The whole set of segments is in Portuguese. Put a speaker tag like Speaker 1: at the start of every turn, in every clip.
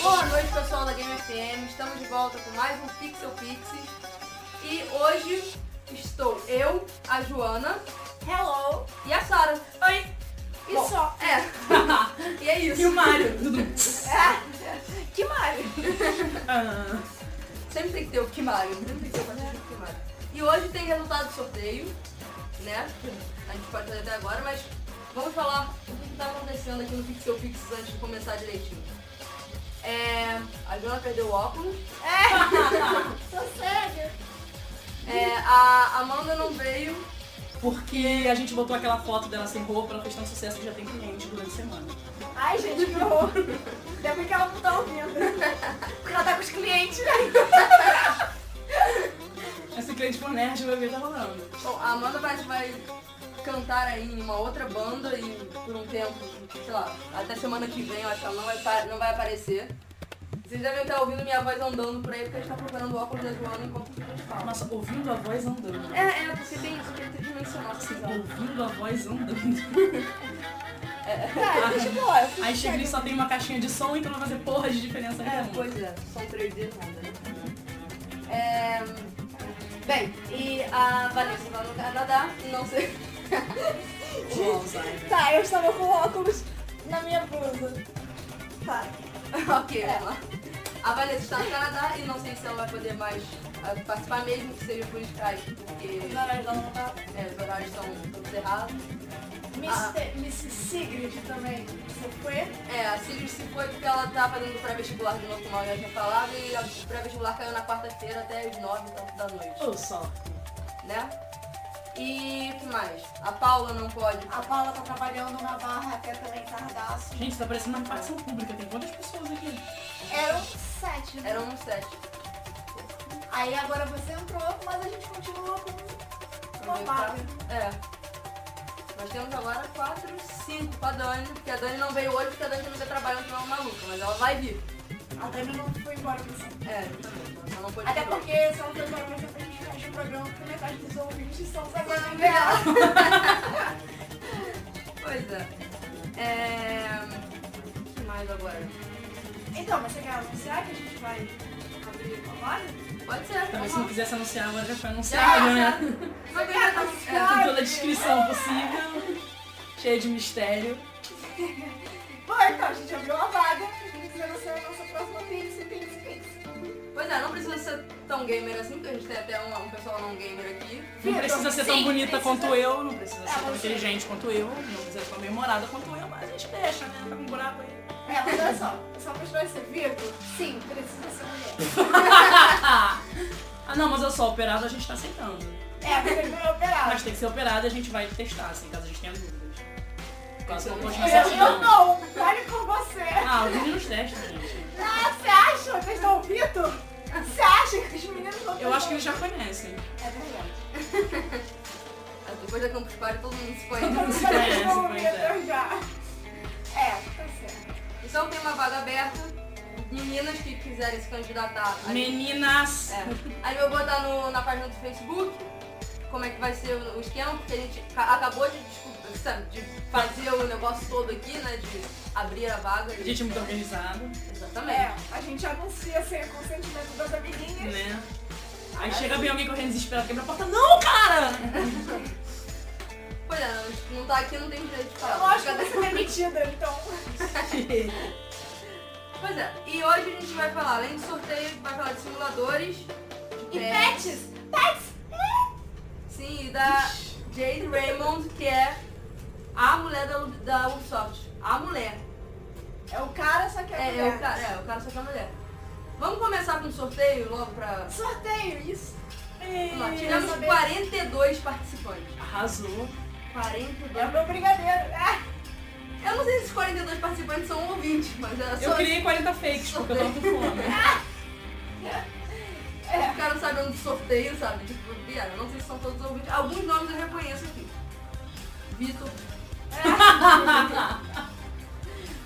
Speaker 1: Boa noite, pessoal da Game FM. Estamos de volta com mais um Pixel Pixies. E hoje estou eu, a Joana
Speaker 2: Hello!
Speaker 1: e a Sara.
Speaker 2: Oi! E
Speaker 1: Bom,
Speaker 2: só?
Speaker 1: É. e é isso.
Speaker 3: E o Mário.
Speaker 2: Que Mário!
Speaker 3: Ah,
Speaker 1: Sempre tem que ter o Kimário. Sempre tem que ter o Patrick e o Kimário. E hoje tem resultado do sorteio, né? A gente pode fazer até agora, mas vamos falar o que está acontecendo aqui no Pixel Pixies antes de começar direitinho. É, a Joana perdeu o óculos.
Speaker 2: Tô sério?
Speaker 1: É, a Amanda não veio.
Speaker 3: porque a gente botou aquela foto dela sem roupa, ela fez tanto sucesso que já tem cliente durante a semana.
Speaker 2: Ai, gente, que horror! Ainda bem que ela não tá ouvindo. Porque ela tá com os clientes.
Speaker 3: Mas se cliente for nerd, vai ver tá rolando.
Speaker 1: Bom, a Amanda vai, vai cantar aí em uma outra banda e por um tempo, sei lá, até semana que vem eu acho que ela não vai, pa- não vai aparecer. Vocês devem estar ouvindo minha voz andando por aí porque a gente tá procurando o óculos da Joana enquanto a gente fala.
Speaker 3: Nossa, ouvindo a voz andando.
Speaker 1: É, é, porque tem isso, que é tridimensional, vocês acham?
Speaker 3: Ouvindo a voz andando.
Speaker 1: É,
Speaker 2: Tá, deixa
Speaker 1: tipo,
Speaker 2: eu lá.
Speaker 3: Aí chega e só tem uma caixinha de som, então não vai fazer porra de diferença
Speaker 1: É,
Speaker 3: nenhuma.
Speaker 1: pois é, são 3D nada, né?
Speaker 3: Uhum.
Speaker 1: É, Bem, e a Vanessa vai no Canadá, não sei.
Speaker 2: é.
Speaker 3: O Alzheimer.
Speaker 2: Tá, eu estava com óculos na minha blusa. Tá.
Speaker 1: ok, vamos lá. A Vanessa está no Canadá e não sei se ela vai poder mais ah, participar mesmo, que seja por Skype, porque
Speaker 2: horários da Lomba.
Speaker 1: é, os horários estão todos errados.
Speaker 2: Miss,
Speaker 1: Ah.
Speaker 2: Miss Sigrid também. Você foi?
Speaker 1: É, a Sirius se foi porque ela tá fazendo pré-vestibular de novo, como eu já tinha falado, e o pré-vestibular caiu na quarta-feira até as nove e tanto da noite,
Speaker 3: Ou só.
Speaker 1: né? E o que mais? A Paula não pode.
Speaker 2: A Paula tá trabalhando numa barra que é também cardaço.
Speaker 3: Gente, tá parecendo uma facção pública, tem quantas pessoas aqui?
Speaker 2: Eram sete, né?
Speaker 1: Era um sete.
Speaker 2: Aí agora você entrou, mas a gente continua com uma barra.
Speaker 1: É. Nós temos agora 4, 5 pra Dani, porque a Dani não veio hoje porque a Dani também tá trabalhando com uma maluca, mas ela vai vir.
Speaker 2: A Dani não foi embora pra sempre.
Speaker 1: É, exatamente. Ela não pôde
Speaker 2: Até
Speaker 1: vir hoje.
Speaker 2: porque é um se ela for embora pra sempre, a gente fecha o programa porque metade dos ouvintes são os alunos dela.
Speaker 1: Pois é. É. O que mais agora?
Speaker 2: Então, mas você quer anunciar que a gente vai abrir uma barra?
Speaker 1: Pode ser.
Speaker 3: Talvez Tá, se não quisesse anunciar, agora já foi anunciado,
Speaker 1: Já,
Speaker 3: né?
Speaker 1: Mas eu já tava- é.
Speaker 3: Com toda a descrição possível, cheia de mistério.
Speaker 2: Bom, então, a gente abriu uma vaga, a gente precisa anunciar a nossa próxima Pix, Pix, Pix.
Speaker 1: Pois é, não precisa ser tão gamer assim, porque a gente tem até um, um pessoal não gamer aqui.
Speaker 3: Não precisa ser tão
Speaker 2: Sim,
Speaker 3: bonita
Speaker 2: precisa.
Speaker 3: quanto eu, não precisa
Speaker 2: É,
Speaker 3: ser tão
Speaker 2: você.
Speaker 3: inteligente quanto eu, não precisa ser tão memorada quanto eu, mas a gente deixa, né? Tá com um buraco aí.
Speaker 2: É, mas olha só, só pra escolher ser é Vitor, sim, precisa ser mulher.
Speaker 3: ah, não, mas eu sou operado, a gente tá aceitando.
Speaker 2: É, porque ele vai operar.
Speaker 3: Mas tem que ser operado e a gente vai testar, assim, caso a gente tenha dúvidas. Caso não continue
Speaker 2: é Eu, eu
Speaker 3: assistindo.
Speaker 2: não, vale com você.
Speaker 3: Ah, os meninos testam, gente.
Speaker 2: Ah, você acha que eles estão ouvindo? Você acha que os meninos não
Speaker 3: Eu acho que eles já conhecem.
Speaker 2: É verdade.
Speaker 1: Aí Depois da Campus Party, todo mundo se
Speaker 2: Eu
Speaker 1: conhece.
Speaker 2: não
Speaker 3: Se
Speaker 2: sabia
Speaker 3: conhece,
Speaker 2: que eu
Speaker 3: pois
Speaker 2: ia
Speaker 3: é.
Speaker 2: viajar. É, tá certo.
Speaker 1: Então tem uma vaga aberta. Meninas que quiserem se candidatar a
Speaker 3: Meninas!
Speaker 1: É. Aí eu vou botar no- na página do Facebook como é que vai ser o, o esquema, porque a gente ca- acabou de, descobrir, sabe, de fazer o negócio todo aqui, né? De abrir a vaga. e-
Speaker 3: Gente é muito organizada,
Speaker 1: Exatamente.
Speaker 2: É, a gente anuncia sem o consentimento das amiguinhas.
Speaker 3: né? Aí chega bem alguém correndo desesperado, quebra a porta. Não, cara!
Speaker 1: Pois é, não, a gente não tá aqui, não tem direito de
Speaker 2: Eu
Speaker 1: falar.
Speaker 2: não acho que eu vou ser demitida, então.
Speaker 1: Pois é, e hoje a gente vai falar, além do sorteio, vai falar de simuladores. de
Speaker 2: E
Speaker 1: pets,
Speaker 2: pets? Pets?
Speaker 1: Sim, e da Jade Raymond, que é a mulher da, Lu- da Ubisoft. A mulher.
Speaker 2: É o cara, só que é,
Speaker 1: É, é,
Speaker 2: mulher.
Speaker 1: o cara, é, o cara só que é a mulher. Vamos começar com o sorteio logo pra.
Speaker 2: Sorteio, isso.
Speaker 1: Vamos lá,
Speaker 2: Ih,
Speaker 1: tivemos
Speaker 2: eu sabia.
Speaker 1: 42 participantes.
Speaker 3: Arrasou.
Speaker 1: 42.
Speaker 2: É o meu brigadeiro. Ah,
Speaker 1: Eu não sei se esses 42 participantes são ouvintes, mas é só.
Speaker 3: Eu criei 40 fakes porque eu tava com fome.
Speaker 1: O cara É, não sabe onde sorteio, sabe? Tipo, viado, eu não sei se são todos ouvintes. Alguns nomes eu reconheço aqui. Vitor.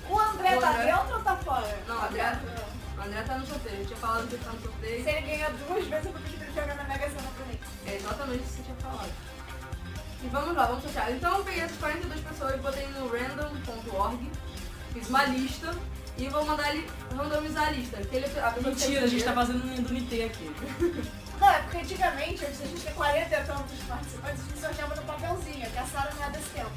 Speaker 2: o André
Speaker 1: O
Speaker 2: tá
Speaker 1: André.
Speaker 2: dentro ou tá fora?
Speaker 1: Não, o André. O André tá no sorteio. Eu tinha falado que ele tá no sorteio.
Speaker 2: Se ele ganhar duas vezes, eu vou pedir pra ele jogar na Mega Sena pra mim.
Speaker 1: É exatamente o que você tinha falado. E vamos lá, vamos sortear. Então eu peguei essas 42 pessoas e botei no random.org, fiz uma lista E vou mandar ele randomizar a lista. Que ele, é a pessoa que
Speaker 3: Mentira, a gente tá
Speaker 1: escolher-
Speaker 3: fazendo um Endunité aqui.
Speaker 2: Não, é porque antigamente, antes a gente ter 40 e tantos participantes, a gente sorteava no papelzinho, que a Sara não é desse tempo.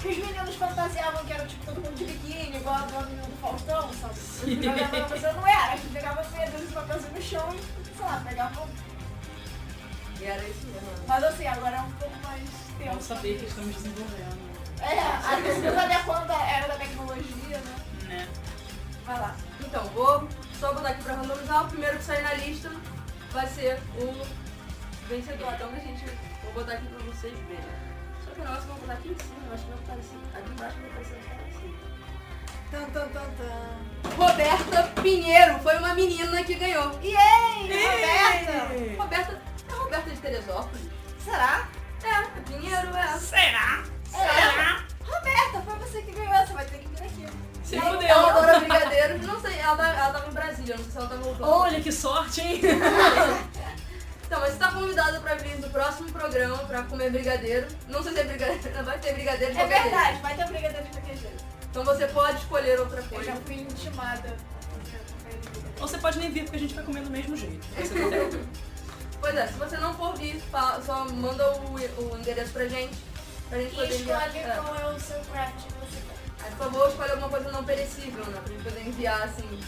Speaker 2: Que os meninos fantasiavam que era tipo todo mundo de biquíni, igual a do menino do Faustão, sabe? Eu olhava pra pessoa, não era, a gente pegava meia dúzia de papelzinho no chão e, sei lá, pegava. um-
Speaker 1: E era isso mesmo.
Speaker 2: Mas assim, agora é um pouco mais tempo.
Speaker 3: Vamos saber que estamos desenvolvendo.
Speaker 2: É, a gente se adequando à era da tecnologia, né?
Speaker 3: Né?
Speaker 1: Vai lá. Então, vou só botar aqui pra randomizar. O primeiro que sair na lista vai ser o vencedor. Então, a gente vou botar aqui pra vocês verem. Só que o negócio eu vou botar aqui em cima. Eu acho que vai botar assim. Aqui embaixo vai aparecer assim.
Speaker 2: Tan, tan, tan, tan.
Speaker 1: Roberta Pinheiro foi uma menina que ganhou. Tá
Speaker 2: Yay! Roberta!
Speaker 3: Ei!
Speaker 1: Roberta. É a Roberta de Teresópolis?
Speaker 2: Será?
Speaker 1: É, Pinheiro é.
Speaker 3: Será?
Speaker 2: Será? Roberta, foi você que ganhou, você vai ter que vir aqui.
Speaker 3: Se
Speaker 1: Ela-
Speaker 3: fudeu.
Speaker 1: Ela adora brigadeiros. Não sei, ela, tá- ela tava em Brasília, não sei se ela tá voltando.
Speaker 3: Olha que sorte, hein?
Speaker 1: Então, mas você tá convidado pra vir no próximo programa pra comer brigadeiro. Não sei se é brigadeiro, vai ter brigadeiro de
Speaker 2: É
Speaker 1: qualquer
Speaker 2: verdade, vai ter brigadeiro de qualquer jeito.
Speaker 1: jeito. Então você pode escolher outra
Speaker 2: Eu
Speaker 1: coisa.
Speaker 2: já fui intimada.
Speaker 3: Ou você pode nem vir porque a gente vai comer do mesmo jeito. Você tá não deu.
Speaker 1: Pois é, se você não for vir, fa- só manda o, o endereço pra gente. Pra
Speaker 2: E
Speaker 1: gente poder
Speaker 2: escolhe
Speaker 1: enviar. É.
Speaker 2: qual é o seu craft que você quer.
Speaker 1: Aí, por favor, escolhe alguma coisa não perecível, né? Pra gente poder enviar, assim.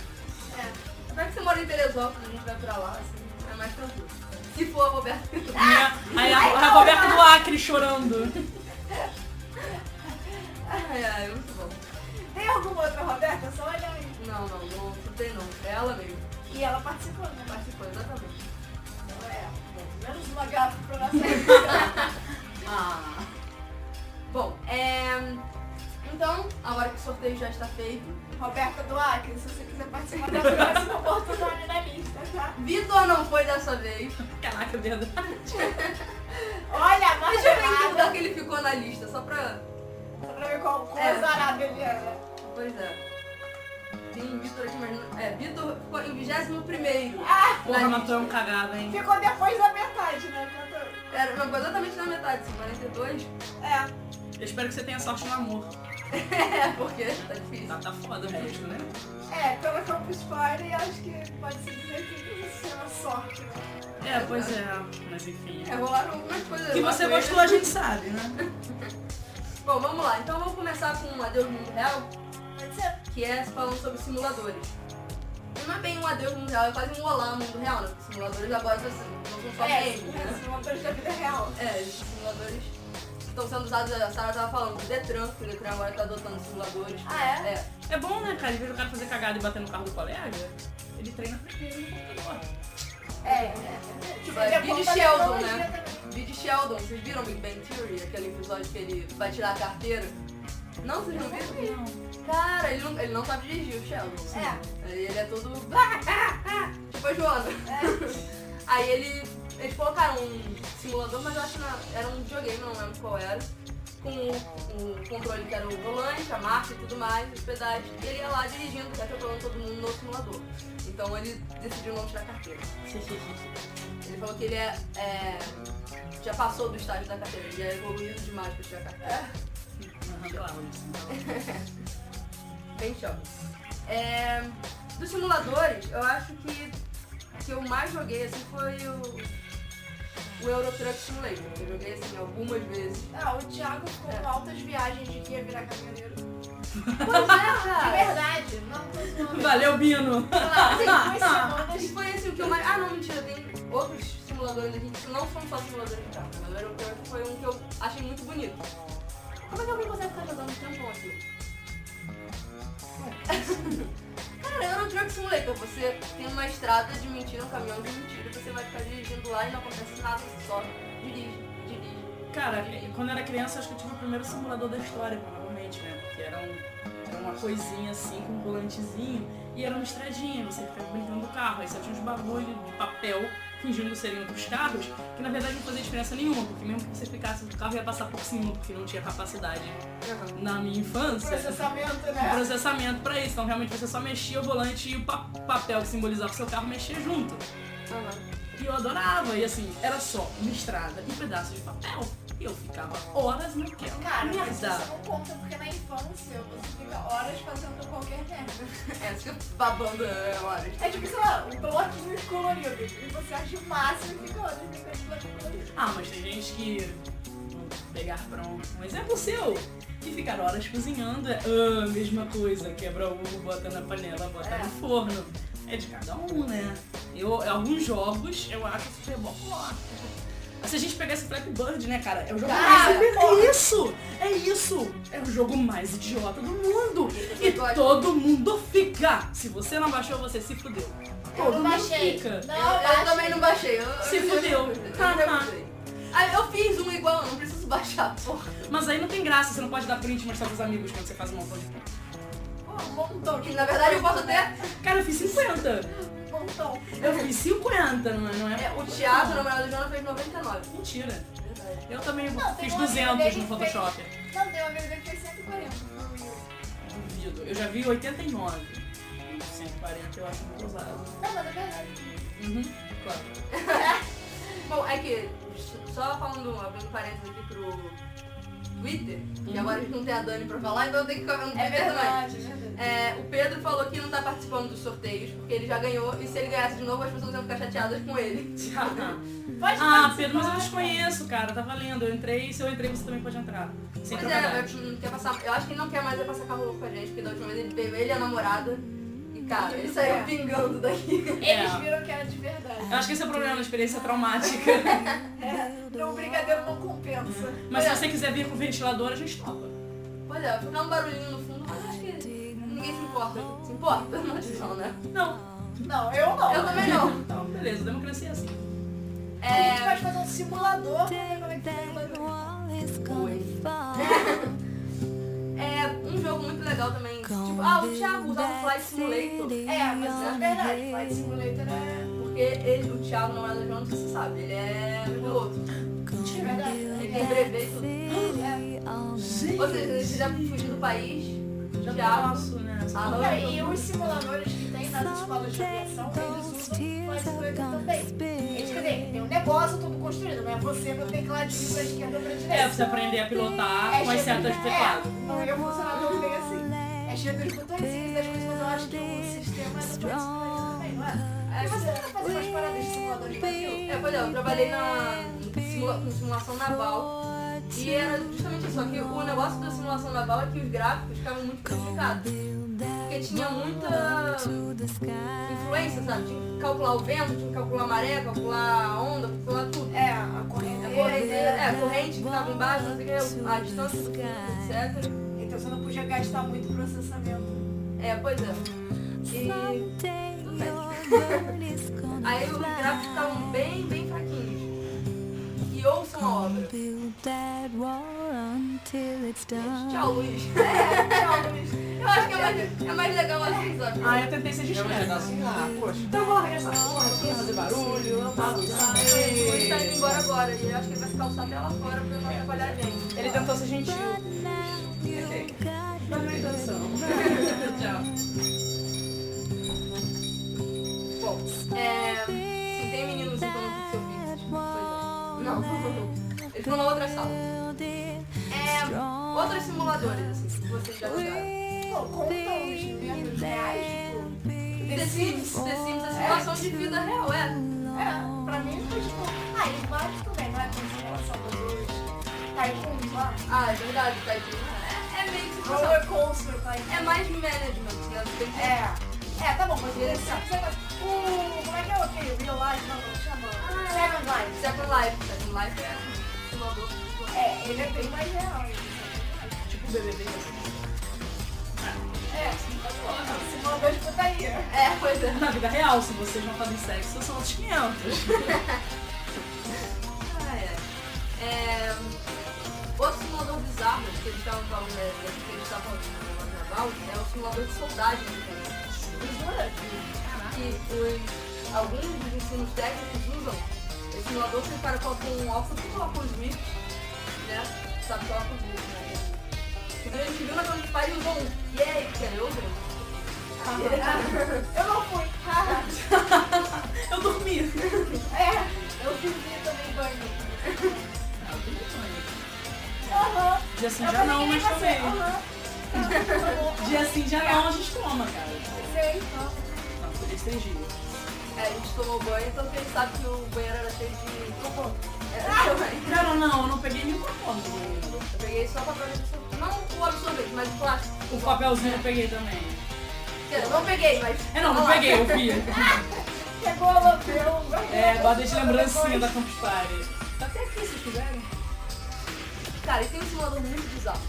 Speaker 2: É.
Speaker 1: Apesar que você mora em Teresópolis, a gente vai pra lá, assim. É mais tranquilo. Se for, Roberto.
Speaker 3: Minha- Aí a, a Roberta do Acre chorando.
Speaker 1: Ai, ai, é muito bom.
Speaker 2: Tem alguma outra Roberta? Só olha aí.
Speaker 1: Não, não, não, não tem não. É ela mesmo.
Speaker 2: E ela participou, né?
Speaker 1: Participou, exatamente.
Speaker 2: Então é. bom, Menos uma gafa pra nossa vida.
Speaker 1: Ah. Bom, é... Então, agora que o sorteio já está feito,
Speaker 2: Roberta do Acre, se você quiser participar da próxima oportunidade na lista, tá?
Speaker 1: Vitor não foi dessa vez.
Speaker 3: Caraca, é verdade.
Speaker 2: Olha, mais
Speaker 1: Deixa eu ver em que lugar
Speaker 2: nada.
Speaker 1: é que ele ficou na lista, só pra...
Speaker 2: Só pra ver qual qual
Speaker 1: É.
Speaker 2: azarada ele era.
Speaker 1: Pois é. Tem Vitor aqui, mas... não- É, Vitor ficou em 21º.
Speaker 2: Ah,
Speaker 3: Porra, mas tu é um cagado, hein?
Speaker 2: ficou depois da metade, né? Quando-
Speaker 1: Era, não, foi exatamente na metade, assim, 42.
Speaker 2: É.
Speaker 3: Eu espero que você tenha sorte no amor.
Speaker 1: É, porque tá difícil.
Speaker 3: Tá, tá foda o resto, né?
Speaker 2: É, pela Campus Party, acho que pode se dizer que isso é uma sorte, né?
Speaker 3: É, pois é. Mas enfim.
Speaker 1: É, rolaram algumas coisas.
Speaker 3: Que
Speaker 1: lá
Speaker 3: você
Speaker 1: com ele.
Speaker 3: gostou, a gente sabe, né?
Speaker 1: Bom, vamos lá. Então vamos começar com um Adeus Mundo Real.
Speaker 2: Pode ser?
Speaker 1: que é falando sobre simuladores. Não é bem um adeus mundo real, é quase um olá mundo real, né? Porque simuladores agora estão sendo só
Speaker 2: É,
Speaker 1: games, né?
Speaker 2: uma coisa da vida real.
Speaker 1: É, esses simuladores estão sendo usados, a Sarah tava falando do Detran, que o Detran agora tá adotando simuladores.
Speaker 2: Ah, é?
Speaker 1: É,
Speaker 3: É bom, né, cara? Em vez do cara fazer cagada e bater no carro do colega, ele treina pra ele tá no computador.
Speaker 2: É,
Speaker 1: Tipo, é vídeo Sheldon, né? vídeo Sheldon, vocês viram Big Bang Theory, aquele episódio que ele vai tirar a carteira? Não, vocês não viram? Cara, ele não, ele não sabe dirigir o Sheldon.
Speaker 2: É.
Speaker 1: Ele é todo. Tipo a Joana. Aí ele, eles colocaram um simulador, mas eu acho que na- era um videogame, não lembro qual era. Com o, o controle que era o volante, a marcha e tudo mais, os pedais. E ele ia lá dirigindo, atropelando todo mundo no simulador. Então ele decidiu não tirar carteira. Ele falou que ele é, é, já passou do estágio da carteira, ele é evoluído demais pra tirar carteira. assim, Bem show. É, dos simuladores, eu acho que o que eu mais joguei assim foi o, o Euro Truck Simulator. Eu joguei assim algumas vezes.
Speaker 2: Ah, o Thiago ficou
Speaker 1: É.
Speaker 2: com altas viagens de que ia virar caminhoneiro. De
Speaker 1: Pois é, cara.
Speaker 2: verdade, não tô zoando.
Speaker 3: Valeu, Bino!
Speaker 2: Sei lá, tem duas
Speaker 1: E
Speaker 2: semanas.
Speaker 1: foi assim o que eu mais. Ah não, mentira, tem outros simuladores aqui que não são só simuladores de carro, mas o Euro Truck foi um que eu achei muito bonito. Como é que alguém consegue ficar jogando um tempão aqui? Cara, Euro Truck Simulator, você tem uma estrada de mentira, um caminhão de mentira, você vai ficar dirigindo lá e não acontece nada, você só dirige, dirige.
Speaker 3: Cara, quando eu era criança, acho que eu tive o primeiro simulador da história, provavelmente, né? Porque era, um- era uma coisinha assim, com um volantezinho, e era uma estradinha, você ficava brincando do carro, aí só tinha uns bagulho de papel fingindo que seriam os carros, que na verdade não fazia diferença nenhuma, porque mesmo que você ficasse do carro ia passar por cima, porque não tinha capacidade na minha infância.
Speaker 1: assim,
Speaker 2: Processamento,
Speaker 3: um
Speaker 2: né?
Speaker 3: processamento pra isso. Então realmente você só mexia o volante e o pa- papel que simbolizava o seu carro mexia junto.
Speaker 1: Aham.
Speaker 3: E eu adorava, e assim, era só uma estrada e um pedaço de papel. E eu ficava horas naquela.
Speaker 2: Cara, mas
Speaker 3: merda.
Speaker 2: isso não conta porque na infância você fica horas fazendo qualquer merda.
Speaker 1: É, você fica babando é, horas.
Speaker 2: É tipo, sei lá, um bloquinho colorido. E você acha o máximo e fica horas brincando de bloquinho colorido.
Speaker 3: Ah, mas tem gente que. Vou pegar pronto. Um exemplo seu. Que ficar horas cozinhando é ah, mesma coisa. Quebra o ovo, bota na panela, bota
Speaker 2: É.
Speaker 3: no forno. É de cada um, né? Eu, alguns jogos eu acho super bom. Se a gente pegar esse Flappy Bird, né, cara? É o jogo
Speaker 2: Ah,
Speaker 3: mais.
Speaker 2: porra.
Speaker 3: É isso! É isso! É o jogo mais idiota do mundo! E
Speaker 1: gosta.
Speaker 3: todo mundo fica! Se você não baixou, você se fudeu.
Speaker 2: Eu
Speaker 3: Todo mundo
Speaker 2: não baixei.
Speaker 3: fica.
Speaker 1: Eu,
Speaker 2: Não,
Speaker 1: eu também não baixei. Eu, eu
Speaker 3: Se
Speaker 1: não
Speaker 3: fudeu.
Speaker 1: baixei. Eu não
Speaker 3: Haha.
Speaker 1: baixei. Ah, eu fiz um igual, eu não preciso baixar, porra.
Speaker 3: Mas aí não tem graça, você não pode dar print e mostrar pros amigos quando você faz um montão de print.
Speaker 2: Um montão,
Speaker 1: Que, na verdade eu posso até.
Speaker 3: Cara, eu fiz 50.
Speaker 2: um montão.
Speaker 3: Eu fiz 50, não é? Não é?
Speaker 1: É, o Thiago, o namorado do Joana, fez 99.
Speaker 3: Mentira.
Speaker 1: Verdade.
Speaker 3: Eu também
Speaker 2: Não, tem
Speaker 3: fiz
Speaker 2: um amigo dele
Speaker 3: 200 no
Speaker 2: que
Speaker 3: Photoshop.
Speaker 2: Não, tem uma amiga minha que fez 140. no Wii.
Speaker 3: Duvido. Eu já vi 89. 140 eu acho muito ousado.
Speaker 2: Não, mas é verdade.
Speaker 3: Uhum, claro.
Speaker 1: Bom, é que, só falando, abrindo parênteses aqui pro Twitter, que
Speaker 3: Uhum.
Speaker 1: agora a gente não tem a Dani pra falar, então eu tenho que comentar
Speaker 2: É
Speaker 1: mais.
Speaker 2: verdade, é verdade.
Speaker 1: É, o Pedro falou que não tá participando dos sorteios, porque ele já ganhou, e se ele ganhasse de novo, as pessoas iam ficar chateadas com ele.
Speaker 2: Pode
Speaker 3: Ah,
Speaker 2: participar.
Speaker 3: Pedro, mas eu desconheço, cara. Tá valendo. Eu entrei, se eu entrei, você também pode entrar. Sem
Speaker 1: Pois
Speaker 3: trabalhar.
Speaker 1: é, eu, não quer passar, eu acho que ele não quer mais é passar carro com a gente, porque da última vez ele veio, ele e a namorada, e cara, ele saiu pingando daqui.
Speaker 2: Eles
Speaker 3: É.
Speaker 2: viram que era de verdade.
Speaker 3: Eu acho que esse é o problema, uma experiência traumática.
Speaker 2: É, então o brigadeiro não compensa.
Speaker 3: Mas se você quiser vir com ventilador, a gente topa.
Speaker 1: Pois é, ficar um barulhinho no fundo, mas acho que ninguém se importa. Se importa? Não acho que não, né?
Speaker 3: Não.
Speaker 2: Não, eu não.
Speaker 1: Eu também não.
Speaker 3: Então, beleza. Democracia é assim.
Speaker 2: A gente
Speaker 1: É,
Speaker 2: pode fazer um simulador pra ver como é que fica o bagulho.
Speaker 1: é um jogo muito legal também. Tipo, ah, o Thiago usava o Flight Simulator.
Speaker 2: É, mas é verdade. Flight Simulator é...
Speaker 1: Porque ele, o Thiago não era João, não sei se você sabe, ele é piloto.
Speaker 2: É verdade.
Speaker 1: Ele tem brevet e tudo.
Speaker 3: Gente.
Speaker 1: Ou seja, se quiser fugir do país,
Speaker 3: Já
Speaker 1: Thiago.
Speaker 3: posso, né?
Speaker 1: Ah,
Speaker 2: Não, E
Speaker 1: não.
Speaker 2: os simuladores que tem nas escolas de aviação, eles usam Flight Simulator também. Eles, quer dizer, tem um negócio todo construído, não é você com o tecladinho pra esquerda ou pra
Speaker 3: É,
Speaker 2: direita.
Speaker 3: você aprender a pilotar com as
Speaker 2: cheio
Speaker 3: setas
Speaker 2: de-
Speaker 3: É, de teclado.
Speaker 2: É, não ia funcionar tão bem assim. É cheio dos botõezinhos, as coisas, mas eu acho que o sistema é do Flight também, não é? Aí você tenta fazer umas paradas de simulador de avião.
Speaker 1: É, pois é, eu trabalhei na simula- com simulação naval. E era justamente isso, só que o negócio da simulação naval é que os gráficos ficavam muito prejudicados. Porque tinha muita influência, sabe? Tinha que calcular o vento, tinha que calcular a maré, calcular a onda, calcular tudo.
Speaker 2: É, a
Speaker 1: A
Speaker 2: corrente.
Speaker 1: corrente, é, a corrente que tava embaixo, não sei o que, a distância do fundo, etc.
Speaker 2: Então você não podia gastar muito processamento.
Speaker 1: É, pois é. E tudo bem. Aí os gráficos estavam bem, bem fraquinhos. E ouçam a obra. Tchau, Luiz. É,
Speaker 2: Tchau, Luiz.
Speaker 1: Eu acho que é mais, é mais legal assim, sabe?
Speaker 3: Ah, eu tentei ser discreto. Ah, poxa. Então vou arranjar essa porra aqui, fazer barulho, lampar luz.
Speaker 1: Ele tá indo embora agora e eu acho que ele vai se calçar até lá fora pra não atrapalhar a gente.
Speaker 3: Ele tentou ser gentil. Tá Ok. Valeu a intenção. Tchau.
Speaker 1: Bom, é. Se tem meninos então no seu vídeo, pois é. Não, eles estão na outra sala. É. Outros simuladores, assim, que vocês já jogaram.
Speaker 2: Pô, conta os menos reais, tipo.
Speaker 1: The Sims, The Sims é simulação de vida real, é.
Speaker 2: É, pra mim foi tipo. Ah, e Mario também, não é com relação dos dois. Tycoons lá.
Speaker 1: Ah, é verdade, tá aqui. É, é meio que simulação.
Speaker 2: Roller coaster, Tycoon.
Speaker 1: É mais management, né? Você tem que-
Speaker 2: É. É, tá bom, mas você sabe. Você sabe. O. Como é que é o que? Real Life, não, como chama? Seven Lives.
Speaker 1: Second Life. Second Life é um simulador.
Speaker 2: É, ele é bem mais real. ele é
Speaker 3: Tipo BBB.
Speaker 2: bem mais real. É, sim, tá bom. Simulador de putaria.
Speaker 1: É, pois é.
Speaker 3: Na vida real, se vocês não fazem sexo, são outros 500.
Speaker 1: Ah, é. É, Outro simulador bizarro que eles estavam falando, né, que eles estavam falando no negócio naval, é o simulador de soldagem. né?
Speaker 2: Jura?
Speaker 1: Que os, alguns dos ensinos técnicos usam esse simulador que o cara coloca um óculos, tipo um óculos Rift, né? Sabe que é óculos Rift, né? Quando a gente viu na Tony Spy, usou um. E aí, cara, eu usei.
Speaker 2: Eu não fui. Haha.
Speaker 3: Eu dormi.
Speaker 2: É, eu vivi também banho.
Speaker 3: Ah, eu dormi. Dia sim,
Speaker 2: Eu
Speaker 3: já
Speaker 2: falei
Speaker 3: não,
Speaker 2: que nem
Speaker 3: mas
Speaker 2: você.
Speaker 3: também.
Speaker 2: Aham. Tá bom.
Speaker 3: Dia sim, já não, a gente toma, cara.
Speaker 2: Sei, então.
Speaker 3: Não, foi esses três dias.
Speaker 1: É, a gente tomou banho, então que a gente sabe que o banheiro era cheio de É, cocô. Era cheio de-
Speaker 3: Cara, não, eu não peguei nenhum cocô no banheiro.
Speaker 1: Eu peguei só papel de absorvente. Não o absorvente, mas o plástico.
Speaker 3: O papelzinho eu peguei também.
Speaker 1: Quer dizer, não peguei, mas.
Speaker 3: É, não, não
Speaker 1: Olha lá.
Speaker 3: peguei, eu vi.
Speaker 2: Pegou a lampião,
Speaker 3: É, guardei de lembrancinha da Campus Party.
Speaker 1: Tá Até aqui, se quiserem. Cara, e tem um simulador muito bizarro.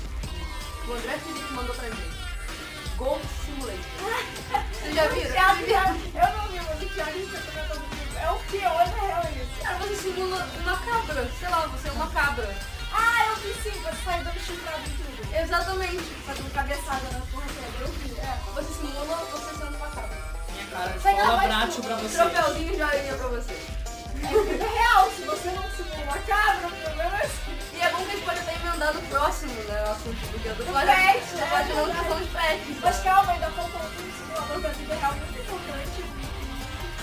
Speaker 1: O André Felipe mandou pra gente. Gold Simulator. Vocês já viram?
Speaker 2: Já vi, eu não vi, mas o Thiago está comentando comigo. É o que? Olha na real isso.
Speaker 1: Cara, você simula uma cabra. Sei lá, você é uma cabra.
Speaker 2: Ah, eu vi sim, você sai dando chifrado em tudo.
Speaker 1: Exatamente.
Speaker 2: Fazendo cabeçada na porra toda, eu vi. É.
Speaker 1: Você simula você sendo uma cabra.
Speaker 3: Minha cara,
Speaker 2: Vai lá,
Speaker 3: escola
Speaker 2: vai,
Speaker 3: Bratio pra
Speaker 1: Um
Speaker 3: você.
Speaker 1: troféuzinho e joinha pra você.
Speaker 2: É vida real, se você não simula a cabra, o problema é seu.
Speaker 1: E é bom que a gente pode até emendar no próximo, né? O assunto do dia do
Speaker 2: Do
Speaker 1: plástico.
Speaker 2: pet,
Speaker 1: Você
Speaker 2: né?
Speaker 1: pode não que são os pets.
Speaker 2: Mas calma, ainda falta um simulador da vida real muito importante.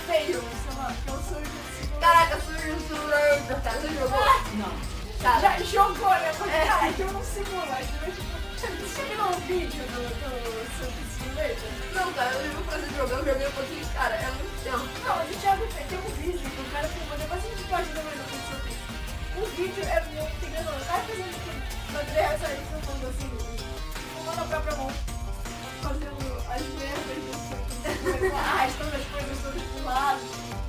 Speaker 2: Feio, sei lá, que eu sou de simulador.
Speaker 1: Caraca, surge um simulator, cara. Você jogou?
Speaker 3: Não.
Speaker 1: Cara,
Speaker 2: Já jogou, né? Eu falei, cara, que eu não simulo. Aí eu, tipo, Você viu um vídeo do, do Super Simulator?
Speaker 1: não, cara. Eu vi você jogando, joguei um pouquinho. Cara, é muito tempo.
Speaker 2: Não, o Thiago tem tem um vídeo que o cara filmou, depois a gente pode dar mais um vídeo sobre isso. O vídeo é muito engraçado. O cara fez um vídeo do André Razzari filmando assim, filmando a própria mão, fazendo as merdas do filme, arrastando as coisas todas pro lado.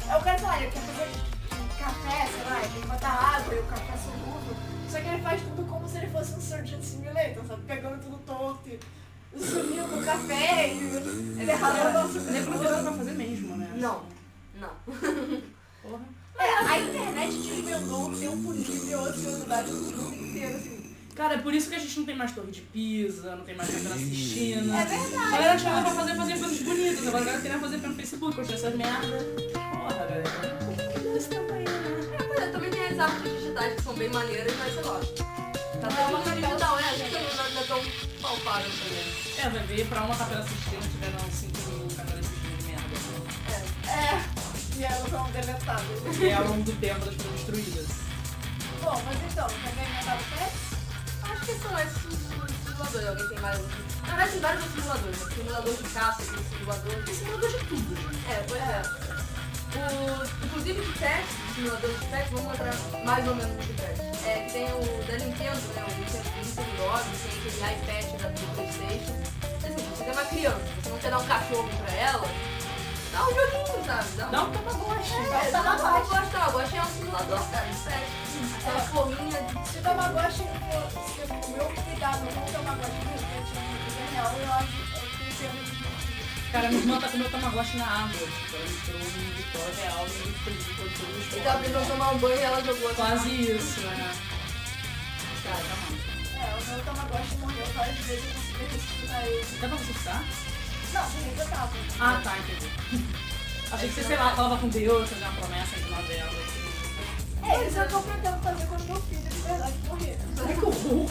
Speaker 2: Aí o cara fala, olha, quer fazer café, sei lá, tem que botar água e o café solúvel. Só que ele faz tudo como se ele fosse um Surgeon Simulator, sabe? Pegando tudo torto e sumindo o café e derramando o
Speaker 3: Nem pro
Speaker 2: suco.
Speaker 3: que é dá pra fazer mesmo, né?
Speaker 1: Não. Não.
Speaker 3: Porra.
Speaker 2: É, a internet desvendou o tempo livre e a ociosidade do mundo inteiro, assim.
Speaker 3: Cara, é por isso que a gente não tem mais torre de pisa, não tem mais café na Sistina.
Speaker 2: É verdade.
Speaker 3: A galera achava pra fazer, fazer coisas bonitas, agora a galera queria fazer pelo Facebook, curtir essas merda. Porra, galera. Esse tempo aí, né?
Speaker 1: Pois é, também tem as artes digitais que são bem maneiras, mas sei lá. Tá
Speaker 2: É uma
Speaker 1: tudo no digital, é. A gente não não é tão palpável também.
Speaker 3: É, vai ver pra uma café na Sistina tiver não assim, 5 mil café na Sistina de merda.
Speaker 2: É, e elas são deletadas.
Speaker 3: E ao longo do tempo elas foram destruídas.
Speaker 2: Bom, mas então, quer ver inventar o pé?
Speaker 1: Acho que são esses os os simuladores. Alguém tem mais? Na verdade, tem vários outros simuladores. né? Simulador de caça, tem simulador de
Speaker 3: Esse mudou de tudo, gente.
Speaker 1: É, pois é. O, inclusive de teste, de simulador de teste, vamos mostrar mais ou menos de teste. É, que tem o da Nintendo, né? O Nintendo Nintendo Log, tem aquele iPad da Playstation. Assim, você tem uma criança, você não quer dar um cachorro pra ela, dá um joguinho, sabe? Dá um
Speaker 3: Dá um tamagotchi.
Speaker 1: é, dá
Speaker 2: dá uma
Speaker 1: uma
Speaker 2: baixa.
Speaker 1: gosta, eu gosto é um simulador, cara, de teste. Aquela forminha de.
Speaker 2: Se o Tamagotchi for se o meu cuidado com o Tamagotchi no internet no vida real, eu acho que tem que ser muito divertido.
Speaker 3: Cara, minha irmã tá com meu tamagotchi na água. Tipo, ela entrou no Vitória é Real e fez todo o
Speaker 1: Ele tava precisando tomar um banho e ela jogou assim.
Speaker 3: Quase isso, né? Cara,
Speaker 1: Cara,
Speaker 3: tá mal.
Speaker 2: É, o meu Tamagotchi morreu várias vezes e eu consegui ressuscitar ele.
Speaker 3: Dá pra você ficar?
Speaker 2: Não, sim, eu tava.
Speaker 3: Ah, tá, entendi. Achei que você, sei lá, falava com Deus, fazia uma promessa de novela. assim.
Speaker 2: É, isso é o que eu pretendo fazer quando meu filho de verdade morrer.
Speaker 3: Ai, que horror!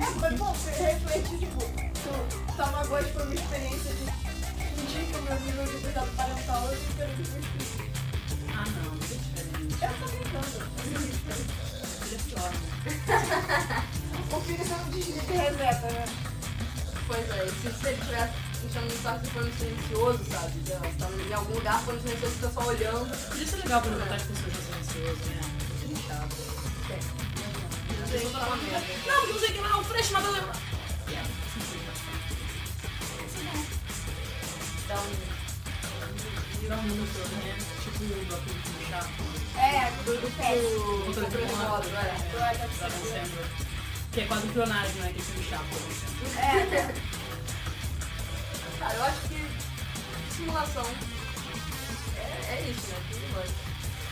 Speaker 2: É, mas bom, você reflete, tipo, o Tamagotchi foi uma experiência de um dia que o meu nível de cuidado parental é eu espero que meus filhos.
Speaker 3: Ah, não, isso é diferente.
Speaker 2: Eu tô brincando.
Speaker 3: Isso é pior. né?
Speaker 2: O filho só não desliga e reseta, né?
Speaker 1: Pois é, e se você estiver enchendo um saco de pano silencioso, sabe? Já tá em algum lugar, pano silencioso fica só olhando.
Speaker 3: Por isso é legal pra botar as pessoas no silencioso, né? Gente chata. É.
Speaker 1: Não sei o que falar merda.
Speaker 3: Não, não sei o que lá, o fresh matou meu.
Speaker 1: Dá um
Speaker 3: Virar um mundo todo, né? Tipo o né? bloco de chato.
Speaker 2: É, do, do pé.
Speaker 1: o controle remoto, é.
Speaker 2: Do Adam
Speaker 3: Tá
Speaker 2: Sandler.
Speaker 3: acontecendo. Que é quase um clonário, né? Que é filme chato.
Speaker 2: É, né?
Speaker 1: Cara, eu acho que simulação é, é isso, né? Tudo mais.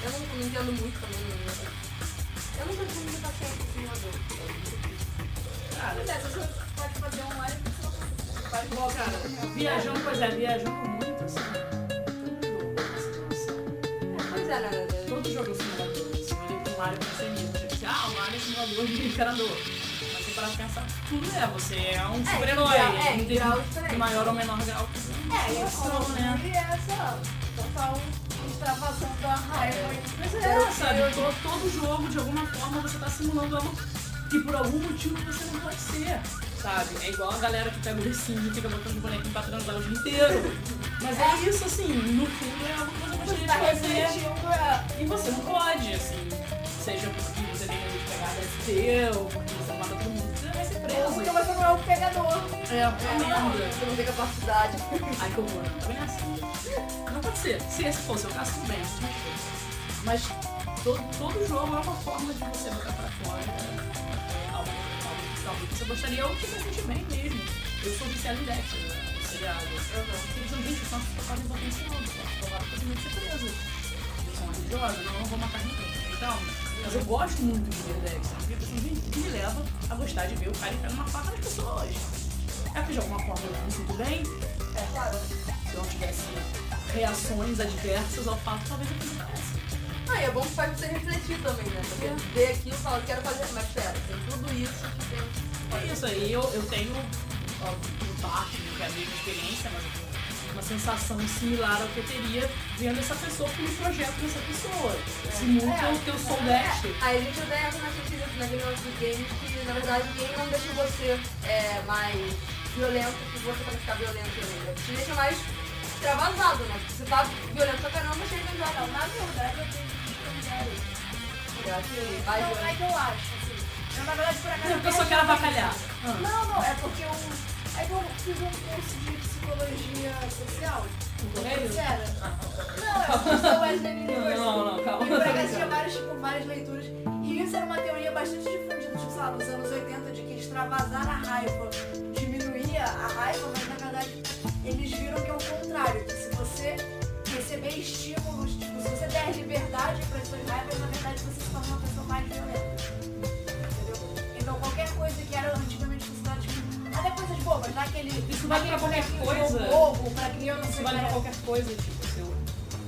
Speaker 1: Eu não, não entendo muito também. Né? Eu nunca tive muita paciência com simulador.
Speaker 3: Cara,
Speaker 2: Pois é, você pode fazer online porque você não faz
Speaker 3: Bom, cara, viajando, pois é, viajando muito, assim.
Speaker 1: É,
Speaker 3: Todo jogo é uma simulação.
Speaker 1: pois é, né?
Speaker 3: Todo jogo é um simulador. Assim, eu olhei pro Mario e pensei nisso. Tipo assim, ah, o Mario é simulador de imperador. Mas você para pensar, tudo é, você é um super-herói.
Speaker 1: em grau- é, em
Speaker 3: Não tem
Speaker 1: grau diferente.
Speaker 3: maior ou menor grau.
Speaker 2: É, e eu
Speaker 3: Simulação, né?
Speaker 2: E é, sei lá, total extravasão da raiva. é,
Speaker 3: É, Mas é, sabe? Todo, todo jogo, de alguma forma, você tá simulando algo que por algum motivo você não pode ser, sabe? É igual a galera que pega o ursinho e fica botando o bonequinho pra transar o dia inteiro. Mas é isso, assim, no fundo é algo que você gostaria
Speaker 2: Você tá
Speaker 3: de fazer.
Speaker 2: refletindo é, a...
Speaker 3: E você não pode, assim, seja porque você tem medo de pegar é seu, porque você mata todo mundo, você vai ser
Speaker 2: Ou
Speaker 3: preso.
Speaker 2: porque você não é o pegador.
Speaker 3: É, é uma merda.
Speaker 1: Você não tem capacidade.
Speaker 3: Ai, que horror. Também não é assim. Não pode ser. Se esse fosse o caso, tudo bem. assim, Mas todo, todo jogo é uma forma de você botar pra fora é, algo algo- algo que você gostaria ou que você sente bem mesmo. Eu sou viciado em Dexter, né? seriado. Eles são bichos, são focados em potencial. Provavelmente você vai ser preso. Eu sou uma religiosa, não, não vou matar ninguém. Então, mas eu gosto muito de ver Dexter. Porque eu sou um bicho que me leva a gostar de ver o cara enfiando uma faca nas pessoas. É que de alguma forma eu me sinto bem,
Speaker 2: É claro.
Speaker 3: se Então, eu não tivesse reações adversas ao fato, talvez eu fizesse.
Speaker 1: Ah, e é bom que faz você refletir também, né? Você
Speaker 2: É.
Speaker 1: vê aquilo e fala, quero fazer, mas pera, tem tudo isso que tem.
Speaker 3: É isso aí, eu, eu tenho, ó, um parte, não quero dizer experiência, mas eu tenho uma sensação similar ao que eu teria vendo essa pessoa como um projeto dessa pessoa. Se muito
Speaker 2: É.
Speaker 3: o teu sou deste.
Speaker 1: Aí a gente até entra na pesquisa naquele lance de games que, na verdade, game não deixa você é, mais violento que você pode ficar violento ainda. Te deixa mais extravasado, né? Porque você tá violento pra caramba, mas chega em jogar.
Speaker 2: Não, na verdade eu tenho que esconder isso.
Speaker 1: Eu acho que vai
Speaker 2: Não, não é
Speaker 1: violento.
Speaker 2: que eu acho, assim. Eu, na verdade, por acaso...
Speaker 3: Eu só quero avacalhar. Ah,
Speaker 2: Não, não, é porque eu... É que eu fiz um curso de psicologia social.
Speaker 3: correio?
Speaker 2: Sério. Não, eu não sou mais Lenin
Speaker 3: Não, não, não, calma.
Speaker 2: E por acaso tinha várias, tipo, várias leituras. E isso era uma teoria bastante difundida, tipo, sei lá, nos anos 80, de que extravasar a raiva diminuía a raiva, mas na verdade eles viram que é o contrário, que se você receber estímulos, tipo, se você der liberdade para as suas raivas, na verdade você se torna uma pessoa mais violenta. Entendeu? Então qualquer coisa que era antigamente considerada, tipo, até coisas bobas, daquele.
Speaker 3: Isso vale pra qualquer coisa.
Speaker 2: um Bobo, pra criança,
Speaker 3: Isso vale
Speaker 2: que
Speaker 3: pra
Speaker 2: era-
Speaker 3: qualquer coisa, tipo, seu.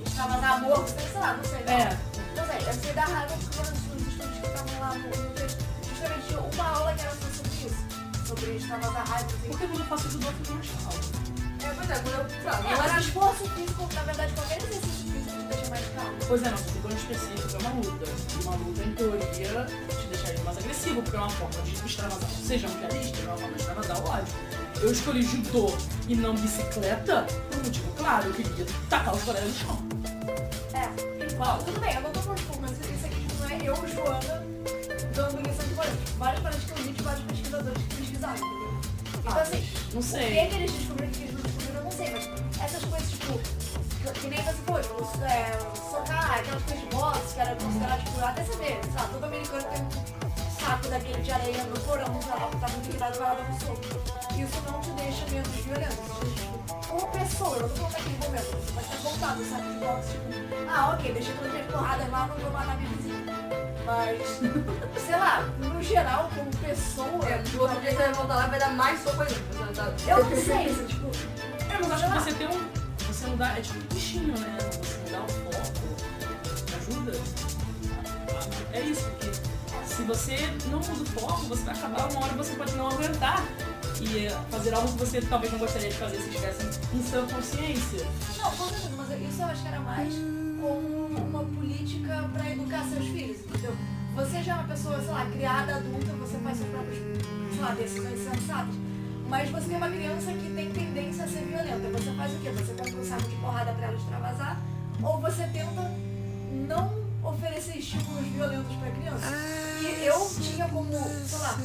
Speaker 2: extravasar amor, sei lá, não sei. não.
Speaker 3: É.
Speaker 2: Não sei, eu sei da raiva porque os estudos que estavam lá no no texto, justamente tinha uma aula que era só sobre isso. Sobre extravasar raiva, assim.
Speaker 3: Por que quando eu faço isso, eu dou eu fico mais calmo?
Speaker 1: É, pois é, quando eu sei lá,
Speaker 2: É,
Speaker 1: eu
Speaker 2: mas
Speaker 1: acho
Speaker 2: esforço físico, na verdade, qualquer exercício físico te deixa mais calmo.
Speaker 3: Pois é, não, se for específico, é uma luta. E Uma luta, em teoria, te deixaria mais agressivo, porque é uma forma de extravasar. Sejamos realistas, é uma forma de extravasar o ódio. Eu escolhi judô e não bicicleta por um motivo claro, eu queria tacar os colegas no chão.
Speaker 2: Tipo É,
Speaker 3: Qual?
Speaker 2: tudo bem, eu não tô confuso, mas isso aqui não é eu, Joana, dando lição de parede. Vários parentes que eu vi de vários pesquisadores que pesquisaram, entendeu? Então, assim,
Speaker 3: Ah, Não
Speaker 2: O que é
Speaker 3: sei.
Speaker 2: que eles descobriram que eles não descobriram, eu não sei, mas essas coisas, tipo, que, que nem você falou, tipo, é, socar, aquelas coisas de boxe, que era considerado, tipo, até saber, sei lá, todo americano tem um saco daquele de areia no porão, sei lá, que tá muito irritado, vai lá dar um soco. Isso não te deixa menos violento, isso te deixa, tipo, como pessoa, eu não tô falando naquele momento, mas tá voltado, sabe, de boxe, tipo, ah, ok, deixei toda minha porrada lá, não vou matar minha vizinha. Mas, sei lá, no geral, como pessoa,
Speaker 1: que é, se você
Speaker 2: eu
Speaker 1: vai voltar lá, vai dar mais soco ainda. Você tá-
Speaker 2: não sei, isso, tipo,
Speaker 3: É, mas acho que você tem um. Você mudar. É tipo um bichinho, né? Você mudar o foco ajuda. É isso, porque se você não muda o foco, você vai acabar uma hora e você pode não aguentar. E eh, fazer algo que você talvez não gostaria de fazer se estivesse em sua consciência.
Speaker 2: Não, com certeza, mas eu- isso eu acho que era mais como uma política pra educar seus filhos, entendeu? Você já é uma pessoa, sei lá, criada, adulta, você faz suas próprias, sei lá, decisões sensatas. Mas você tem uma criança que tem tendência a ser violenta. Você faz o quê? Você compra um saco de porrada pra ela extravasar? Ou você tenta não oferecer estímulos violentos pra criança? E eu tinha como, sei lá,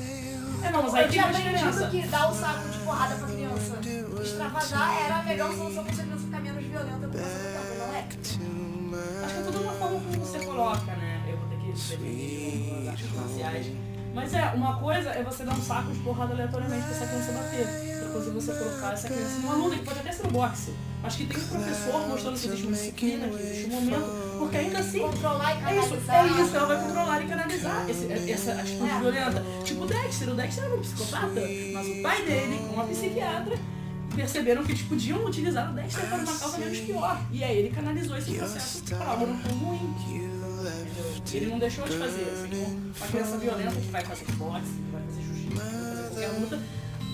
Speaker 3: É, não, mas aí
Speaker 2: eu
Speaker 3: tem
Speaker 2: tinha
Speaker 3: uma
Speaker 2: aprendido
Speaker 3: diferença.
Speaker 2: que dar um saco de porrada pra criança extravasar era a melhor solução pra essa criança ficar menos violenta por causa do tempo, não é?
Speaker 3: Acho que é tudo uma forma como você coloca, né? Eu vou ter que defender as artes marciais. Mas é, uma coisa é você dar um saco de porrada aleatoriamente pra essa criança bater. Outra coisa é você colocar essa criança numa luta, que pode até ser no boxe. Mas que tem um professor mostrando que existe uma disciplina, que existe um momento, porque ainda assim
Speaker 2: Controlar e
Speaker 3: é isso,
Speaker 2: canalizar.
Speaker 3: é isso, ela vai controlar e canalizar esse- é, essa atitude violenta. Tipo o Dexter, o Dexter era um psicopata, mas o pai dele, uma psiquiatra, perceberam que eles podiam utilizar o Dexter para uma causa menos pior. E aí ele canalizou esse processo para algo não tão ruim. Entendeu? Ele não deixou de fazer. Assim, como uma criança violenta que vai fazer boxe, que vai fazer jiu-jitsu, que vai fazer qualquer luta,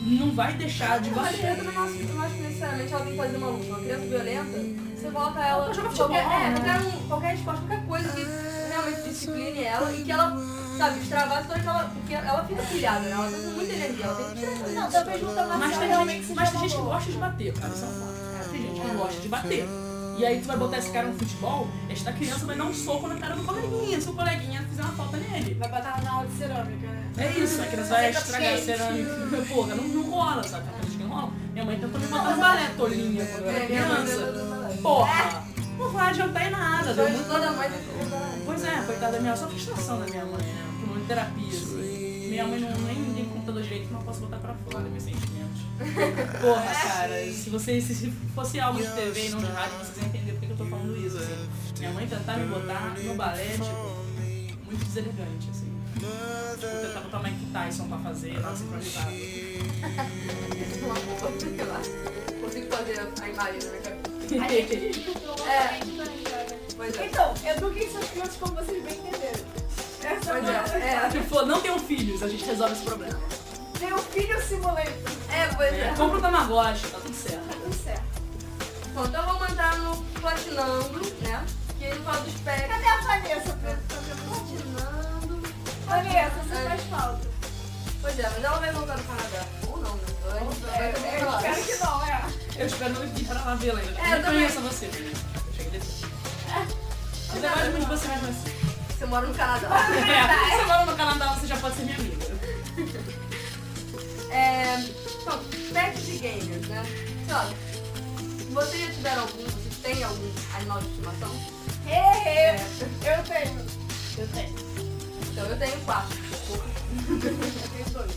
Speaker 3: não vai deixar de
Speaker 1: Eu acho que
Speaker 3: valer.
Speaker 1: eu não acho eu não acho que necessariamente ela tem que fazer uma luta. Uma criança violenta, você coloca ela.
Speaker 3: Ela joga
Speaker 1: qualquer,
Speaker 3: futebol,
Speaker 1: é,
Speaker 3: né?
Speaker 1: qualquer, um- qualquer esporte, qualquer coisa que né, realmente discipline ela e que ela, sabe, extravase toda aquela. Porque ela fica pilhada, né? Ela tá com muita energia, ela tem que tirar essa
Speaker 2: Não, talvez lutando
Speaker 3: Mas
Speaker 2: assim
Speaker 3: tem
Speaker 2: realmente
Speaker 3: gente,
Speaker 2: seja
Speaker 3: mas tem
Speaker 2: uma
Speaker 3: gente que
Speaker 2: boa.
Speaker 3: gosta de bater, cara. Isso é um fato. Tem gente que gosta de bater. E aí tu vai botar esse cara no futebol, esta criança vai dar um soco na cara do coleguinha, se o coleguinha fizer uma falta nele.
Speaker 2: Vai botar na aula de cerâmica, né?
Speaker 3: É isso, a criança vai estragar a cerâmica. Porra, não, não rola, sabe? Tá Tem gente que não rola. Minha mãe tá tentou me botar no balé, tolinha, quando eu era criança. Porra! É. Não vai adiantar em nada, deu muito
Speaker 1: toda mãe tem que cuidar.
Speaker 3: Pois é, coitada da minha só frustração da minha mãe, né? Porque eu de terapia, assim. Minha mãe não nem tem computador direito, não posso botar pra fora meus sentimentos. Porra, cara, se você se fosse algo de TV e não de rádio, vocês iam entender por que que eu tô falando isso, assim. Minha mãe tentar me botar no balé, tipo, muito deselegante, assim. Tipo, tentar botar Mike Tyson pra fazer, lá sincronizado.
Speaker 1: Pelo amor, sei lá. Consigo fazer a imagem da minha cabeça.
Speaker 2: A gente desculpa,
Speaker 1: É.
Speaker 2: a gente não joga.
Speaker 1: Pois é.
Speaker 2: Então, eduquem seus filhos como vocês bem entenderem. Essa
Speaker 1: Pois é.
Speaker 2: é.
Speaker 1: É,
Speaker 3: Se for, não tenham filhos, a gente resolve esse problema.
Speaker 2: Tem um filho simulator.
Speaker 1: é pois é.
Speaker 3: É, compra o Tamagotchi, tá tudo certo.
Speaker 2: Tudo certo.
Speaker 1: Bom, então vamos entrar no platinando, né? Que ele fala dos pés.
Speaker 2: Cadê a Vanessa? pra- pra ver o vídeo?
Speaker 1: Platinando.
Speaker 2: Vanessa, você
Speaker 1: É.
Speaker 2: faz falta.
Speaker 1: Pois é, mas ela vai voltar no Canadá. Ou não, né? Antes,
Speaker 2: É,
Speaker 1: vai
Speaker 2: eu
Speaker 1: também pra lá.
Speaker 2: espero que não, é.
Speaker 3: Eu espero não ir pra lá vê-la ainda.
Speaker 1: É,
Speaker 3: eu É.
Speaker 1: também.
Speaker 3: conheço você. Eu cheguei depois. Mas eu gosto muito de você, mas você.
Speaker 1: Você mora no Canadá.
Speaker 3: É, você mora no Canadá, você já pode ser minha amiga.
Speaker 1: É, então, pets de gamers, né? Sei lá, vocês já tiveram algum, vocês têm algum animal de estimação?
Speaker 2: Hehe.
Speaker 1: É.
Speaker 2: Eu tenho.
Speaker 3: Eu tenho.
Speaker 1: Então eu tenho quatro.
Speaker 2: Eu tenho dois.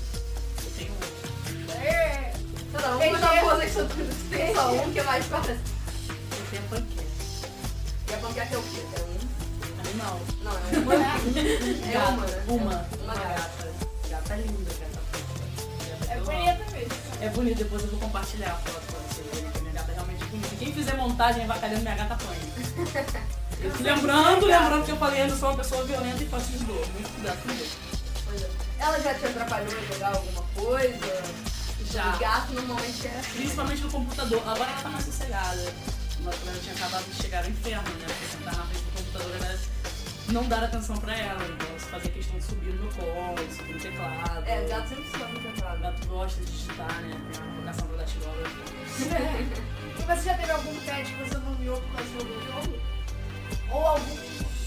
Speaker 3: Eu tenho um.
Speaker 2: É.
Speaker 1: Sei lá,
Speaker 2: Tem
Speaker 1: vamos botar
Speaker 2: jeito.
Speaker 1: um uma coisa que só tem só um que é mais parece.
Speaker 3: Eu tenho um panqueca.
Speaker 1: E a panqueca é o quê? É um?
Speaker 3: Animal.
Speaker 1: Não, é uma. É
Speaker 3: Gata.
Speaker 1: uma, né?
Speaker 3: Uma.
Speaker 1: É Uma gata.
Speaker 3: Gata linda, gata.
Speaker 2: É bonita mesmo.
Speaker 3: É bonito, depois eu vou compartilhar a foto pra vocês verem que minha gata é realmente bonita. Quem fizer montagem avacalhando minha gata apanha. Eu tô Lembrando, lembrando que eu falei, eu sou uma pessoa violenta e faço de dor. Muito cuidado com isso.
Speaker 1: Pois é. Ela já te atrapalhou em jogar alguma coisa?
Speaker 3: Já.
Speaker 1: O gato normalmente é assim.
Speaker 3: Principalmente no computador. Agora ela tá mais sossegada. Mas quando ela tinha acabado de chegar ao inferno, né? Porque sentar na frente do computador era não dar atenção pra ela. Então se fazia questão de subir no colo, subir no teclado.
Speaker 1: É, gato sempre se chama no
Speaker 3: O
Speaker 1: teclado.
Speaker 3: gato gosta de digitar, né? Tem uma vocação pra datilógrafo.
Speaker 2: E você já teve algum pet que você nomeou por causa do jogo? Ou algum.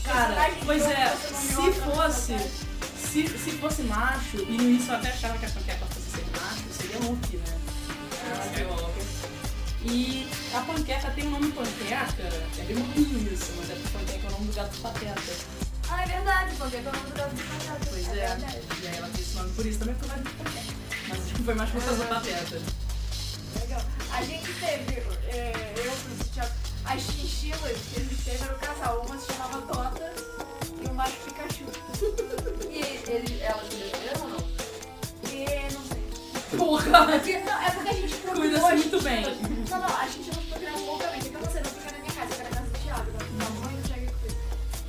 Speaker 3: Cara,
Speaker 2: personagem de
Speaker 3: pois
Speaker 2: jogo
Speaker 3: é,
Speaker 2: que você nomeou
Speaker 3: se
Speaker 2: por causa do
Speaker 3: fosse.
Speaker 2: seu pet?
Speaker 3: Se, se fosse macho, e no início eu até achava que a panqueca fosse ser macho, seria Luke, né? Ela é Skywalker. E a panqueca tem o nome panqueca, é bem bonito isso, mas é porque panqueca é o nome do gato do pateta.
Speaker 1: Ah, é verdade, panqueca é o nome do gato do pateta.
Speaker 3: Pois é.
Speaker 2: verdade.
Speaker 3: E aí ela fez esse nome por isso também, porque eu gosto de pateta. Mas acho que foi mais por causa do pateta.
Speaker 2: Legal. A gente teve, é, eu, Bruce, tinha- as chinchilas que a gente teve era o casal. Uma se chamava Tota e o macho Pikachu.
Speaker 1: E ele, ela se beberam ou não?
Speaker 2: E não sei.
Speaker 3: Porra!
Speaker 2: Porque, não, é porque a gente programou.
Speaker 3: Cuida-se
Speaker 2: as
Speaker 3: muito bem.
Speaker 2: chinchilas. Não, não, a gente não programou loucamente. É que eu não sei, não fica na minha casa, fica na casa do Thiago. Não, minha mãe não chega com isso.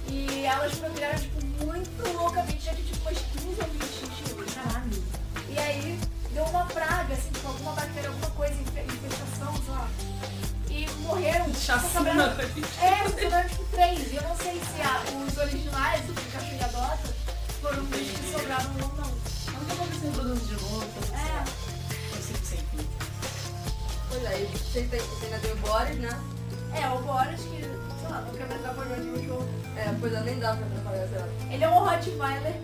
Speaker 2: E elas procuraram, tipo, muito loucamente. Já que, tipo, umas 15 ou 20 chinchilas.
Speaker 3: Caralho!
Speaker 2: E aí deu uma praga, assim, tipo, alguma bactéria, alguma coisa, infe- infestação, sei lá. E morreram. só sobraram-
Speaker 3: Chacina!
Speaker 2: É, sobraram tipo três. E eu não sei se a- os originais, o Pikachu e a Dota, foram os que sobraram ou não.
Speaker 3: Mas eu vou ver se eu produzo de novo, então, sei lá. eu sempre sempre.
Speaker 1: Pois é, e você, tem, você ainda tem o Boris, né?
Speaker 2: É, é o Boris que, sei lá, nunca me atrapalhou de um jogo.
Speaker 1: É, pois é, nem dá pra atrapalhar, sei lá.
Speaker 2: Ele é um Rottweiler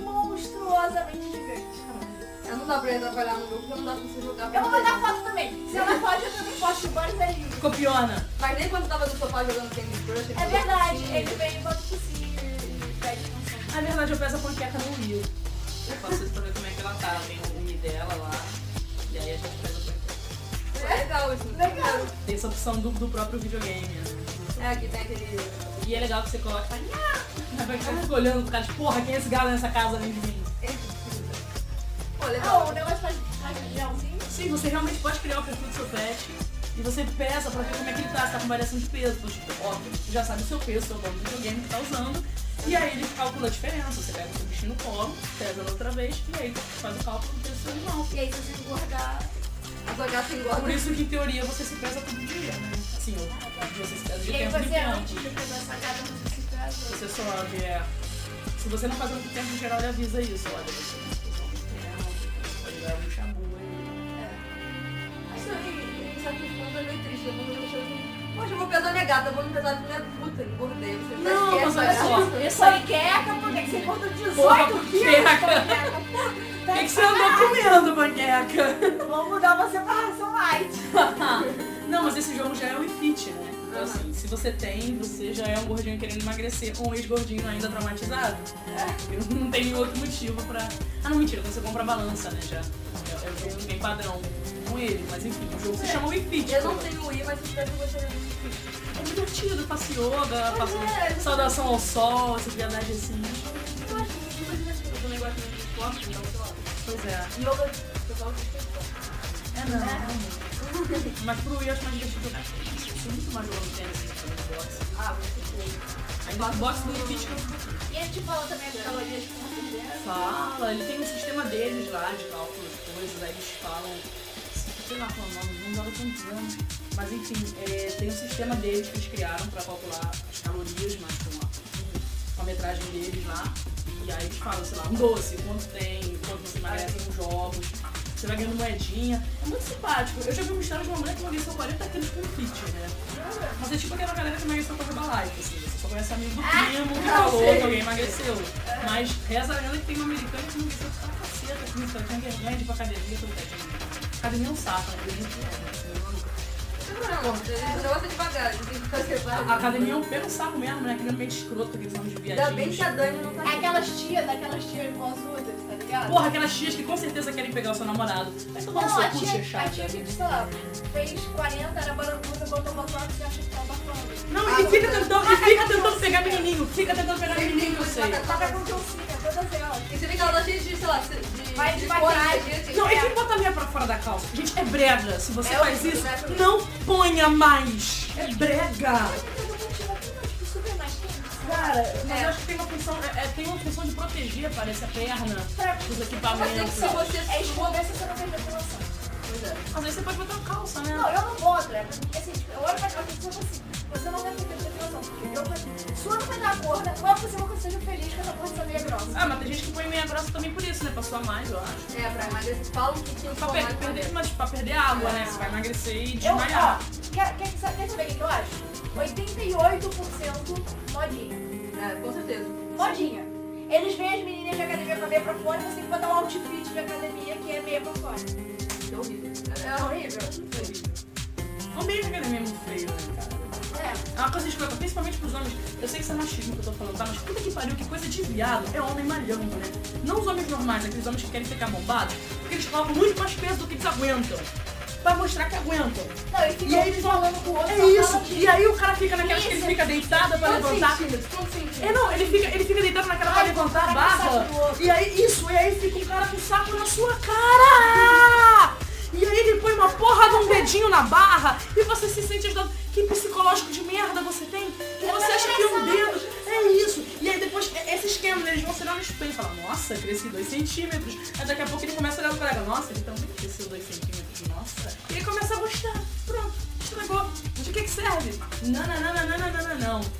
Speaker 2: monstruosamente gigante.
Speaker 1: É, não dá pra ele atrapalhar no grupo, porque não dá pra você jogar
Speaker 2: Eu vou
Speaker 1: com ele.
Speaker 2: mandar foto também. Se ela pode, eu também posto. O Boris é lindo.
Speaker 3: Copiona!
Speaker 1: Mas nem quando tava no sofá jogando Candy Crush... ele
Speaker 2: É
Speaker 1: falou,
Speaker 2: verdade,
Speaker 1: "Sim".
Speaker 2: ele vem e bota o e pede função.
Speaker 3: Na verdade, eu peço a panqueca no Rio. Eu faço isso pra ver como é que ela tá. Tem o Mi dela lá. E aí a gente faz a panqueca.
Speaker 1: É legal isso.
Speaker 2: Legal.
Speaker 3: Tem essa opção do, do próprio videogame. né?
Speaker 1: É, aqui tem aquele...
Speaker 3: E é legal que você coloca e fala, "Nha!" Na panqueca fica olhando pro cara, tipo, porra, quem é esse galo nessa casa além de mim?
Speaker 1: Pô,
Speaker 2: Ah, o
Speaker 1: legal.
Speaker 2: negócio faz, faz um gelzinho.
Speaker 3: Sim, você realmente pode criar o perfil do seu pet. E você pesa pra ver como é que ele tá, se tá com variação de peso. Então, tipo, ó, tu já sabe o seu peso, seu dono do videogame que tá usando. E aí ele calcula a diferença. Você pega o seu bichinho no colo, pesa ele outra vez, e aí tu faz o cálculo do peso do seu animal.
Speaker 2: E aí, se você engordar,
Speaker 1: assim, A sua gata engorda.
Speaker 3: Por isso que em teoria você se pesa todo dia, né? Assim, ou você se pesa de
Speaker 2: E aí
Speaker 3: tempo em
Speaker 2: você,
Speaker 3: tempo.
Speaker 2: antes de pegar essa cara, você fica
Speaker 3: Você só vier. Se você não fazer muito tempo, o geral ele avisa isso. Olha, você não fez há muito tempo, pode dar um chabu aí.
Speaker 1: Isso aí, isso aqui ficou meio triste. Eu vou deixar assim. Poxa, eu vou pesar minha gata, eu vou me pesar de minha puta, engordei. Você tá
Speaker 3: Não, mas olha
Speaker 1: esquece,
Speaker 3: só.
Speaker 1: né?
Speaker 3: Esse aí.
Speaker 2: Panqueca, panqueca, você conta 18
Speaker 3: Porra,
Speaker 2: quilos
Speaker 3: panqueca.
Speaker 2: de panqueca.
Speaker 3: O
Speaker 2: Puta
Speaker 3: que, que você andou comendo, boneca?
Speaker 2: Vamos mudar você pra ração light.
Speaker 3: Ah, não, mas esse jogo já é o fit, né? Então, assim, se você tem, você já é um gordinho querendo emagrecer ou um ex-gordinho ainda traumatizado.
Speaker 1: É.
Speaker 3: Eu Não tem nenhum outro motivo pra. Ah, não, mentira, quando você compra a balança, né? Já. É é o jogo que tem padrão com ele, mas enfim, o jogo se
Speaker 1: É.
Speaker 3: chama o fit. tipo,
Speaker 1: Eu não tenho Wii, mas eu espero que você
Speaker 3: É divertido, faço yoga, faço
Speaker 1: é, eu-
Speaker 3: saudação ao sol, essas viadagens assim.
Speaker 1: Eu acho que muito divertido. Eu também gosto muito de esporte, então sei lá.
Speaker 3: Pois é.
Speaker 1: Yoga, o pessoal que fez esporte.
Speaker 3: É
Speaker 1: né?
Speaker 3: não, Mas pro Wii eu acho mais divertido jogar. Eu muito mais jogando tênis do que jogando boxe.
Speaker 1: Ah, você fez.
Speaker 3: Ainda o boxe do Wii Fit que eu
Speaker 2: E ele te falou também as calorias que você deu.
Speaker 3: fala, ele tem um sistema deles lá de cálculo de coisas, aí eles falam, sei lá qual é o nome, não dava quantos anos. Mas enfim, é, tem um sistema deles que eles criaram pra calcular as calorias, mas com a, com a metragem deles lá. E aí eles falam, sei lá, um doce, quanto tem, quanto você emagrece com jogos. Você vai ganhando moedinha. É muito simpático. Eu já vi uma história de uma mulher que emagreceu 40 quilos com fit, né? Mas é tipo aquela galera que emagreceu com Herbalife, assim. Você só conhece amigo do primo que falou que um alguém emagreceu. Mas reza a lenda que tem um americano que emagreceu pra caceta, que isso, tinha vergonha de ir pra academia, tudo que Academia é um saco, né?
Speaker 1: Não, o negócio é devagar, você tem que ficar
Speaker 3: A
Speaker 1: separado.
Speaker 3: academia é um pelo saco mesmo, né? Aquele meio escroto, aqueles homens de viadinhos.
Speaker 1: Ainda bem que a Dani não tá
Speaker 2: É aquelas tias, daquelas tias boazudas, tá ligado?
Speaker 3: Porra, aquelas tias que com certeza querem pegar o seu namorado. Vai tomar
Speaker 2: Não, a
Speaker 3: no seu cu,
Speaker 2: tia,
Speaker 3: tia
Speaker 2: a
Speaker 3: é chata. né?
Speaker 2: tia que, sei lá, fez 40, era baracuda, botou botox e acha que tá bacana.
Speaker 3: Não, e fica tentando, e fica tentando pegar menininho. Fica tentando pegar menininho, eu sei.
Speaker 2: Toca com calcinha, um é todas elas.
Speaker 1: E você vê que ela tá cheia de, sei lá, de,
Speaker 2: Vai
Speaker 1: de
Speaker 2: devagar.
Speaker 1: coragem, assim.
Speaker 3: Não,
Speaker 1: é.
Speaker 3: e quem bota a meia pra fora da calça? Gente, é brega. Se você
Speaker 1: É
Speaker 3: faz
Speaker 1: horrível,
Speaker 3: isso,
Speaker 1: né, também.
Speaker 3: não ponha mais. É brega.
Speaker 2: tipo,
Speaker 3: Cara, mas
Speaker 1: É.
Speaker 3: eu acho que tem uma função, é, é, tem uma função de proteger, parece, a perna,
Speaker 2: Pra mim,
Speaker 3: os
Speaker 1: Mas tem que
Speaker 3: equipamentos.
Speaker 1: ser você
Speaker 2: é esconder se você não fez depilação.
Speaker 1: Pois é.
Speaker 3: Às vezes você pode botar uma calça, né?
Speaker 2: Não, eu não vou, André, porque assim, tipo, eu olho pra cá e penso assim, você não deve ter feito depilação, porque eu falei, sua não vai dar cor, né? Não é possível que eu seja feliz com essa porra dessa meia grossa.
Speaker 3: Ah, mas tem gente que põe meia grossa também por isso, né? Pra suar mais, eu acho.
Speaker 1: É, pra emagrecer. Fala o que tinha
Speaker 3: Pra per- perder, mas pra perder água, né? Você vai emagrecer e
Speaker 2: Eu, ó,
Speaker 3: desmaiar.
Speaker 2: quer, quer, sabe- quer saber o que que eu acho? 88% modinha.
Speaker 1: É, com certeza.
Speaker 2: Modinha. Eles veem as meninas de academia com a meia pra fora e você tem que botar um outfit de academia que é meia pra fora.
Speaker 1: É horrível.
Speaker 2: É horrível.
Speaker 1: É horrível.
Speaker 3: Um beijo que academia é muito feio, né, cara?
Speaker 2: É.
Speaker 3: É uma coisa escrota, principalmente pros homens. Eu sei que isso é machismo que eu tô falando, tá? Mas puta que pariu, que coisa de viado. É homem malhando, né? Não os homens normais, né? aqueles homens que querem ficar bombados, porque eles colocam muito mais peso do que eles aguentam. Pra mostrar que aguentam.
Speaker 2: Não, e
Speaker 3: E
Speaker 2: fica
Speaker 3: aí
Speaker 2: um
Speaker 3: eles vão-
Speaker 2: falando com o outro.
Speaker 3: É
Speaker 2: só
Speaker 3: isso.
Speaker 2: fala de-
Speaker 3: E aí o cara fica naquela que ele
Speaker 2: Isso.
Speaker 3: fica deitado pra
Speaker 1: Quantos
Speaker 3: levantar.
Speaker 1: centímetros? Quantos centímetros?
Speaker 3: É não, ele fica, ele fica deitado naquela pra
Speaker 2: Ai,
Speaker 3: levantar a
Speaker 2: cara, que
Speaker 3: barra.
Speaker 2: saco do outro.
Speaker 3: E aí isso, e aí fica um cara com o saco na sua cara! E aí ele põe uma porra de um dedinho na barra e você se sente ajudado. Que psicológico de merda você tem? Que
Speaker 2: Eu
Speaker 3: você
Speaker 2: tô
Speaker 3: acha que é um
Speaker 2: engraçada.
Speaker 3: dedo. É isso. E aí depois, é- esse esquema, né, eles vão se olhar no espelho e falar, nossa, cresci dois centímetros. Aí daqui a pouco ele começa a olhar pro colega, nossa, ele também cresceu dois centímetros, nossa. E ele começa a gostar. Pronto, estragou. De que que serve? Não, não, não, não, não, não, não, não.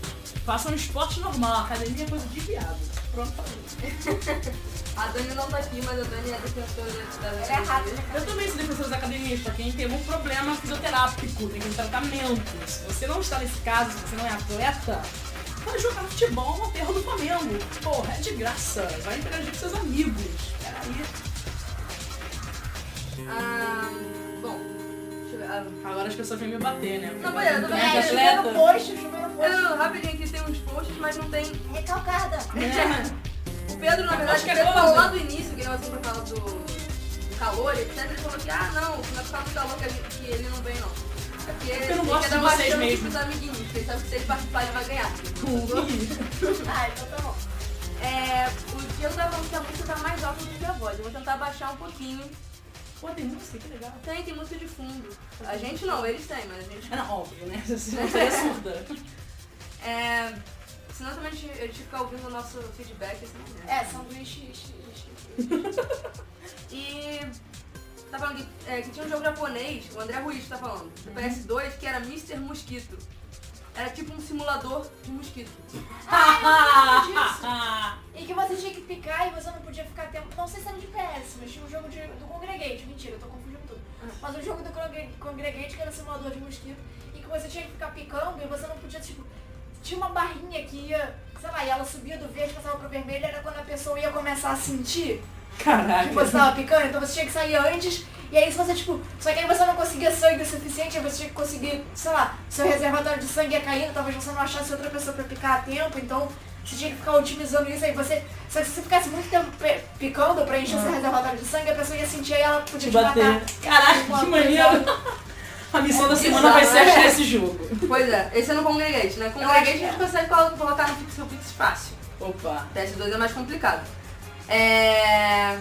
Speaker 3: Faça um esporte normal, academia é coisa de viado. Pronto, falei.
Speaker 1: A Dani não tá aqui, mas a Dani é defensora da Ela
Speaker 2: É errado, né?
Speaker 3: Eu também sou defensora da academia, pra quem tem um problema fisioterápico, tem que ter tratamento. Se você não está nesse caso, se você não é atleta, vai jogar futebol no terra do Flamengo. Porra, é de graça. Vai interagir com seus amigos. Peraí.
Speaker 1: Ah, bom, deixa eu ver. Ah,
Speaker 3: Agora as pessoas vêm me bater, né?
Speaker 1: Não, pois é, eu
Speaker 3: Não
Speaker 1: também
Speaker 3: é de
Speaker 2: É,
Speaker 3: atleta.
Speaker 2: chovendo post, chovendo post.
Speaker 1: eu, rapidinho aqui tem uns posts, mas não tem.
Speaker 2: Recalcada.
Speaker 3: Né?
Speaker 1: O Pedro, na verdade,
Speaker 3: Acho que é
Speaker 1: o Pedro
Speaker 3: rosa.
Speaker 1: falou lá do início, que ele assim pra falar do, do calor, etc. Ele falou que, ah, não, não é por causa do calor que, a gente- que ele não vem, não. É porque
Speaker 3: eu não
Speaker 1: ele
Speaker 3: gosto
Speaker 1: quer
Speaker 3: de
Speaker 1: dar uma
Speaker 3: vocês
Speaker 1: chance
Speaker 3: mesmo.
Speaker 1: pros amiguinhos, porque ele sabe que se eles participarem, ele vai ganhar.
Speaker 2: Ah, então tá bom.
Speaker 1: É, o Diego tá falando que a música tá mais alta do que a voz. Eu vou tentar baixar um pouquinho.
Speaker 3: Pô, tem música, que legal.
Speaker 1: Tem, tem música de fundo. A gente não, eles têm, mas a gente
Speaker 3: Ah, não, óbvio, né? Você não é surda.
Speaker 1: É, senão também a gente, a gente fica ouvindo o nosso feedback assim, né?
Speaker 2: É, sanduíche. x, x, x.
Speaker 1: E tá falando Uhum. que, é, que tinha um jogo japonês, o André Ruiz tá falando, do PS2, que era Mr. Mosquito. Era tipo um simulador de mosquito.
Speaker 2: Ah, eu lembro disso. E que você tinha que picar e você não podia ficar tempo. Não sei se era de PS, mas tinha um jogo de- do Congregate. Mentira, eu tô confundindo tudo.
Speaker 1: Ah.
Speaker 2: Mas o jogo do Congre- Congregate, que era simulador de mosquito, e que você tinha que ficar picando e você não podia, tipo. Tinha uma barrinha que ia, sei lá, e ela subia do verde, passava pro vermelho, era quando a pessoa ia começar a sentir que você
Speaker 3: Caraca.
Speaker 2: tava picando, então você tinha que sair antes. E aí se você, tipo, só que aí você não conseguia sangue o suficiente, aí você tinha que conseguir, sei lá, seu reservatório de sangue ia caindo, talvez você não achasse outra pessoa pra picar a tempo, então você tinha que ficar otimizando isso, aí você. Só que se você ficasse muito tempo pe- picando pra encher seu reservatório de sangue, a pessoa ia sentir aí ela podia
Speaker 3: Te
Speaker 2: te,
Speaker 3: bater.
Speaker 2: matar.
Speaker 3: Caraca, que
Speaker 2: Alguma
Speaker 3: maneiro.
Speaker 2: coisa.
Speaker 3: A missão da semana vai ser
Speaker 1: bizarro,
Speaker 3: achar
Speaker 1: né?
Speaker 3: esse jogo.
Speaker 1: Pois é, esse é no Congregate, né?
Speaker 2: acho
Speaker 1: Congregate
Speaker 2: que
Speaker 1: a gente consegue colo- colocar no Pixel Pix fácil.
Speaker 3: Opa.
Speaker 1: TS2 é mais complicado. É...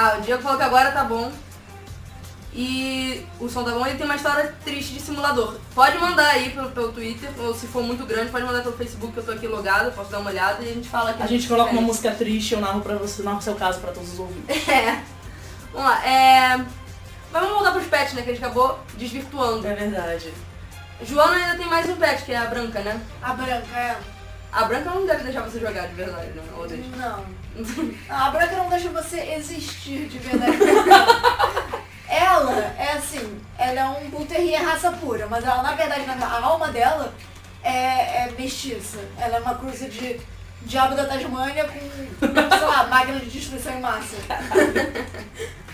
Speaker 1: Ah, o Diego falou que agora tá bom. E o som tá bom, ele tem uma história triste de simulador. Pode mandar aí pelo, pelo Twitter, ou se for muito grande, pode mandar pelo Facebook, que eu tô aqui logado, posso dar uma olhada e a gente fala aqui.
Speaker 3: A gente coloca uma
Speaker 1: É.
Speaker 3: música triste, eu narro pra você, narro seu caso pra todos os ouvintes.
Speaker 1: É. Vamos lá, é... Mas vamos voltar pros pets, né, que a gente acabou desvirtuando.
Speaker 3: É verdade.
Speaker 1: Joana ainda tem mais um pet, que é a branca, né?
Speaker 2: A branca, é.
Speaker 1: A branca não deve deixar você jogar de verdade, né? Ou deixa.
Speaker 2: Não. Ah, A branca não deixa você existir de verdade. ela é assim, ela é um bull terrier raça pura, mas ela na verdade na- a alma dela é, é mestiça. Ela é uma cruza de diabo da Tasmânia com, sei lá, máquina de destruição em massa.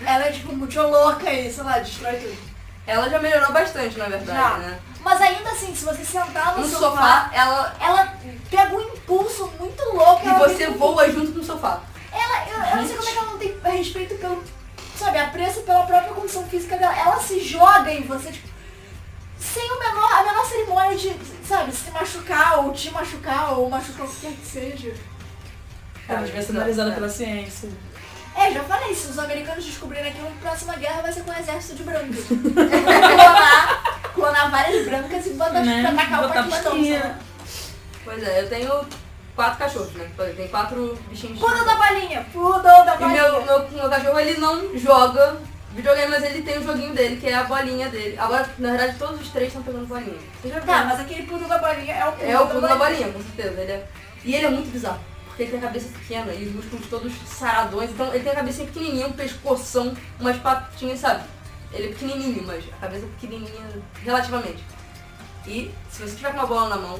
Speaker 2: ela é tipo muito louca e, sei lá, destrói tudo.
Speaker 1: Ela já melhorou bastante, na verdade,
Speaker 2: Já.
Speaker 1: né?
Speaker 2: Mas ainda assim, se você sentar no,
Speaker 1: No
Speaker 2: sofá,
Speaker 1: Um sofá, ela
Speaker 2: ela pega um impulso muito louco
Speaker 1: E
Speaker 2: ela
Speaker 1: você
Speaker 2: fica com
Speaker 1: voa junto com o sofá.
Speaker 2: Ela, eu, eu não sei como é que ela não tem respeito pelo, sabe, apreço pela própria condição física dela. Ela se joga em você, tipo, sem o menor, a menor cerimônia de, sabe, se machucar ou te machucar ou machucar o que quer que seja.
Speaker 3: Ela devia ser analisada pela ciência.
Speaker 2: É, já falei, se os americanos descobrirem aquilo, a próxima guerra vai ser com um exército de brancos. clonar, clonar várias brancas e botar
Speaker 3: Né?
Speaker 2: pra atacar o
Speaker 3: Botar
Speaker 2: Paquistão.
Speaker 3: Paquistão.
Speaker 2: sabe?
Speaker 1: Pois é, eu tenho quatro cachorros, né? Tem quatro bichinhos.
Speaker 2: Pudou da balinha, pudou da
Speaker 1: E
Speaker 2: balinha.
Speaker 1: meu, meu, meu cachorro, ele não joga videogame, mas ele tem o joguinho dele, que é a bolinha dele. Agora, na verdade, todos os três estão pegando bolinha. Você já viu?
Speaker 2: Tá, mas aquele pudou da bolinha é o pudou
Speaker 1: É o pulo da bolinha, com certeza. Ele é... E ele é muito bizarro, porque ele tem a cabeça pequena e os músculos todos saradões. Então ele tem a cabecinha pequenininha, um pescoção, umas patinhas, sabe? Ele é pequenininho, mas a cabeça é pequenininha relativamente. E se você tiver com uma bola na mão,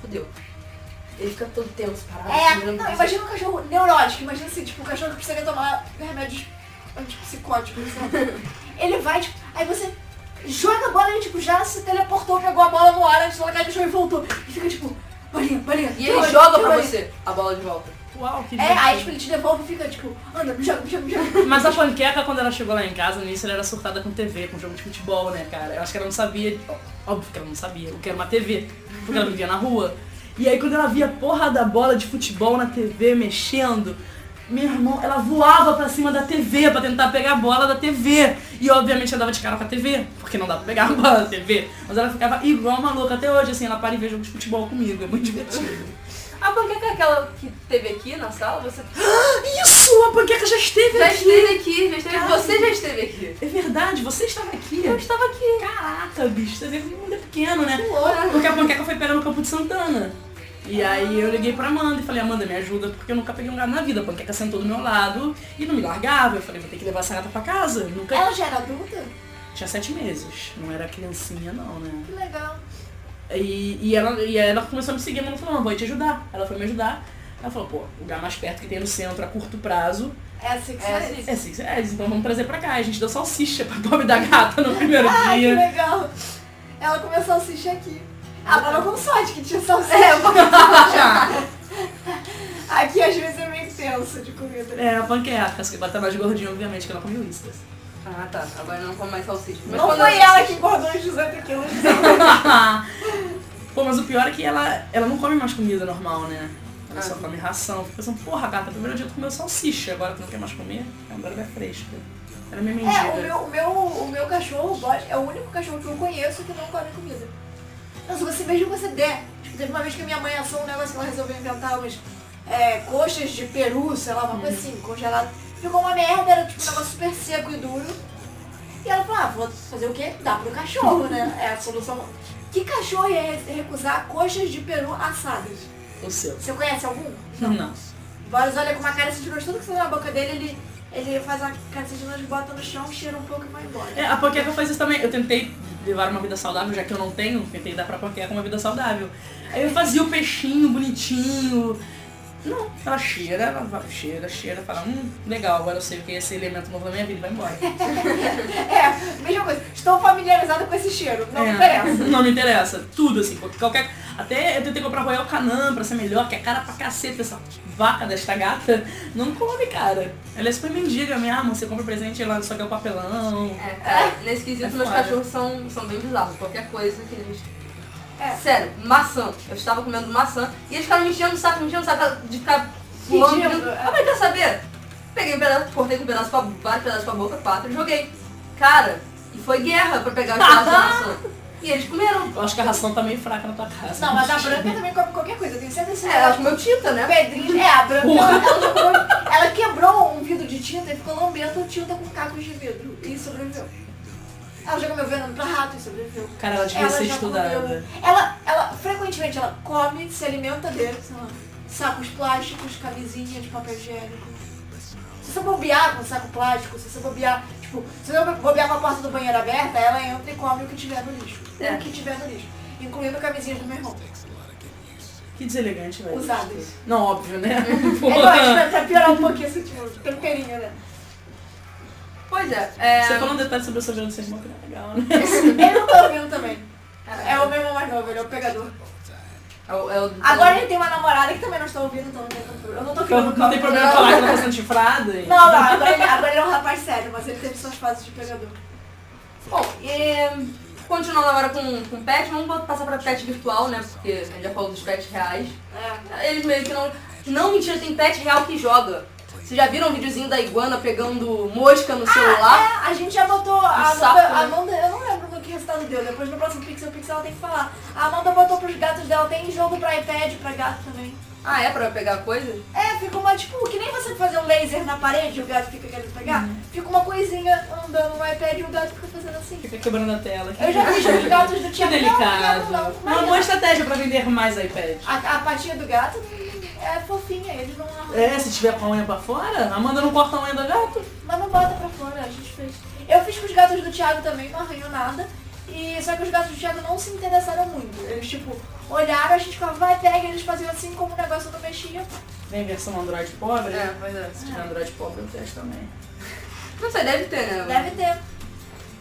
Speaker 1: fodeu. Ele fica todo tenso, parado. assim,
Speaker 2: É,
Speaker 1: segurando
Speaker 2: não,
Speaker 1: você.
Speaker 2: imagina um cachorro neurótico, imagina assim, tipo, um cachorro que precisa tomar remédios antipsicóticos, sabe? Ele vai, tipo, aí você joga a bola, ele, tipo, já se teleportou, pegou a bola no ar, antes de largar de chão e voltou. E fica, tipo, bolinha, bolinha.
Speaker 1: E
Speaker 2: que
Speaker 1: ele
Speaker 2: bolinha,
Speaker 1: joga
Speaker 2: que
Speaker 1: pra
Speaker 2: bolinha.
Speaker 1: você a bola de volta.
Speaker 3: Uau, que
Speaker 2: É, aí, tipo,
Speaker 3: divertido.
Speaker 2: ele te devolve e fica, tipo, anda, me joga, me joga, me joga.
Speaker 3: Mas a panqueca, quando ela chegou lá em casa, no início ela era surtada com TV, com jogo de futebol, né, cara? Eu acho que ela não sabia. Óbvio que ela não sabia o que era uma TV, porque ela vivia na rua. E aí quando ela via a porra da bola de futebol na TV mexendo, meu irmão, ela voava pra cima da TV pra tentar pegar a bola da TV. E obviamente andava de cara com a TV, porque não dá pra pegar a bola da TV. Mas ela ficava igual uma louca até hoje, assim, ela para e vê jogo de futebol comigo, é muito divertido.
Speaker 1: A panqueca é aquela que teve aqui na sala, você
Speaker 3: Ah, Isso, a panqueca já esteve
Speaker 1: já
Speaker 3: aqui.
Speaker 1: esteve aqui, já esteve,
Speaker 3: Ai.
Speaker 1: você já esteve aqui.
Speaker 3: É verdade, você estava aqui.
Speaker 1: Eu estava aqui.
Speaker 3: Caraca, bicho, você vê que o mundo é pequeno, né?
Speaker 1: Louca.
Speaker 3: Porque a panqueca foi pegar no Campo de Santana. E aí eu liguei pra Amanda e falei, Amanda, me ajuda, porque eu nunca peguei um gato na vida. A panqueca sentou do meu lado e não me largava. Eu falei, vou ter que levar essa gata pra casa. Eu Nunca.
Speaker 2: Ela já era adulta?
Speaker 3: Tinha sete meses. Não era criancinha, não, né?
Speaker 2: Que legal.
Speaker 3: E, e, ela, e aí ela começou a me seguir, mas não falou, não, vou te ajudar. Ela foi me ajudar. Ela falou, pô, o lugar mais perto que tem no centro a curto prazo
Speaker 2: É assim que
Speaker 1: É
Speaker 2: você...
Speaker 1: assim.
Speaker 3: é 6 reais, então vamos trazer pra cá. A gente deu salsicha pra pobre da gata no primeiro
Speaker 2: Ai, que
Speaker 3: dia.
Speaker 2: legal. Ela começou a assistir aqui. Ah, mas não com sorte que tinha salsicha.
Speaker 1: É, eu vou
Speaker 2: Aqui às vezes é meio tenso de tá comida.
Speaker 3: É, a panqueca, se bater mais gordinho, obviamente, que ela comeu isso.
Speaker 1: Ah tá, agora eu não como mais salsicha. Mas
Speaker 2: Não
Speaker 1: quando
Speaker 2: foi
Speaker 1: eu-
Speaker 2: ela que engordou os 18 quilos.
Speaker 3: Pô, mas o pior é que ela, ela não come mais comida normal, né? Ela
Speaker 2: Ah.
Speaker 3: só come ração. Fica pensando, porra, gata, primeiro dia tu comeu salsicha, agora tu não quer mais comer? Agora ela é fresca. Ela é meio mendiga.
Speaker 2: É, o meu, o meu, o meu cachorro, o Bode, é o único cachorro que eu conheço que não come comida. Não, se você mesmo que você der. Tipo, teve uma vez que minha mãe assou um negócio que ela resolveu inventar umas é, coxas de peru, sei lá, uma coisa assim, congelado. Ficou uma merda, era tipo um negócio super seco e duro. E ela falou, ah, vou fazer o quê? Dá pro cachorro, né? É a solução. Que Que cachorro ia re- recusar coxas de peru assadas?
Speaker 3: O seu.
Speaker 2: Você conhece algum?
Speaker 3: Não.
Speaker 2: Boris olha com uma cara assim de nojo. Tudo que você dá na boca dele, ele, ele faz a cara assim de nojo, bota no chão, cheira um pouco e vai embora.
Speaker 3: É, a Panqueca faz isso também. Eu tentei levar uma vida saudável, já que eu não tenho, tentei dar pra Panqueca uma vida saudável. Aí eu fazia o peixinho bonitinho. Não, ela cheira, ela vai- cheira, cheira, fala, hum, legal, agora eu sei o que é esse elemento novo da minha vida, vai embora.
Speaker 2: É, mesma coisa. Estou familiarizada com esse cheiro, não
Speaker 3: É,
Speaker 2: me interessa.
Speaker 3: Não me interessa. Tudo assim, qualquer. Até eu tentei comprar Royal Canin pra ser melhor, que é cara pra caceta essa vaca desta gata. Não come, cara. Ela é super mendiga mesmo, você compra presente ela só quer o papelão.
Speaker 1: É, cara, nesse quesito,
Speaker 3: É
Speaker 1: meus
Speaker 3: foda.
Speaker 1: cachorros são, são bem bizarros. Qualquer coisa que eles.
Speaker 2: É.
Speaker 1: Sério, maçã. Eu estava comendo maçã e eles ficaram me enchendo o saco, me enchendo o saco de ficar pulando.
Speaker 2: Pedindo,
Speaker 1: pedindo.
Speaker 2: é.
Speaker 1: Ah, mas quer saber? Peguei um pedaço, cortei com um pedaço pra, vários pedaços pra boca, quatro, e joguei. Cara, e foi guerra pra pegar os pedaços da maçã. E eles comeram.
Speaker 3: Eu acho que a ração tá meio fraca na tua casa.
Speaker 2: Não, mas a branca também come qualquer coisa, eu tenho certeza.
Speaker 1: É, ela comeu tinta, né?
Speaker 2: Pedrinho, é, a branca,
Speaker 3: Porra.
Speaker 2: ela, ela jogou- ela quebrou um vidro de tinta e ficou lambendo tinta com cacos de vidro e sobreviveu. Ela jogou meu veneno pra rato e sobreviveu.
Speaker 3: Cara, ela devia ser
Speaker 2: já
Speaker 3: estudada.
Speaker 2: comeu. Ela, ela, frequentemente, ela come, se alimenta dele, sei lá, sacos plásticos, camisinha de papel higiênico. Se você bobear com saco plástico, se você bobear, tipo, se você bobear com a porta do banheiro aberta, ela entra e come o que tiver no lixo.
Speaker 1: É.
Speaker 2: O que tiver no lixo. Incluindo camisinha do meu irmão.
Speaker 3: Que deselegante, velho.
Speaker 2: Usadas.
Speaker 3: Não, óbvio, né?
Speaker 2: É lógico,
Speaker 3: Porra.
Speaker 2: né? pra piorar um pouquinho esse tipo, temperinho, né?
Speaker 1: Pois é. é...
Speaker 3: Você falou um detalhe sobre a sobrevivência do seu irmão que era legal, né?
Speaker 2: Ele não tá ouvindo também.
Speaker 1: é,
Speaker 2: É o meu irmão mais novo, ele é o pegador.
Speaker 1: é o- é o-
Speaker 2: Agora ele tem uma namorada que também não está ouvindo, então não tem problema. Eu não tô
Speaker 3: Então,
Speaker 2: criando
Speaker 3: não tem problema falar que não tá sendo chifrada. hein?
Speaker 2: Não, não, agora ele, agora ele é um rapaz sério, mas ele teve suas fases de pegador.
Speaker 1: Bom, e, continuando agora com, com pet, vamos bot- passar pra pet virtual, né? Porque a gente já falou dos pets reais.
Speaker 2: É.
Speaker 1: Eles meio que não. Não, mentira, tem pet real que joga. Vocês já viram o videozinho da iguana pegando mosca no celular?
Speaker 2: É, A gente já botou a Amanda,
Speaker 1: sapo, né?
Speaker 2: a Amanda, eu não lembro do que resultado deu, depois no próximo Pixel Pixel ela tem que falar. A Amanda botou pros gatos dela, tem jogo pra iPad, pra gato também.
Speaker 1: Ah, é pra pegar coisas?
Speaker 2: É, fica uma, tipo, que nem você fazer um laser na parede e o gato fica querendo pegar, fica uma coisinha andando no iPad e o gato fica fazendo assim.
Speaker 3: Fica quebrando a tela.
Speaker 2: Eu já vi os gatos do
Speaker 3: Que
Speaker 2: Tiago.
Speaker 3: delicado.
Speaker 2: Não, não,
Speaker 3: Uma
Speaker 2: não,
Speaker 3: boa
Speaker 2: mas
Speaker 3: estratégia pra vender mais iPad.
Speaker 2: a, a patinha do gato hum, é fofinha, ele não arranca.
Speaker 3: É, se tiver com a unha pra fora, Amanda não corta a unha do gato.
Speaker 2: Mas não bota pra fora, a gente fez. Eu fiz com os gatos do Thiago também, não arranhou nada. E só que os gatos do Thiago não se interessaram muito. Eles, tipo, olharam, a gente ficava, vai, pega, eles faziam assim como o negócio não mexia.
Speaker 3: Tem versão Android pobre?
Speaker 1: pois é.
Speaker 3: Se tiver Android pobre, eu testo também.
Speaker 1: Não sei, deve ter, né?
Speaker 2: Deve ter.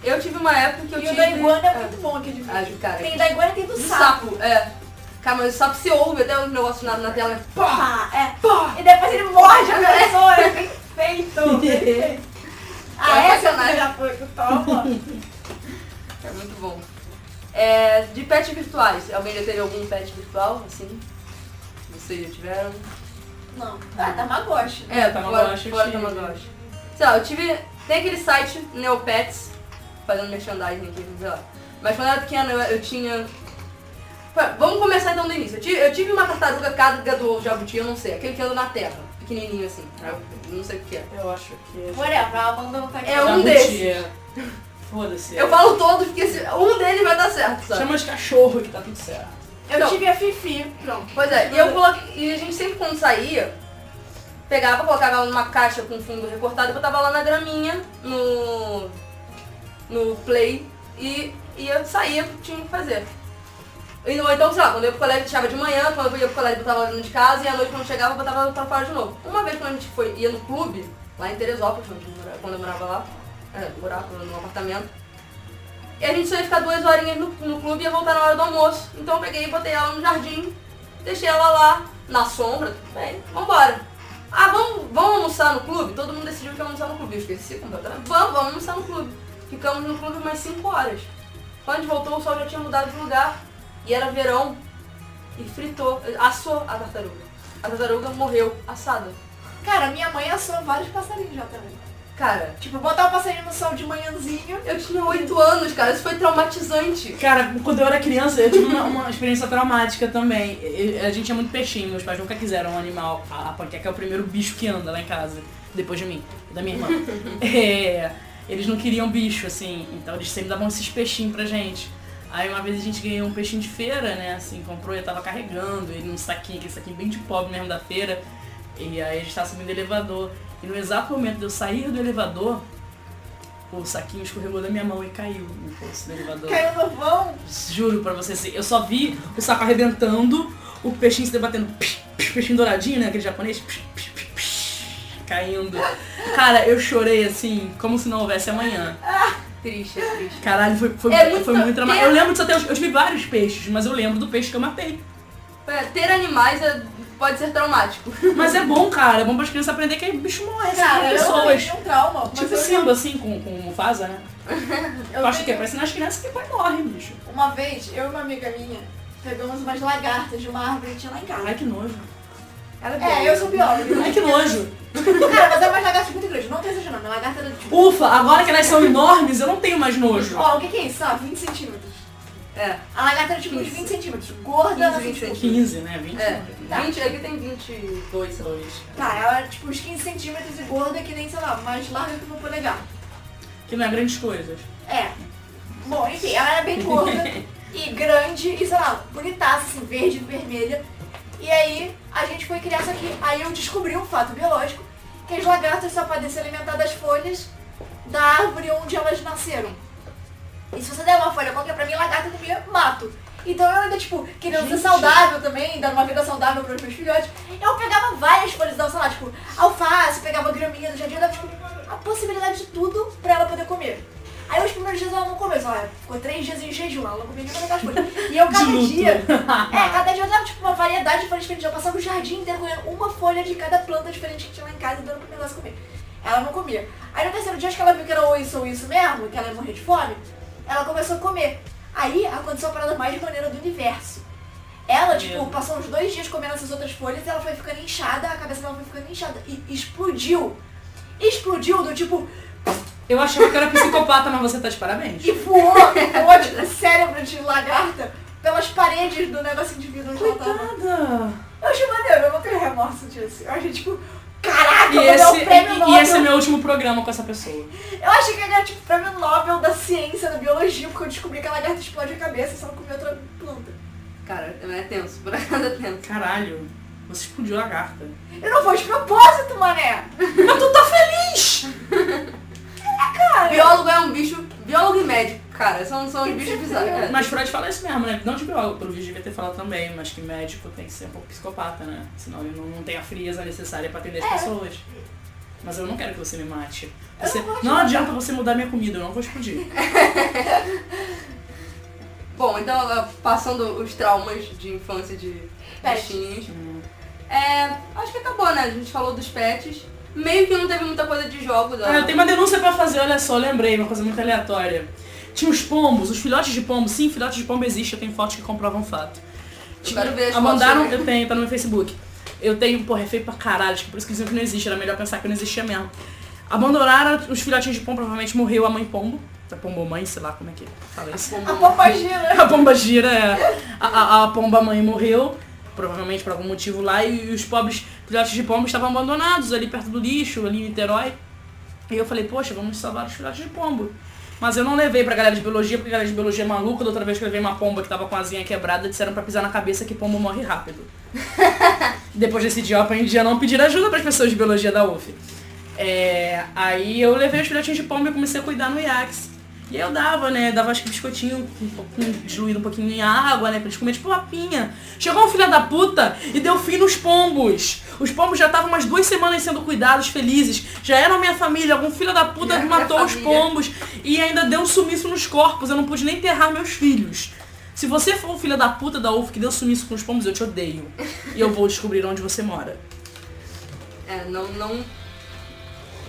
Speaker 1: Eu tive uma época que eu
Speaker 2: E
Speaker 1: tive.
Speaker 2: o da iguana é muito bom aquele
Speaker 1: Ah,
Speaker 2: vídeo.
Speaker 1: cara.
Speaker 2: Tem da iguana e tem do
Speaker 1: Do
Speaker 2: sapo.
Speaker 1: sapo, é. Cara, mas o sapo se ouve até um negócio na, na tela.
Speaker 2: Pá, é. E depois ele morde a pessoa, é bem feito, bem feito. Ah,
Speaker 1: É
Speaker 2: essa
Speaker 1: sacanagem.
Speaker 2: já foi com toma.
Speaker 1: É muito bom. É, de pets virtuais, alguém já teve algum pet virtual, assim? Vocês já tiveram?
Speaker 2: Não, ah, Tamagotchi.
Speaker 1: É,
Speaker 3: Tamagotchi eu
Speaker 1: fora, fora
Speaker 3: tive.
Speaker 1: Tamagotchi. Sei lá, eu tive. Tem aquele site Neopets, fazendo merchandising aqui, sei lá. Mas quando eu era pequena eu, eu tinha. Pá, Vamos começar então do início. Eu ti- eu tive, uma tartaruga carga do jabuti, eu não sei, aquele que anda na terra, pequenininho assim. Eu não sei o que é.
Speaker 3: Eu acho que...
Speaker 2: Whatever, a Amanda não tá aqui.
Speaker 1: É um
Speaker 3: Algum
Speaker 1: desses.
Speaker 3: dia. Foda-se.
Speaker 1: Eu falo todos porque esse- um deles vai dar certo, sabe?
Speaker 3: Chama de cachorro que tá tudo certo.
Speaker 2: Eu
Speaker 1: Não.
Speaker 2: tive a Fifi, pronto.
Speaker 1: Pois é, e eu coloquei. E a gente sempre quando saía, pegava, colocava ela numa caixa com fundo recortado e botava lá na graminha, no. no play, e ia saía, tinha que fazer. E- Ou então, sei lá, quando eu ia pro colégio deixava de manhã, quando eu ia pro colégio botava ela dentro de casa e à noite quando chegava botava ela pra fora de novo. Uma vez quando a gente foi, ia no clube, lá em Teresópolis, onde eu morava- quando eu morava lá, é, morava num apartamento. E a gente só ia ficar duas horinhas no, no clube e ia voltar na hora do almoço. Então eu peguei e botei ela no jardim, deixei ela lá, na sombra, tudo bem, vambora. Ah, vamos, vamos almoçar no clube? Todo mundo decidiu que ia almoçar no clube, eu esqueci completamente. Vamos, vamos almoçar no clube. Ficamos no clube mais 5 horas. Quando a gente voltou, o sol já tinha mudado de lugar e era verão. E fritou, assou a tartaruga. A tartaruga morreu assada.
Speaker 2: Cara, minha mãe assou vários passarinhos já também.
Speaker 1: Cara,
Speaker 2: Tipo, botar o passarinho no sol de manhãzinho.
Speaker 1: eu tinha 8 anos, cara, isso foi traumatizante.
Speaker 3: Cara, quando eu era criança, eu tive uma, uma experiência traumática também. Eu- eu- a gente é muito peixinho, meus pais nunca quiseram um animal. A, a panqueca é o primeiro bicho que anda lá em casa, depois de mim, da minha irmã. É, eles não queriam bicho, assim, então eles sempre davam esses peixinhos pra gente. Aí uma vez a gente ganhou um peixinho de feira, né? Assim, comprou e eu tava carregando ele num saquinho, aquele saquinho bem de pobre mesmo da feira. E aí a gente tava subindo o elevador. E no exato momento de eu sair do elevador, o saquinho escorregou da minha mão e caiu no poço do elevador.
Speaker 2: Caiu no vão.
Speaker 3: Juro pra você, assim, eu só vi o saco arrebentando, o peixinho se debatendo, psh, psh, peixinho douradinho, né? Aquele japonês, psh, psh, psh, psh, caindo. Cara, eu chorei assim, como se não houvesse amanhã.
Speaker 1: Triste, é triste.
Speaker 3: Caralho, foi, foi,
Speaker 1: É
Speaker 3: foi
Speaker 1: muito-
Speaker 3: muito, dramático. Eu lembro de só ter. Eu tive vários peixes, mas eu lembro do peixe que eu matei.
Speaker 1: É, ter animais é- pode ser traumático.
Speaker 3: Mas é bom, cara, é bom pras crianças aprender que bicho morre, assim,
Speaker 2: Cara, eu também
Speaker 3: pessoas.
Speaker 2: tenho um trauma. mas
Speaker 3: Tipo
Speaker 2: eu
Speaker 3: Simba, assim, com, com Mufasa, né?
Speaker 2: tenho-
Speaker 3: Eu acho que é pra ensinar as crianças que pai morre, bicho.
Speaker 2: Uma vez, eu e uma amiga minha pegamos umas lagartas de uma árvore que tinha lá em casa.
Speaker 3: Ai, que nojo.
Speaker 1: Ela
Speaker 2: É, eu sou bióloga.
Speaker 3: Ai, que nojo.
Speaker 2: Cara, mas é umas lagartas muito grandes. Não tô exagerando, uma lagarta era tipo...
Speaker 3: Ufa, agora que elas são enormes, eu não tenho mais nojo.
Speaker 2: Ó, o que que é isso? Ah, 20 centímetros.
Speaker 1: É,
Speaker 2: A lagarta era tipo uns 20 centímetros. Gorda,
Speaker 1: 15,
Speaker 2: assim,
Speaker 1: 20
Speaker 2: tipo...
Speaker 3: 15, né? 20.
Speaker 1: é.
Speaker 2: Tá.
Speaker 1: 20, aqui tem 22, sei lá.
Speaker 3: 22.
Speaker 2: Tá, ela era tipo uns 15 centímetros e gorda que nem, sei lá, mais larga que uma polegar.
Speaker 3: Que não é grandes coisas.
Speaker 2: É. Bom, enfim, ela era bem gorda e grande e, sei lá, bonitaça, assim, verde e vermelha. E aí a gente foi criar isso aqui. Aí eu descobri um fato biológico, que as lagartas só podem se alimentar das folhas da árvore onde elas nasceram. E se você der uma folha qualquer pra mim, lagarta comia mato. Então eu ainda, tipo, querendo ser
Speaker 3: Gente.
Speaker 2: saudável também, dando uma vida saudável para os meus filhotes, eu pegava várias folhas, dava, sei lá, tipo, alface, pegava graminha do jardim, eu dava tipo, a possibilidade de tudo pra ela poder comer. Aí os primeiros dias ela não comeu, só ela ficou três dias em jejum, ela não comia nenhuma daquelas folhas. E eu
Speaker 3: De
Speaker 2: cada
Speaker 3: luto.
Speaker 2: dia, é, cada dia eu dava tipo uma variedade de folhas diferentes. Eu passava o jardim inteiro comendo uma folha de cada planta diferente que tinha lá em casa e dando pro negócio comer. Ela não comia. Aí no terceiro dia acho que ela viu que era ou isso ou isso mesmo, que ela ia morrer de fome, ela começou a comer. Aí aconteceu a parada mais maneira do universo. Ela, tipo,
Speaker 3: Meu.
Speaker 2: passou uns dois dias comendo essas outras folhas e ela foi ficando inchada, a cabeça dela foi ficando inchada. E explodiu. Explodiu do tipo,
Speaker 3: Eu achava que eu era psicopata, mas você tá de parabéns.
Speaker 2: e voou, voou tipo, o cérebro de lagarta pelas paredes do negócio de vidro onde ela tava.
Speaker 3: Nada.
Speaker 2: Eu achei maneiro, eu não tenho remorso disso. Eu achei tipo, caraca,
Speaker 3: E
Speaker 2: eu vou dar
Speaker 3: esse,
Speaker 2: o prêmio
Speaker 3: e,
Speaker 2: Nobel.
Speaker 3: e esse é meu último programa com essa pessoa.
Speaker 2: Eu achei que ia ganhar tipo prêmio Nobel da ciência, da biologia, porque eu descobri que a lagarta explode a cabeça se ela comer outra planta.
Speaker 1: Cara, é tenso, por acaso é tenso.
Speaker 3: Caralho, você explodiu a lagarta.
Speaker 2: Eu não vou de propósito, mané!
Speaker 3: Mas tu tá feliz! Ah,
Speaker 1: Biólogo é um bicho, biólogo e médico, cara, são, são os bichos bizarros. é.
Speaker 3: Mas Freud fala isso mesmo, né? Não de biólogo, pelo vídeo devia ter falado também, mas que médico tem que ser um pouco psicopata, né? Senão ele não, não tem a frieza necessária pra atender as pessoas. Mas eu não quero que você me mate. Você-
Speaker 2: É. não vou te
Speaker 3: não
Speaker 2: matar.
Speaker 3: adianta você mudar minha comida, eu não vou explodir.
Speaker 1: Bom, então agora, passando os traumas de infância de
Speaker 2: Pet.
Speaker 1: peixinhos. É, acho que acabou, né? A gente falou dos pets. Meio que não teve muita coisa de jogos. ó.
Speaker 3: Ah, eu tenho uma denúncia pra fazer, olha só, lembrei, uma coisa muito aleatória. Tinha os pombos, os filhotes de pombo, sim, filhotes de pombo existe, eu tenho fotos que comprovam o fato. Tinha-
Speaker 1: quero ver as
Speaker 3: ah, mandaram,
Speaker 1: fotos.
Speaker 3: eu tenho, tá no meu Facebook. Eu tenho, porra, é feio pra caralho, acho que por isso que diziam que não existe, era melhor pensar que não existia mesmo. Abandonaram os filhotinhos de pombo, provavelmente morreu a mãe pombo. A pombo mãe, sei lá como é que fala isso.
Speaker 2: A pomba gira.
Speaker 3: A pomba gira, é. a, a, a pomba mãe morreu, provavelmente por algum motivo lá, e, os pobres filhotes de pombo estavam abandonados ali perto do lixo, ali em Niterói. E eu falei, poxa, vamos salvar os filhotes de pombo. Mas eu não levei pra galera de biologia, porque a galera de biologia é maluca. Da outra vez que eu levei uma pomba que tava com a asinha quebrada, disseram pra pisar na cabeça que pombo morre rápido. Depois desse dia, eu aprendi a não pedir ajuda pras pessoas de biologia da UF. É, aí eu levei os filhotinhos de pombo e comecei a cuidar no IAX. E aí eu dava, né? Dava acho que biscoitinho um pouquinho, diluído um pouquinho em água, né? Pra eles comerem, tipo papinha. Chegou um filho da puta e deu fim nos pombos. Os pombos já estavam umas duas semanas sendo cuidados, felizes. Já eram minha família. Algum filho da puta
Speaker 1: Já era
Speaker 3: matou
Speaker 1: minha
Speaker 3: os
Speaker 1: família.
Speaker 3: pombos e ainda deu um sumiço nos corpos. Eu não pude nem enterrar meus filhos. Se você for um filho da puta da UF que deu sumiço com os pombos, eu te odeio. E eu vou descobrir onde você mora.
Speaker 1: É, não, não,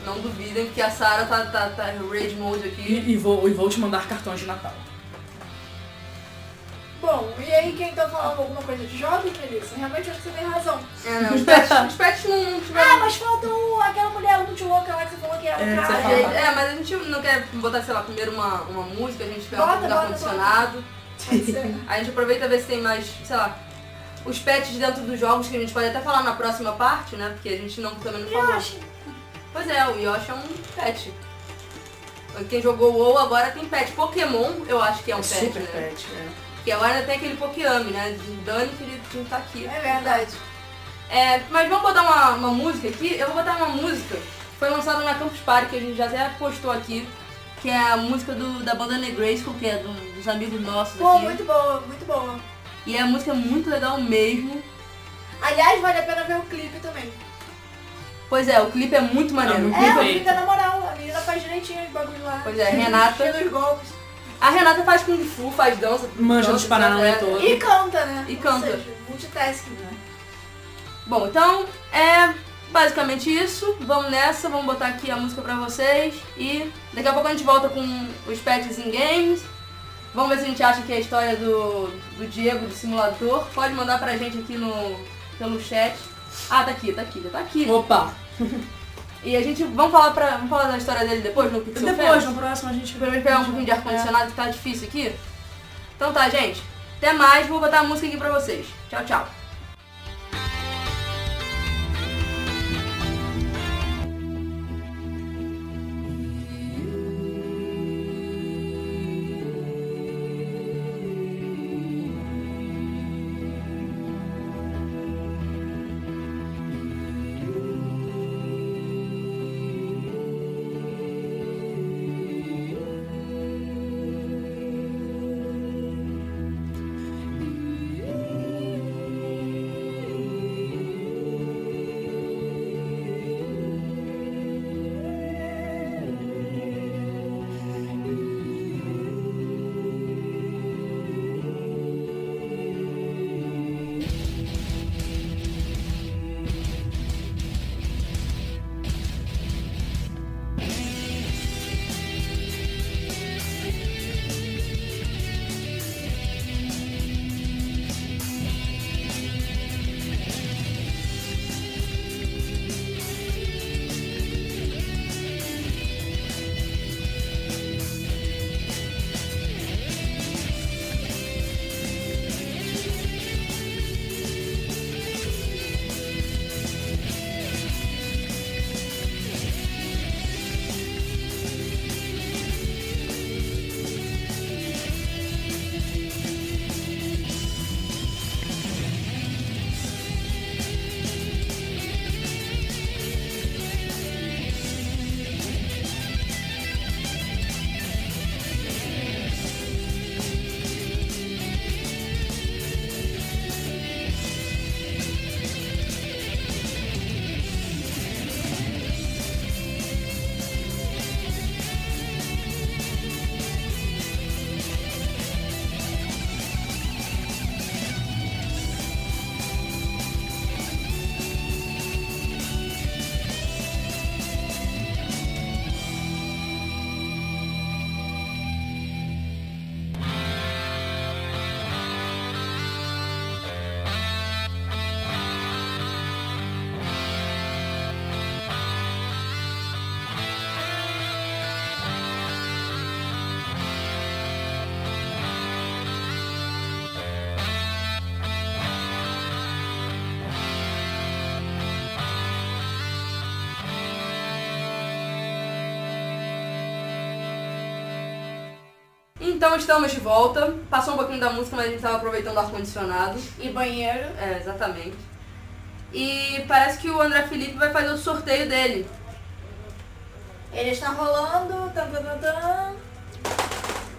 Speaker 1: não duvidem que a Sarah tá, tá, tá em rage mode aqui.
Speaker 3: E, e vou, e vou te mandar cartões de Natal.
Speaker 2: Bom, e aí quem tá falando alguma coisa de jovem, Melissa? Realmente acho que você tem razão.
Speaker 1: É, não, os pets, os pets não, não
Speaker 2: Ah,
Speaker 1: tiveram
Speaker 2: mas falta o, aquela mulher multilouca lá que você falou que era o
Speaker 3: É, que você
Speaker 2: cara.
Speaker 3: falou.
Speaker 1: jeito. É, mas a gente não quer botar, sei lá, primeiro uma, uma música, a gente pega
Speaker 2: Bota,
Speaker 1: um
Speaker 2: bota,
Speaker 1: ar-condicionado.
Speaker 2: Pode ser.
Speaker 1: A gente aproveita e vê se tem mais, sei lá, os pets dentro dos jogos que a gente pode até falar na próxima parte, né? Porque a gente não também não falou.
Speaker 2: Eu acho.
Speaker 1: Pois é, o Yoshi é um pet. Quem jogou o WoW agora tem pet. Pokémon, eu acho que é um
Speaker 3: É
Speaker 1: pet,
Speaker 3: super
Speaker 1: né?
Speaker 3: pet, né?
Speaker 1: Que agora tem aquele Pokéami, né? De Dani, que ele não tá aqui.
Speaker 2: É verdade.
Speaker 1: É, mas vamos botar uma, uma música aqui. Eu vou botar uma música que foi lançada na Campus Party, que a gente já até postou aqui, que é a música do, da banda Negrasco, que é do- dos amigos nossos
Speaker 2: Pô,
Speaker 1: aqui.
Speaker 2: muito boa, muito boa.
Speaker 1: E é a música muito legal mesmo.
Speaker 2: Aliás, vale a pena ver o clipe também.
Speaker 1: Pois é, o clipe é muito maneiro.
Speaker 3: muito
Speaker 2: É, o
Speaker 3: Perfeito.
Speaker 2: clipe é na moral. A menina faz direitinho os bagulhos lá.
Speaker 1: Pois é, Renata.
Speaker 2: Tira os golpes.
Speaker 1: A Renata faz Kung Fu, faz dança.
Speaker 3: Manja
Speaker 1: dança,
Speaker 3: dos Paranauê
Speaker 1: é.
Speaker 3: todo.
Speaker 2: E canta, né?
Speaker 1: E canta.
Speaker 2: Ou seja, multitasking, né?
Speaker 1: Bom, então é basicamente isso. Vamos nessa, vamos botar aqui a música pra vocês. E daqui a pouco a gente volta com os pets in games. Vamos ver se a gente acha que a história do, do Diego, do simulador, pode mandar pra gente aqui no, pelo chat. Ah, tá aqui, tá aqui, já tá aqui.
Speaker 3: Opa!
Speaker 1: E a gente, vamos falar, pra, vamos falar da história dele depois no Pixel
Speaker 3: Depois,
Speaker 1: Fest?
Speaker 3: no próximo a gente
Speaker 1: Pelo menos pegar um pouquinho de ar-condicionado que tá difícil aqui. Então tá, gente. Até mais, vou botar a música aqui pra vocês. Tchau, tchau. Então estamos de volta. Passou um pouquinho da música, mas a gente tava aproveitando o ar-condicionado.
Speaker 2: E
Speaker 3: Uhum.
Speaker 2: banheiro.
Speaker 1: É, exatamente. E parece que o André Felipe vai fazer o sorteio dele.
Speaker 2: Ele está tá rolando. Tam, tam, tam, tam.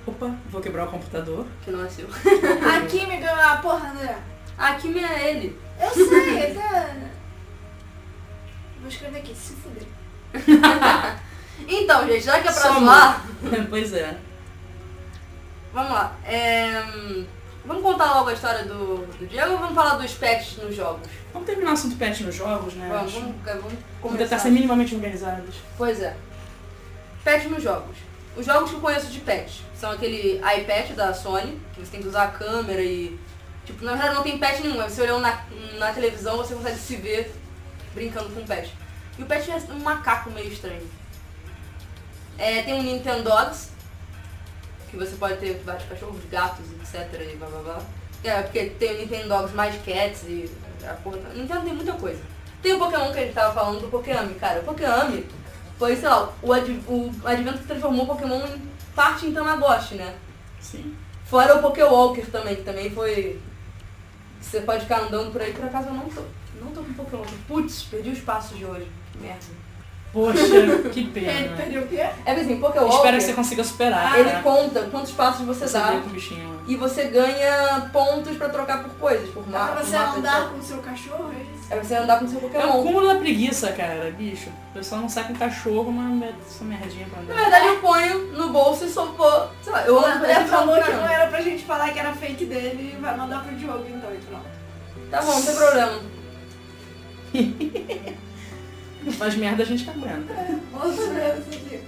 Speaker 3: Opa, vou quebrar o computador.
Speaker 1: Que não é seu.
Speaker 2: A química, a porra, André.
Speaker 1: A Kimi é ele.
Speaker 2: Eu sei, ele tá... Vou escrever aqui, se fuder.
Speaker 1: Então, gente, já que é pra
Speaker 3: Só
Speaker 1: zoar,
Speaker 3: pois é.
Speaker 1: vamos lá. É, hum, Vamos contar logo a história do, do Diego ou vamos falar dos pets nos jogos?
Speaker 3: Vamos terminar o assunto pet nos jogos, né?
Speaker 1: vamos,
Speaker 3: Acho.
Speaker 1: vamos, vamos
Speaker 3: Vamos tentar
Speaker 1: começar.
Speaker 3: ser minimamente organizados.
Speaker 1: Pois é. Pet nos jogos. Os jogos que eu conheço de pet são aquele iPad da Sony, que você tem que usar a câmera e. Tipo, na verdade não tem pet nenhum, é você olhando na, na televisão você consegue se ver brincando com o pet. E o pet é um macaco meio estranho. É, tem um Nintendogs, que você pode ter vários cachorros, gatos, etc. E blá blá blá. É, porque tem o Nintendogs mais cats e a porra. toda. Nintendo tem muita coisa. Tem o Pokémon que a gente tava falando do Pokéami, cara. O Pokéami foi, sei lá, o, ad- o advento que transformou o Pokémon em parte em Tamagotchi, né?
Speaker 3: Sim.
Speaker 1: Fora o Pokéwalker também, que também foi. Você pode ficar andando por aí, por acaso eu não tô. Não tô com Pokéwalker. Putz, perdi os passos de hoje. Merda.
Speaker 3: Poxa, que
Speaker 2: Ele
Speaker 3: pena.
Speaker 2: perdeu o quê?
Speaker 1: É porque assim, Pokéwalker.
Speaker 3: Espero que você consiga superar.
Speaker 1: Ah, Ele
Speaker 3: né?
Speaker 1: conta quantos passos você
Speaker 3: Você
Speaker 1: dá
Speaker 3: vê com o bichinho.
Speaker 1: e você ganha pontos pra trocar por coisas, por
Speaker 2: Dá
Speaker 1: mapas.
Speaker 2: pra você
Speaker 1: mapas,
Speaker 2: andar
Speaker 1: etc.
Speaker 2: com o seu cachorro? é isso?
Speaker 1: É você andar com seu
Speaker 3: É o
Speaker 1: Pokémon.
Speaker 3: cúmulo da preguiça, cara, bicho. O pessoal não sai com cachorro, mas é essa merdinha pra
Speaker 1: Na
Speaker 3: andar.
Speaker 1: verdade eu ponho no bolso e só vou. Sei lá, eu ando por
Speaker 2: Ele
Speaker 1: dentro
Speaker 2: falou
Speaker 1: do
Speaker 2: que não é.
Speaker 1: Pokémon.
Speaker 2: era pra gente falar que era fake dele e vai mandar pro Diogo então e pronto.
Speaker 1: Tá bom, não tem problema. É.
Speaker 3: Faz merda a gente tá aguenta.
Speaker 2: Vamos ver isso aqui.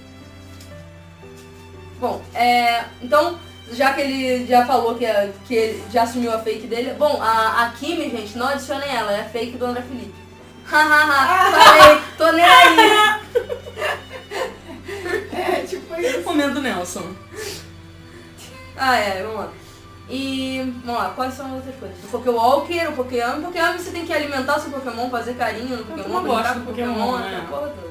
Speaker 1: Bom, é, então, já que ele já falou que, é- que ele já assumiu a fake dele, bom, a, a Kimi, gente, não adicionem ela, é a fake do André Felipe. Hahaha, falei, tô nem aí.
Speaker 2: É, tipo isso.
Speaker 3: Momento Nelson.
Speaker 1: Ah, é, vamos lá. E, vamos lá, quais são as outras coisas? O Pokéwalker, o Pokémon. O Pokémon você tem que alimentar o seu Pokémon, fazer carinho no Pokémon,
Speaker 3: não
Speaker 1: brincar
Speaker 3: gosto
Speaker 1: com o
Speaker 3: do
Speaker 1: Pokémon,
Speaker 3: Pokémon, né?
Speaker 1: aquela porra toda.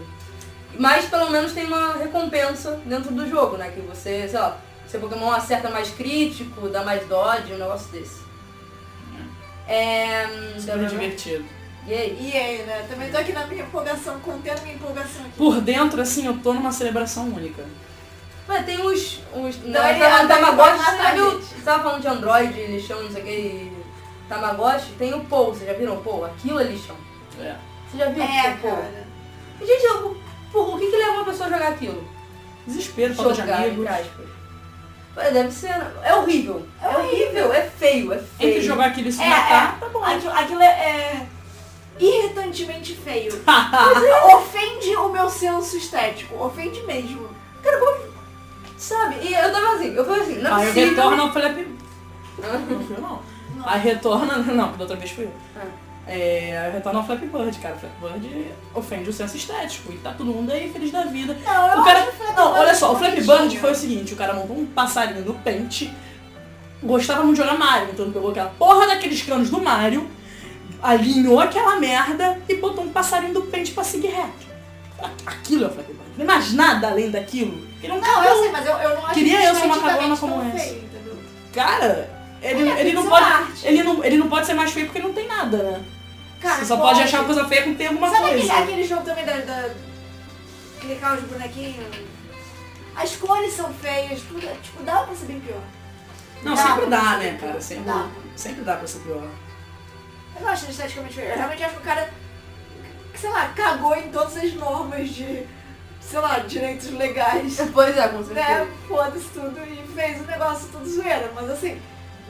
Speaker 1: Mas pelo menos tem uma recompensa dentro do jogo, né? Que você, sei lá, seu Pokémon acerta mais crítico, dá mais dodge, um negócio desse. É.
Speaker 3: Super divertido.
Speaker 1: E aí?
Speaker 2: E aí, né? Também tô aqui na minha empolgação, contendo minha empolgação aqui.
Speaker 3: Por dentro, assim, eu tô numa celebração única.
Speaker 1: Ué, tem uns. uns não,
Speaker 2: Daí,
Speaker 1: tama-
Speaker 2: daí
Speaker 1: Tamagotchi,
Speaker 2: vai lá,
Speaker 1: sabe o.
Speaker 2: gente.
Speaker 1: Você tava falando de Android, lixão, não sei o que. Tamagotchi, tem o Pou, vocês já viram o Pou? Aquilo é lixão.
Speaker 3: É.
Speaker 1: Você já viu
Speaker 2: É,
Speaker 1: o que é Pou?
Speaker 2: cara.
Speaker 1: Gente, eu, por, o que que leva a pessoa a jogar aquilo?
Speaker 3: Desespero, falta de
Speaker 1: Jogar,
Speaker 3: amigos.
Speaker 1: entre aspas. Ué, deve ser. É horrível. É horrível, é feio, é feio.
Speaker 3: Entre jogar aquilo e se
Speaker 2: É,
Speaker 3: matar,
Speaker 2: é.
Speaker 3: tá bom.
Speaker 2: Aquilo, aquilo é, é irritantemente feio. ofende o meu senso estético. Ofende mesmo.
Speaker 1: Sabe? E eu tava assim, eu falei assim, não é
Speaker 3: Aí Ah, eu
Speaker 1: possível.
Speaker 3: retorno ao Felipe. Não fui eu, não.
Speaker 2: Não.
Speaker 3: Aí retorna. Não, da outra vez fui eu.
Speaker 2: Ah.
Speaker 3: É, aí retorna ao Flappy Bird, cara. Flappy Bird ofende o senso estético e tá todo mundo aí feliz da vida.
Speaker 2: Não, eu
Speaker 3: O cara.
Speaker 2: acho que
Speaker 3: Não, olha só, o Flappy
Speaker 2: Flappy
Speaker 3: Bird foi o seguinte: o cara montou um passarinho no pente, gostava muito de jogar Mario, então ele pegou aquela porra daqueles canos do Mario, alinhou aquela merda e botou um passarinho do pente pra seguir reto. A- Aquilo é o Flappy Bird. Não é mais nada além daquilo. Ele é um
Speaker 2: Não, eu sei, mas eu, eu não acho
Speaker 3: Queria
Speaker 2: que
Speaker 3: eu ser uma
Speaker 2: esteticamente
Speaker 3: cagona como
Speaker 2: tão
Speaker 3: essa.
Speaker 2: feio, entendeu?
Speaker 3: Cara, ele,
Speaker 2: É,
Speaker 3: ele,
Speaker 2: tem
Speaker 3: não
Speaker 2: que ser
Speaker 3: pode,
Speaker 2: uma arte.
Speaker 3: ele, não, ele não pode ser mais feio porque não tem nada, né?
Speaker 2: Cara,
Speaker 3: Você só pode, achar uma coisa feia com ter alguma
Speaker 2: Sabe aquele,
Speaker 3: coisa.
Speaker 2: aquele jogo também da, da- Clicar os bonequinhos? As cores são feias, tudo. é- Tipo, dá pra ser bem pior.
Speaker 3: Não,
Speaker 2: Dá,
Speaker 3: sempre dá,
Speaker 2: dá,
Speaker 3: né, cara? Sempre
Speaker 2: dá.
Speaker 3: dá. Sempre dá pra ser pior.
Speaker 2: Eu não acho ele esteticamente feio. Eu realmente acho que o cara. que, Sei lá, cagou em todas as normas de. Sei lá, direitos legais.
Speaker 1: Pois é, com
Speaker 2: né?
Speaker 1: certeza.
Speaker 2: Foda-se tudo e fez o negócio tudo zoeira. Mas assim,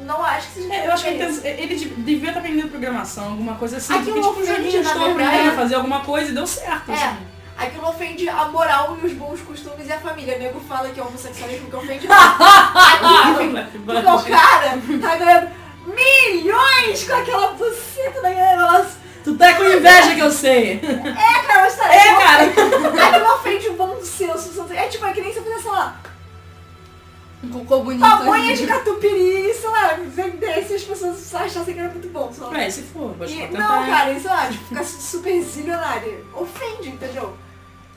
Speaker 2: não acho que seja. assim.
Speaker 3: É, eu acho que ele,
Speaker 2: feio.
Speaker 3: tem- ele de- devia estar aprendendo programação, alguma coisa assim.
Speaker 2: Aquilo
Speaker 3: porque, tipo,
Speaker 2: ofende,
Speaker 3: os joguinhos
Speaker 2: um na
Speaker 3: estão
Speaker 2: verdade. né?
Speaker 3: aprendendo a fazer alguma coisa e deu certo. assim.
Speaker 2: É. Aquilo ofende a moral e os bons costumes e a família. O nego fala que é homossexualismo que ofende. Aquilo
Speaker 3: Flappy Bird.
Speaker 2: Porque o cara tá ganhando milhões com aquela buceta da galera. Nossa,
Speaker 3: Tu tá com inveja que eu sei.
Speaker 2: é, cara, mas tá
Speaker 3: É, cara.
Speaker 2: Aí na frente um bom senso. sabe? É tipo, é que nem você fazer, sei lá,
Speaker 1: Ficou bonito. assim,
Speaker 2: pamonha de catupiry, sei lá, vendesse e as pessoas achassem que era muito bom, sei lá.
Speaker 3: É, se for, pode
Speaker 2: E,
Speaker 3: tentar.
Speaker 2: não, cara, isso lá, tipo, ficar super zilionária. Ofende, entendeu?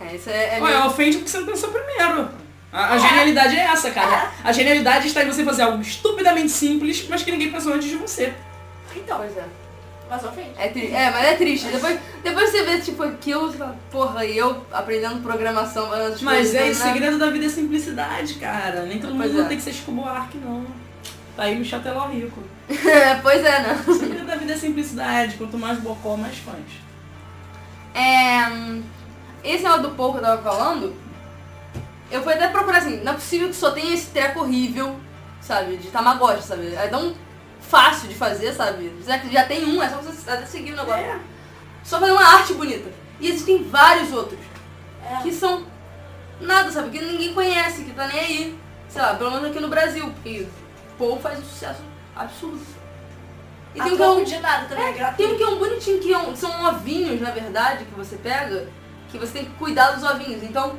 Speaker 1: É, isso é, é meio-
Speaker 3: Ué, ofende porque você não pensou primeiro. A, a genialidade é essa, cara. A genialidade está em você fazer algo estupidamente simples, mas que ninguém pensou antes de você.
Speaker 2: Então,
Speaker 1: Pois é.
Speaker 2: mas ofende.
Speaker 1: É, tri- é, mas é triste. Depois, depois você vê, tipo, aquilo, você fala, porra, e eu aprendendo programação, fazendo as
Speaker 3: Mas
Speaker 1: coisas,
Speaker 3: é,
Speaker 1: né?
Speaker 3: o segredo da vida é simplicidade, cara. Nem todo
Speaker 1: Pois
Speaker 3: mundo
Speaker 1: é.
Speaker 3: tem que ser Chico Buarque, não. Tá aí Michel Teló Rico.
Speaker 1: É, pois é, né?
Speaker 3: O segredo da vida é simplicidade. Quanto mais bocó, mais fãs.
Speaker 1: É, hum, esse é o do pouco que eu tava falando. Eu fui até procurar assim, não é possível que só tenha esse treco horrível, sabe? De Tamagotchi, sabe? É tão fácil de fazer, sabe? Já que já tem um, é só você até seguir o negócio. Só fazer uma arte bonita. E existem vários outros.
Speaker 2: É.
Speaker 1: Que são nada, sabe? Que ninguém conhece, que tá nem aí. Sei lá, pelo menos aqui no Brasil, porque o povo faz um sucesso absurdo. E
Speaker 2: A
Speaker 1: tem um que é
Speaker 2: troco
Speaker 1: um
Speaker 2: de nada também, é
Speaker 1: tem um
Speaker 2: gratuito.
Speaker 1: que é um bonitinho, que é um- são ovinhos, na verdade, que você pega, que você tem que cuidar dos ovinhos. Então,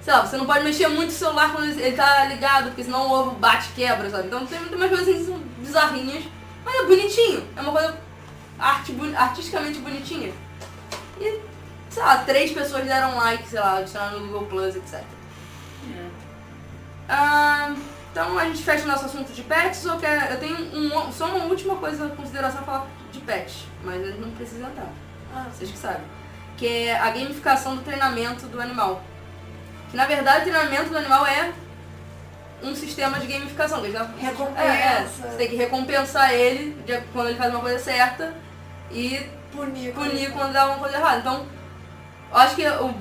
Speaker 1: sei lá, você não pode mexer muito o celular quando ele ele tá ligado, porque senão o ovo bate e quebra, sabe? Então tem muitas coisas assim que são bizarrinhas, mas é bonitinho. É uma coisa arti- boni- artisticamente bonitinha. E sei lá, três pessoas deram like, sei lá, adicionaram no Google Plus, etc. Ah, então a gente fecha o nosso assunto de pets ou quer. Eu tenho um- só uma última coisa consideração a falar de pets, mas a gente não precisa entrar.
Speaker 2: Ah,
Speaker 1: Vocês que sabem. Que é a gamificação do treinamento do animal. Que na verdade o treinamento do animal é um sistema de gamificação. Que eles dão-
Speaker 2: Recompensa.
Speaker 1: É, é. Você tem que recompensar ele de- quando ele faz uma coisa certa e
Speaker 2: punir.
Speaker 1: punir quando dá alguma coisa errada. Então, eu acho que o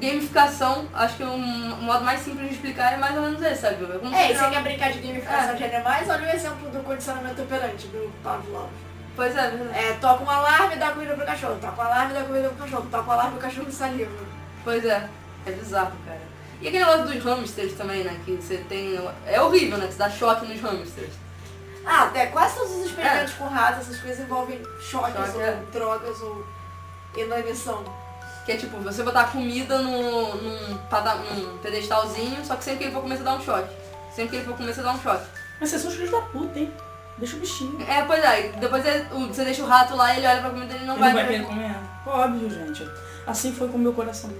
Speaker 1: gamificação, acho que o um modo mais simples de explicar é mais ou menos esse, sabe? Como
Speaker 2: É, e
Speaker 1: se-
Speaker 2: você quer brincar de gamificação
Speaker 1: É.
Speaker 2: de animais? né? Olha o exemplo do condicionamento operante do Pavlov.
Speaker 1: Pois é, verdade.
Speaker 2: É, toca um alarme e dá comida pro cachorro, toca um alarme e dá comida pro cachorro, toca um alarme e o cachorro saliva.
Speaker 1: Pois é, é bizarro, cara. E aquele negócio dos hamsters também, né? Que você tem. É horrível, né? Você dá choque nos hamsters.
Speaker 2: Ah, é, quase todos os experimentos com ratos, essas coisas envolvem choques
Speaker 1: É. Choque,
Speaker 2: ou
Speaker 1: é.
Speaker 2: drogas ou inanição.
Speaker 1: Que é tipo, você botar comida no, num, pada- num pedestalzinho, só que sempre que ele for comer, você dá um choque. Sempre que ele for comer, você dá um choque.
Speaker 3: Mas vocês são os filhos da puta, hein? Deixa o bichinho.
Speaker 1: É, pois é, e depois ele- o- você deixa o rato lá, ele olha pra comida e ele não
Speaker 3: Ele
Speaker 1: vai.
Speaker 3: vai
Speaker 1: pra-
Speaker 3: querer comer? Óbvio, gente. Assim foi com o meu coração.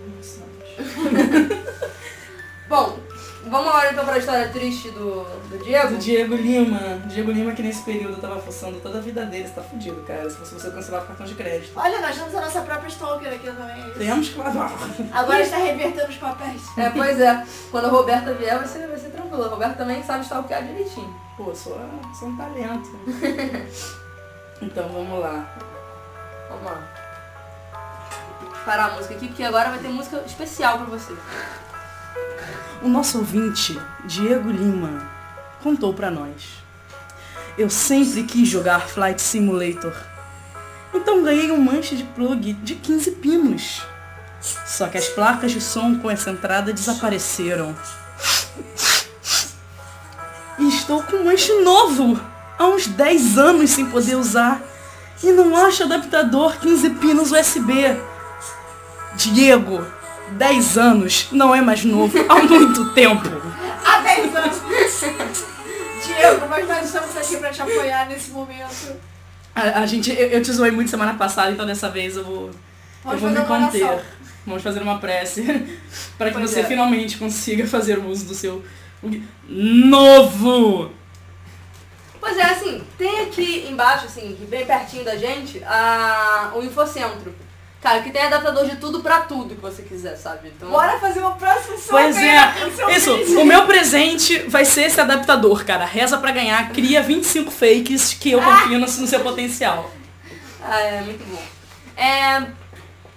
Speaker 1: Bom, vamos agora então pra história triste do, do Diego.
Speaker 3: Do Diego Lima. Diego Lima que nesse período tava forçando toda a vida dele. Você tá fudido, cara. Se fosse você cancelar o cartão de crédito.
Speaker 2: Olha, nós temos a nossa própria stalker aqui também. é
Speaker 3: Temos que lavar.
Speaker 2: Agora está revertendo os papéis.
Speaker 1: É, pois é. Quando a Roberta vier, vai ser, vai ser tranquilo. A Roberta também sabe stalkear direitinho.
Speaker 3: Pô, sou, sou um talento. Então vamos lá.
Speaker 1: Vamos lá. Parar a música aqui, porque agora vai ter música especial pra você.
Speaker 3: O nosso ouvinte, Diego Lima, contou pra nós. Eu sempre quis jogar Flight Simulator. Então ganhei um manche de plug de 15 pinos. Só que as placas de som com essa entrada desapareceram. E estou com um manche novo! Há uns 10 anos sem poder usar. E não acho adaptador 15 pinos USB. Diego, 10 anos não é mais novo há muito tempo.
Speaker 2: Há 10 anos. Diego, mas nós estamos aqui para te apoiar nesse momento.
Speaker 3: A, a gente, eu, eu te zoei muito semana passada, então dessa vez eu vou, eu
Speaker 2: Vamos
Speaker 3: vou
Speaker 2: fazer um
Speaker 3: me
Speaker 2: uma
Speaker 3: conter.
Speaker 2: oração.
Speaker 3: Vamos fazer uma prece para que
Speaker 1: Pois
Speaker 3: você
Speaker 1: é.
Speaker 3: finalmente consiga fazer o uso do seu plug novo.
Speaker 1: Pois é, assim, tem aqui embaixo, assim, bem pertinho da gente, a, o Infocentro. Cara, que tem adaptador de tudo pra tudo que você quiser, sabe? Então,
Speaker 2: Bora fazer uma próxima
Speaker 3: Pois
Speaker 2: sorteio com seu
Speaker 3: é, isso,
Speaker 2: vídeo.
Speaker 3: o meu presente vai ser esse adaptador, cara. Reza pra ganhar, cria 25 fakes que eu
Speaker 2: Ah!
Speaker 3: confio no, no seu potencial.
Speaker 1: Ah, é muito bom. É,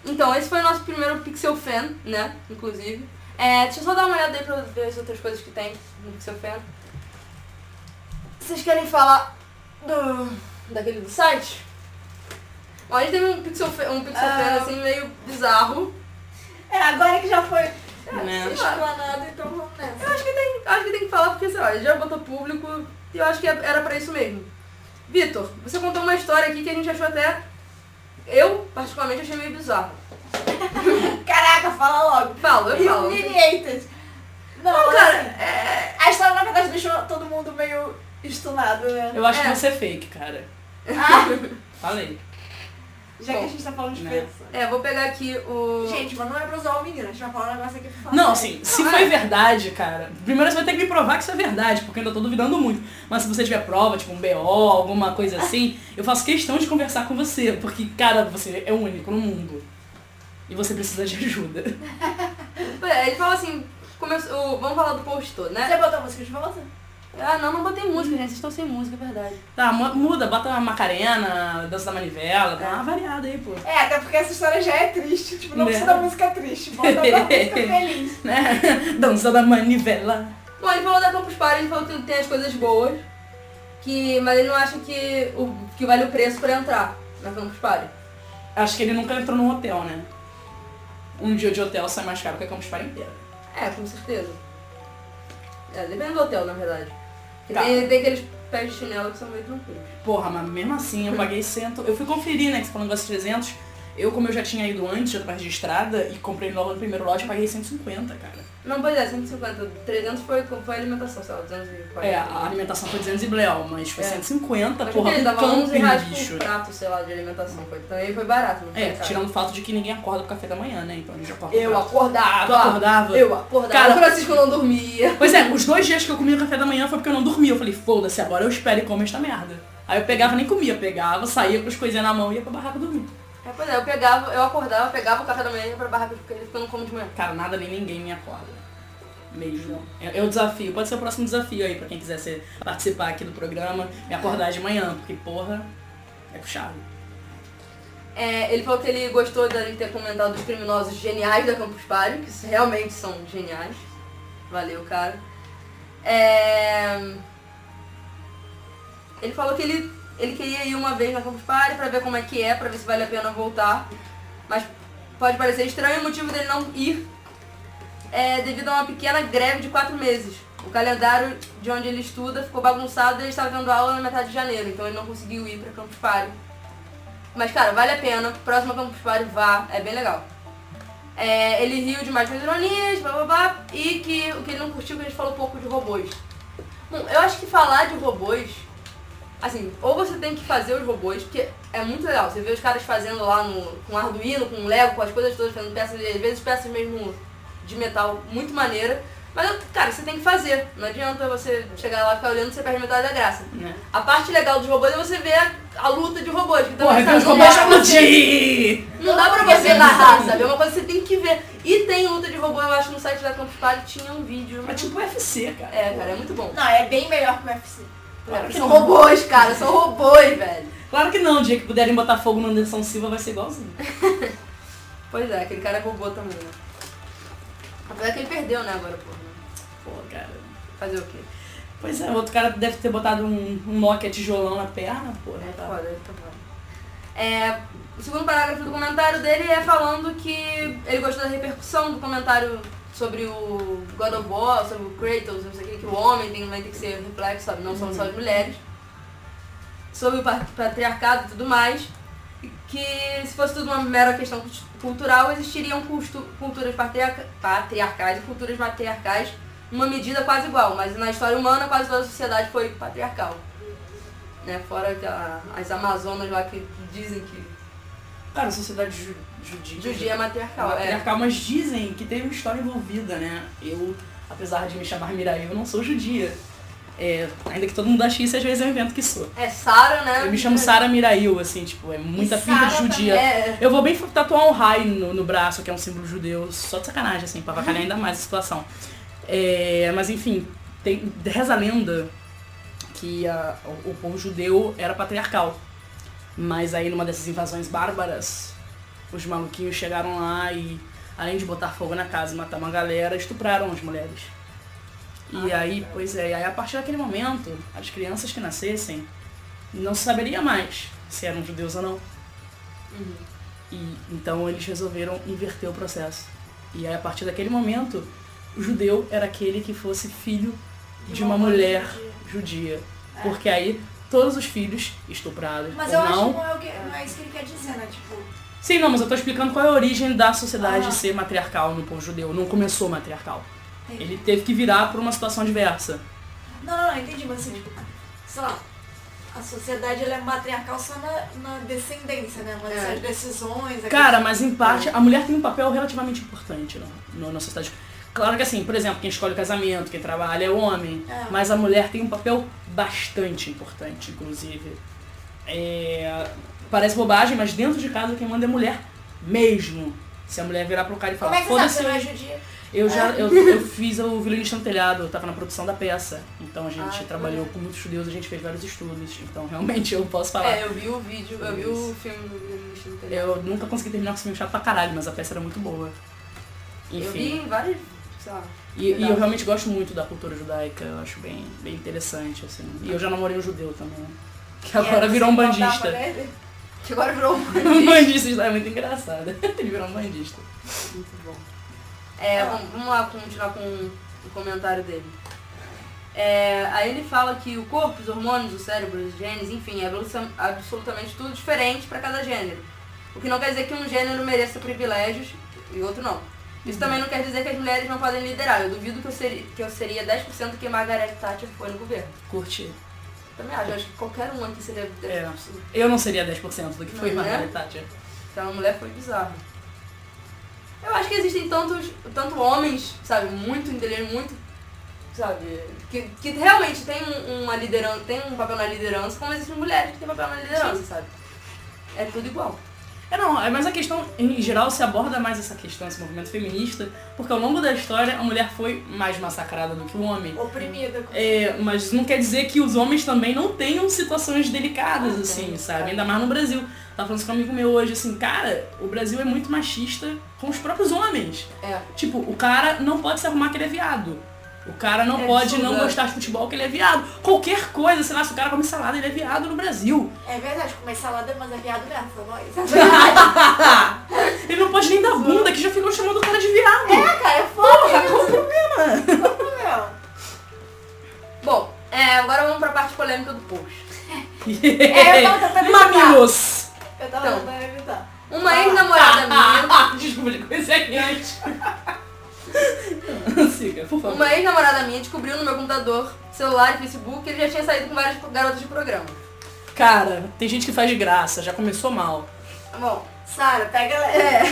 Speaker 1: então, esse foi o nosso primeiro Pixel Fan, né? Inclusive. É, deixa eu só dar uma olhada aí pra ver as outras coisas que tem no Pixel Fan. Vocês querem falar do, daquele do site? Bom, a gente teve um Pixel Fan, um pixel
Speaker 2: Ah.
Speaker 1: fan assim meio bizarro.
Speaker 2: É, agora que já foi É.
Speaker 3: Né?
Speaker 2: explanado, então vamos nessa.
Speaker 1: Eu acho que tem, acho que, tem que falar porque, sei lá, já botou público e eu acho que era pra isso mesmo. Vitor, você contou uma história aqui que a gente achou até. Eu, particularmente, achei meio bizarro.
Speaker 2: Caraca, fala logo.
Speaker 1: Fala, eu falo.
Speaker 2: Humiliated. Não,
Speaker 1: Não,
Speaker 2: cara,
Speaker 1: cara,
Speaker 2: a história na verdade deixou todo mundo meio estunado, né? Ah,
Speaker 3: Eu acho
Speaker 1: É.
Speaker 3: que você é fake, cara. Falei.
Speaker 2: Já que a gente tá falando de
Speaker 3: Né.
Speaker 2: peso.
Speaker 1: É, vou pegar aqui o.
Speaker 2: Gente, mas não é pra usar o menino, a gente vai falar um negócio aqui pra falar.
Speaker 3: Não,
Speaker 2: sério.
Speaker 3: assim, se
Speaker 1: Não,
Speaker 3: foi
Speaker 1: é.
Speaker 3: verdade, cara, primeiro você vai ter que me provar que isso é verdade, porque eu ainda tô duvidando muito. Mas se você tiver prova, tipo um BO, alguma coisa assim, eu faço questão de conversar com você, porque, cara, você é único no mundo. E você precisa de ajuda.
Speaker 1: É, ele fala assim. começou- o- Vamos falar do postor, né?
Speaker 2: Você botou a música de volta?
Speaker 1: Ah, não, não botei música, gente. Vocês estão sem música, é verdade.
Speaker 3: Tá, mu- muda, bota uma Macarena, dança da manivela, dá uma variada aí, pô.
Speaker 2: É, até porque essa história já é triste. Tipo, não
Speaker 3: Né.
Speaker 2: precisa da música triste, bota uma música feliz.
Speaker 3: Né? Dança da manivela.
Speaker 1: Bom, ele falou da Campus Party, ele falou que tem as coisas boas, que... mas ele não acha que, o... que vale o preço pra entrar na Campus Party.
Speaker 3: Acho que ele nunca entrou num hotel, né? Um dia de hotel sai mais caro que a Campus Party inteira.
Speaker 1: É, com certeza. É, depende do hotel, na verdade. Porque
Speaker 3: Tá.
Speaker 1: Tem, tem aqueles pés de chinelo que são meio tranquilos.
Speaker 3: Porra, mas mesmo assim eu paguei cento. Eu fui conferir, né? Que você falou um negócio de 300. Eu, como eu já tinha ido antes, já tava registrada, e comprei logo no primeiro lote, eu paguei 150, cara.
Speaker 1: Não, pois é, 150. 300 foi, foi a alimentação, sei lá, 240.
Speaker 3: É, a alimentação foi 200 e bléu, mas foi
Speaker 1: É.
Speaker 3: 150,
Speaker 1: Acho
Speaker 3: porra,
Speaker 1: que ele
Speaker 3: um
Speaker 1: dava 11 reais
Speaker 3: camping,
Speaker 1: por
Speaker 3: bicho.
Speaker 1: prato, sei lá, de alimentação. Foi, também foi barato. não
Speaker 3: É,
Speaker 1: foi caro.
Speaker 3: tirando o fato de que ninguém acorda pro café da manhã, né? Então a gente acorda.
Speaker 1: Eu
Speaker 3: pra- Tu
Speaker 1: acordava.
Speaker 3: acordava?
Speaker 1: Eu acordava.
Speaker 3: Cara-
Speaker 1: o Francisco não dormia.
Speaker 3: Pois é, os dois dias que eu comi o café da manhã foi porque eu não dormia. Eu falei, foda-se, agora eu espero e como esta merda. Aí eu pegava, nem comia, pegava, saía com as coisinhas na mão e ia pra barraca dormir.
Speaker 1: É, pois é, eu pegava, eu acordava, pegava o café da manhã e ia pra barraca porque eu não como de manhã.
Speaker 3: Cara, nada nem ninguém me acorda. Mesmo. Eu, eu desafio, pode ser o próximo desafio aí pra quem quiser ser, participar aqui do programa, me acordar de manhã, porque porra, é puxado.
Speaker 1: É, ele falou que ele gostou da gente ter comentado os criminosos geniais da Campus Party, que realmente são geniais. Valeu, cara. É, Ele falou que ele, ele queria ir uma vez na Campus Party pra ver como é que é, pra ver se vale a pena voltar. Mas pode parecer estranho o motivo dele não ir é devido a uma pequena greve de quatro meses. O calendário de onde ele estuda ficou bagunçado e ele estava tendo aula na metade de janeiro, então ele não conseguiu ir pra Campus Party. Mas, cara, vale a pena. Próxima Campus Party, vá. É bem legal. É, ele riu demais com as ironias, blá blá blá. E que o que ele não curtiu, que a gente falou um pouco de robôs. Bom, eu acho que falar de robôs... Assim, ou você tem que fazer os robôs, porque é muito legal. Você vê os caras fazendo lá no, com Arduino, com Lego, com as coisas todas, fazendo peças, às vezes peças mesmo de metal muito maneira. Mas, cara, você tem que fazer. Não adianta você chegar lá e ficar olhando, você perde metade da graça.
Speaker 3: Né?
Speaker 1: A parte legal dos robôs é você ver a, a luta de robôs. que
Speaker 3: Porra,
Speaker 1: também,
Speaker 3: ver
Speaker 1: sabe,
Speaker 3: os
Speaker 1: não
Speaker 3: robôs
Speaker 1: dá pra você-
Speaker 3: explodir!
Speaker 1: não dá pra você narrar, sabe? É uma coisa que você tem que ver. E tem luta de robô, eu acho, no site da Campus Party tinha um vídeo.
Speaker 3: É tipo UFC, cara.
Speaker 1: É, cara, é muito bom.
Speaker 2: Não, é bem melhor que o UFC.
Speaker 3: Claro que
Speaker 1: Porque são
Speaker 3: não.
Speaker 1: robôs, cara, são robôs, velho.
Speaker 3: Claro que não, o dia que puderem botar fogo no Anderson Silva vai ser igualzinho.
Speaker 1: Pois é, aquele cara é robô também, né? Apesar que ele perdeu, né, agora, porra.
Speaker 3: Pô, cara.
Speaker 1: Fazer o quê?
Speaker 3: Pois é, o outro cara deve ter botado um, um Nokia tijolão na perna, pô.
Speaker 1: É
Speaker 3: né, tá?
Speaker 1: foda, tá foda. É, o segundo parágrafo do comentário dele é falando que ele gostou da repercussão do comentário sobre o God of War, sobre o Kratos, não sei o que, que o homem tem, vai ter que ser reflexo, sabe? Não são só as mulheres. Sobre o pa- patriarcado e tudo mais. E Que se fosse tudo uma mera questão cult- cultural, existiriam custu- culturas patriarca- patriarcais e culturas matriarcais numa medida quase igual, mas na história humana quase toda a sociedade foi patriarcal né? Fora aquela- as Amazonas lá que dizem que
Speaker 3: Cara, a sociedade ju judia.
Speaker 1: judia é matriarcal. É.
Speaker 3: Tipo, Matriarcal, mas dizem que teve uma história envolvida, né? Eu, apesar de me chamar Mirai, eu não sou judia. É, ainda que todo mundo ache isso, às vezes eu invento que sou.
Speaker 1: É Sara, né?
Speaker 3: Eu me chamo Sara Mirail, assim, tipo, é muita
Speaker 2: E
Speaker 3: filha
Speaker 2: Sara
Speaker 3: judia.
Speaker 1: É,
Speaker 3: Eu vou bem tatuar um raio no, no braço, que é um símbolo judeu, só de sacanagem, assim, pra avacalhar ainda mais a situação. É, mas enfim, tem, reza a lenda que a- o, o povo judeu era patriarcal. Mas aí numa dessas invasões bárbaras, os maluquinhos chegaram lá e, além de botar fogo na casa e matar uma galera, estupraram as mulheres. E aí, pois é, e aí a partir daquele momento, as crianças que nascessem não se saberia mais se eram judeus ou não. E então eles resolveram inverter o processo. E aí, a partir daquele momento, o judeu era aquele que fosse filho de, uma, mulher judia. Porque aí todos os filhos estuprados
Speaker 2: É. Mas
Speaker 3: ou
Speaker 2: eu acho
Speaker 3: não.
Speaker 2: que não é, o que, não é isso que ele quer dizer, né? Tipo,
Speaker 3: Sim, não, mas eu tô explicando qual é a origem da sociedade
Speaker 2: Ah.
Speaker 3: ser matriarcal no povo judeu. Não começou matriarcal.
Speaker 2: Entendi.
Speaker 3: Ele teve que virar por uma situação diversa.
Speaker 2: não, não, não, entendi, mas assim, tipo, sei lá, a sociedade ela é matriarcal só na, na descendência, né? Mas
Speaker 1: É.
Speaker 2: as decisões. a
Speaker 3: Cara,
Speaker 2: questão-
Speaker 3: mas em parte, a mulher tem um papel relativamente importante né, no- no- na sociedade. Claro que assim, por exemplo, quem escolhe o casamento, quem trabalha é o homem.
Speaker 2: É.
Speaker 3: Mas a mulher tem um papel bastante importante, inclusive. É, Parece bobagem, mas dentro de casa quem manda é mulher mesmo. Se a mulher virar pro cara e
Speaker 2: Como
Speaker 3: falar,
Speaker 2: é que você sabe que
Speaker 3: foda-se,
Speaker 2: você não é judia?
Speaker 3: eu já eu, eu fiz o violinista no telhado, eu tava na produção da peça. Então a gente
Speaker 1: Ah,
Speaker 3: trabalhou com muitos judeus, a gente fez vários estudos. Então realmente eu posso falar.
Speaker 1: é, eu vi o vídeo, eu vi o filme do Vinícius no telhado.
Speaker 3: Eu nunca consegui terminar com esse filme chato pra caralho, mas a peça era muito boa.
Speaker 1: Eu vi
Speaker 3: Enfim.
Speaker 1: em várias, sei lá.
Speaker 3: E, e eu
Speaker 1: Legal.
Speaker 3: realmente gosto muito da cultura judaica, eu acho bem, bem interessante, assim. E eu já namorei um judeu também. Que agora
Speaker 1: assim
Speaker 2: É,
Speaker 3: virou um
Speaker 2: você não dá
Speaker 3: bandista.
Speaker 2: pra ler?
Speaker 1: Que agora virou um
Speaker 3: Um
Speaker 1: bandido.
Speaker 3: bandista isso é muito engraçado. Ele virou um bandista.
Speaker 1: Muito bom. É, vamos, vamos lá continuar com o comentário dele. É, aí ele fala que o corpo, os hormônios, o cérebro, os genes, enfim, é absolu- absolutamente tudo diferente para cada gênero. O que não quer dizer que um gênero mereça privilégios e outro não. Isso também não quer dizer que as mulheres não podem liderar. Eu duvido que eu seria, que eu seria 10% do que Margaret Thatcher foi no governo.
Speaker 3: Curti.
Speaker 1: Também acho, acho que qualquer um aqui seria 10%.
Speaker 3: É. Eu não seria 10% do que foi
Speaker 1: Não, né?
Speaker 3: Margaret Thatcher.
Speaker 1: Então a mulher foi bizarra. Eu acho que existem tantos, tanto homens, sabe, muito inteligentes, muito, sabe, que, que realmente tem um- uma liderança, tem um papel na liderança, como existem mulheres que têm papel na liderança, sabe? É tudo igual.
Speaker 3: É não, é, mas a questão, em geral, se aborda mais essa questão, esse movimento feminista, porque ao longo da história a mulher foi mais massacrada do que o homem.
Speaker 2: Oprimida.
Speaker 3: É, mas não quer dizer que os homens também não tenham situações delicadas,
Speaker 1: Ah,
Speaker 3: assim,
Speaker 1: tem,
Speaker 3: sabe?
Speaker 1: é.
Speaker 3: Ainda mais no Brasil. Tava falando isso com um amigo meu hoje, assim, cara, o Brasil é muito machista com os próprios homens.
Speaker 1: É.
Speaker 3: Tipo, o cara não pode se arrumar que ele é viado. O cara não
Speaker 1: É
Speaker 3: pode
Speaker 1: absurdo,
Speaker 3: não
Speaker 1: é.
Speaker 3: gostar de futebol que ele é viado. Qualquer coisa, sei lá, se o cara come salada, ele é viado no Brasil.
Speaker 2: É verdade, comer salada, mas é viado mesmo, foi nós.
Speaker 3: Ele não pode nem dar bunda, que já ficou chamando o cara de viado.
Speaker 2: É, cara, é foda.
Speaker 3: Qual o problema?
Speaker 2: meu.
Speaker 1: Bom, é, agora vamos pra parte polêmica do post.
Speaker 2: É, eu tava tentando evitar.
Speaker 3: Mamilos!
Speaker 2: Eu tava
Speaker 1: Então.
Speaker 2: tentando evitar.
Speaker 1: Uma ex-namorada minha,
Speaker 3: Desculpa, de coisa antes. Siga, por favor.
Speaker 1: uma ex-namorada minha descobriu no meu computador, celular e Facebook que ele já tinha saído com várias garotas de programa.
Speaker 3: Cara, tem gente que faz de graça, já começou mal.
Speaker 1: Tá Bom,
Speaker 2: Sara, pega ela.
Speaker 1: É.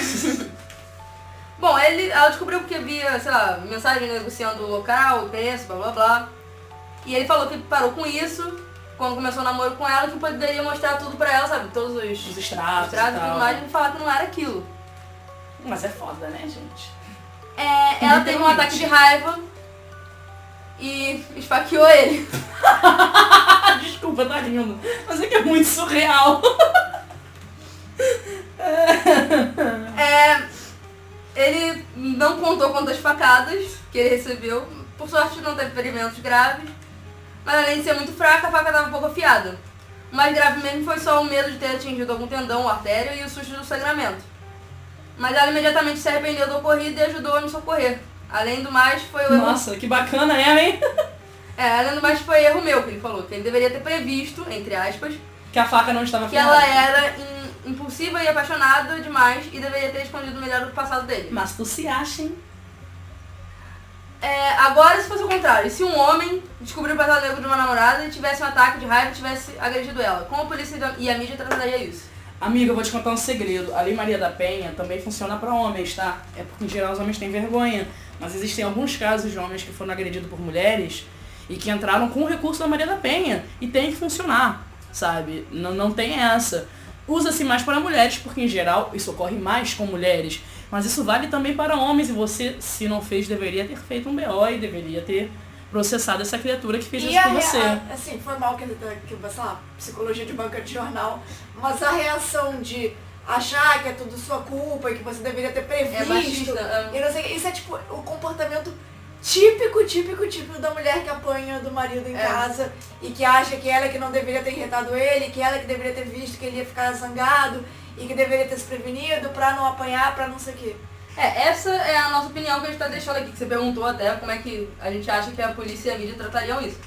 Speaker 1: Bom, ele, ela descobriu porque via, sei lá, mensagem negociando o local, o preço, blá blá blá. E ele falou que parou com isso, quando começou o namoro com ela, que poderia mostrar tudo pra ela, sabe? Todos os
Speaker 3: Os
Speaker 1: os
Speaker 3: estratos e
Speaker 1: tratos e tudo
Speaker 3: tal.
Speaker 1: mais, e falar que não era aquilo.
Speaker 3: Mas é foda, né, gente?
Speaker 1: É, ela teve um
Speaker 3: Literalmente.
Speaker 1: ataque de raiva e esfaqueou ele.
Speaker 3: Ah, desculpa, tá rindo. Mas é que é muito surreal.
Speaker 1: É, ele não contou quantas facadas que ele recebeu. Por sorte não teve ferimentos graves. Mas além de ser muito fraca, a faca estava um pouco afiada. O mais grave mesmo foi só o medo de ter atingido algum tendão ou artéria e o susto do sangramento. Mas ela imediatamente se arrependeu do ocorrido e ajudou a me socorrer. Além do mais, foi o erro
Speaker 3: Nossa, que bacana ela, hein?
Speaker 1: É, além do mais foi erro meu que ele falou, que ele deveria ter previsto, entre aspas,
Speaker 3: Que a faca não estava
Speaker 1: que ela
Speaker 3: afiada.
Speaker 1: era im- impulsiva e apaixonada demais e deveria ter escondido melhor o passado dele.
Speaker 3: Mas tu se acha, hein?
Speaker 1: É, agora, se fosse o contrário, se um homem descobriu o passado negro de uma namorada e tivesse um ataque de raiva e tivesse agredido ela, como a polícia e a- e a mídia trataria isso?
Speaker 3: Amiga, eu vou te contar um segredo. A Lei Maria da Penha também funciona pra homens, tá? É porque em geral os homens têm vergonha. Mas existem alguns casos de homens que foram agredidos por mulheres e que entraram com o recurso da Maria da Penha. E tem que funcionar, sabe? Não, não tem essa. Usa-se mais para mulheres, porque em geral isso ocorre mais com mulheres. Mas isso vale também para homens. E você, se não fez, deveria ter feito um BO e deveria ter processado essa criatura que fez
Speaker 2: E
Speaker 3: isso
Speaker 2: a
Speaker 3: com você.
Speaker 2: rea- a- assim, foi mal que, que, sei lá, psicologia de banca de jornal, mas a reação de achar que é tudo sua culpa e que você deveria ter previsto.
Speaker 1: É machista. é-
Speaker 2: E não sei, o quê, isso é tipo o comportamento típico, típico, típico da mulher que apanha do marido em
Speaker 1: É.
Speaker 2: casa e que acha que ela é que não deveria ter irritado ele, que ela é que deveria ter visto que ele ia ficar zangado e que deveria ter se prevenido pra não apanhar, pra não sei o quê.
Speaker 1: É, essa é a nossa opinião que a gente tá deixando aqui, que você perguntou até como é que a gente acha que a polícia e a mídia tratariam isso.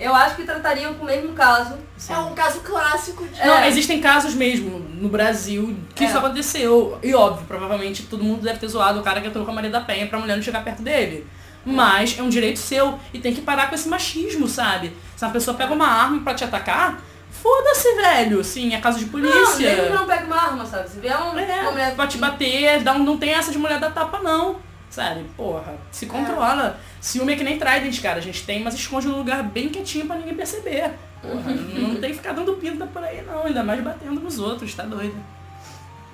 Speaker 1: Eu acho que tratariam com o mesmo caso,
Speaker 2: É um caso clássico de.
Speaker 3: Não, existem casos mesmo no Brasil que
Speaker 1: É.
Speaker 3: isso aconteceu. E óbvio, provavelmente todo mundo deve ter zoado o cara que entrou com a Maria da Penha pra mulher não chegar perto dele. Mas é um direito seu e tem que parar com esse machismo, sabe? Se uma pessoa pega uma arma pra te atacar, foda-se, velho. Sim, é caso de
Speaker 1: Não, mesmo que
Speaker 3: polícia.
Speaker 1: não pegue uma arma, sabe? Se vier um,
Speaker 3: é,
Speaker 1: uma mulher
Speaker 3: pra te bater, dá um- não tem essa de mulher dar tapa, não. Sabe? Porra,
Speaker 1: É.
Speaker 3: se controla. Ciúme é que nem Trident, cara. A gente tem, mas esconde num lugar bem quietinho pra ninguém perceber. Porra,
Speaker 1: Uhum.
Speaker 3: não tem que ficar dando pinta por aí, não. Ainda mais batendo nos outros, tá doido.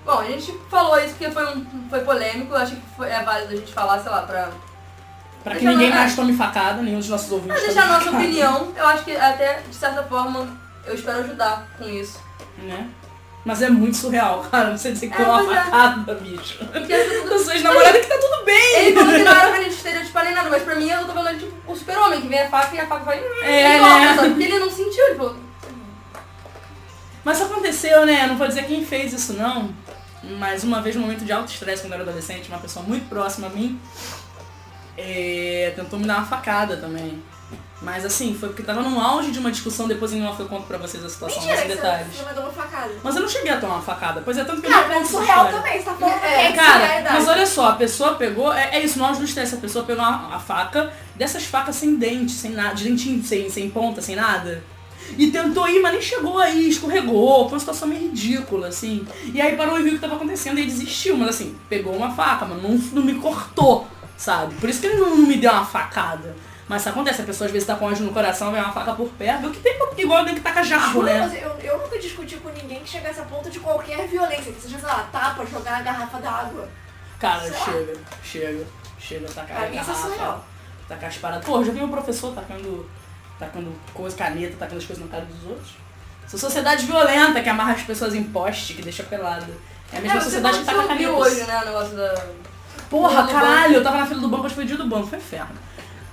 Speaker 1: Bom, a gente falou isso porque foi, um, foi polêmico, eu acho que foi- é válido a gente falar, sei lá, pra,
Speaker 3: Pra que
Speaker 1: Deixa eu
Speaker 3: ninguém
Speaker 1: não- é
Speaker 3: mais tome facada, nenhum dos nossos
Speaker 1: pra
Speaker 3: ouvintes.
Speaker 1: deixar a
Speaker 3: tome
Speaker 1: nossa
Speaker 3: facada,
Speaker 1: opinião. Eu acho que até, de certa forma, eu espero ajudar com isso.
Speaker 3: Né? Mas é muito surreal, cara. Você dizer que
Speaker 1: É,
Speaker 3: tomou uma
Speaker 1: pois é.
Speaker 3: facada, bicho.
Speaker 1: Porque assim,
Speaker 3: Eu sou ex-namorada que tá tudo bem.
Speaker 1: ele falou que não era pra gente estereotipar nem nada, mas pra mim eu tô falando tipo o super-homem, que vem a faca e a faca vai...
Speaker 3: É,
Speaker 1: e corta,
Speaker 3: né?
Speaker 1: sabe? Porque ele não sentiu, tipo, ele falou...
Speaker 3: Mas isso aconteceu, né? Não vou dizer quem fez isso, não. Mas uma vez, num momento de alto estresse, quando eu era adolescente, uma pessoa muito próxima a mim é, tentou me dar uma facada também. Mas assim, foi porque tava no auge de uma discussão, depois em off eu conto pra vocês a situação,
Speaker 2: Mentira, é
Speaker 3: mais
Speaker 2: que
Speaker 3: detalhes.
Speaker 2: você mandou uma facada.
Speaker 3: Mas eu não cheguei a tomar uma facada, pois é, tanto que eu
Speaker 2: Cara,
Speaker 3: não
Speaker 2: mas
Speaker 3: conto essa
Speaker 2: surreal
Speaker 3: história.
Speaker 2: também, você tá falando
Speaker 1: É,
Speaker 2: que
Speaker 3: Cara,
Speaker 2: surrealidade.
Speaker 3: mas olha só, a pessoa pegou, é, é isso, não justiça, essa pessoa pegou a, a faca, dessas facas sem dente, sem nada, de dentinho, sem, sem ponta, sem nada. E tentou ir, mas nem chegou aí, escorregou, foi uma situação meio ridícula, assim. E aí parou e viu o que tava acontecendo e aí desistiu, mas assim, pegou uma faca, mas não, não me cortou, sabe? Por isso que ele não, não me deu uma facada. Mas isso acontece, a pessoa às vezes tá com ódio no coração, vem uma faca por perto, o que tem igual alguém que taca jarro,
Speaker 2: Juro,
Speaker 3: né?
Speaker 2: mas eu, eu nunca discuti com ninguém que chegasse a ponto de qualquer violência, que seja, sei lá, tapa, jogar a garrafa d'água.
Speaker 3: Cara,
Speaker 2: Sei lá.
Speaker 3: chega, chega, chega, tacar
Speaker 2: Pra
Speaker 3: a
Speaker 2: mim isso é
Speaker 3: garrafa,
Speaker 2: surreal.
Speaker 3: tacar as paradas. Pô, já vi um professor tacando, tacando coisa, caneta, tacando as coisas na cara dos outros. Essa sociedade violenta que amarra as pessoas em poste, que deixa pelada. É a mesma
Speaker 1: É, você
Speaker 3: sociedade que taca
Speaker 1: você ouviu
Speaker 3: caneta.
Speaker 1: hoje, né, o negócio da...
Speaker 3: Porra,
Speaker 1: Fila do
Speaker 3: caralho,
Speaker 1: banco.
Speaker 3: eu tava na fila do banco, eu fui dia do banco, foi inferno.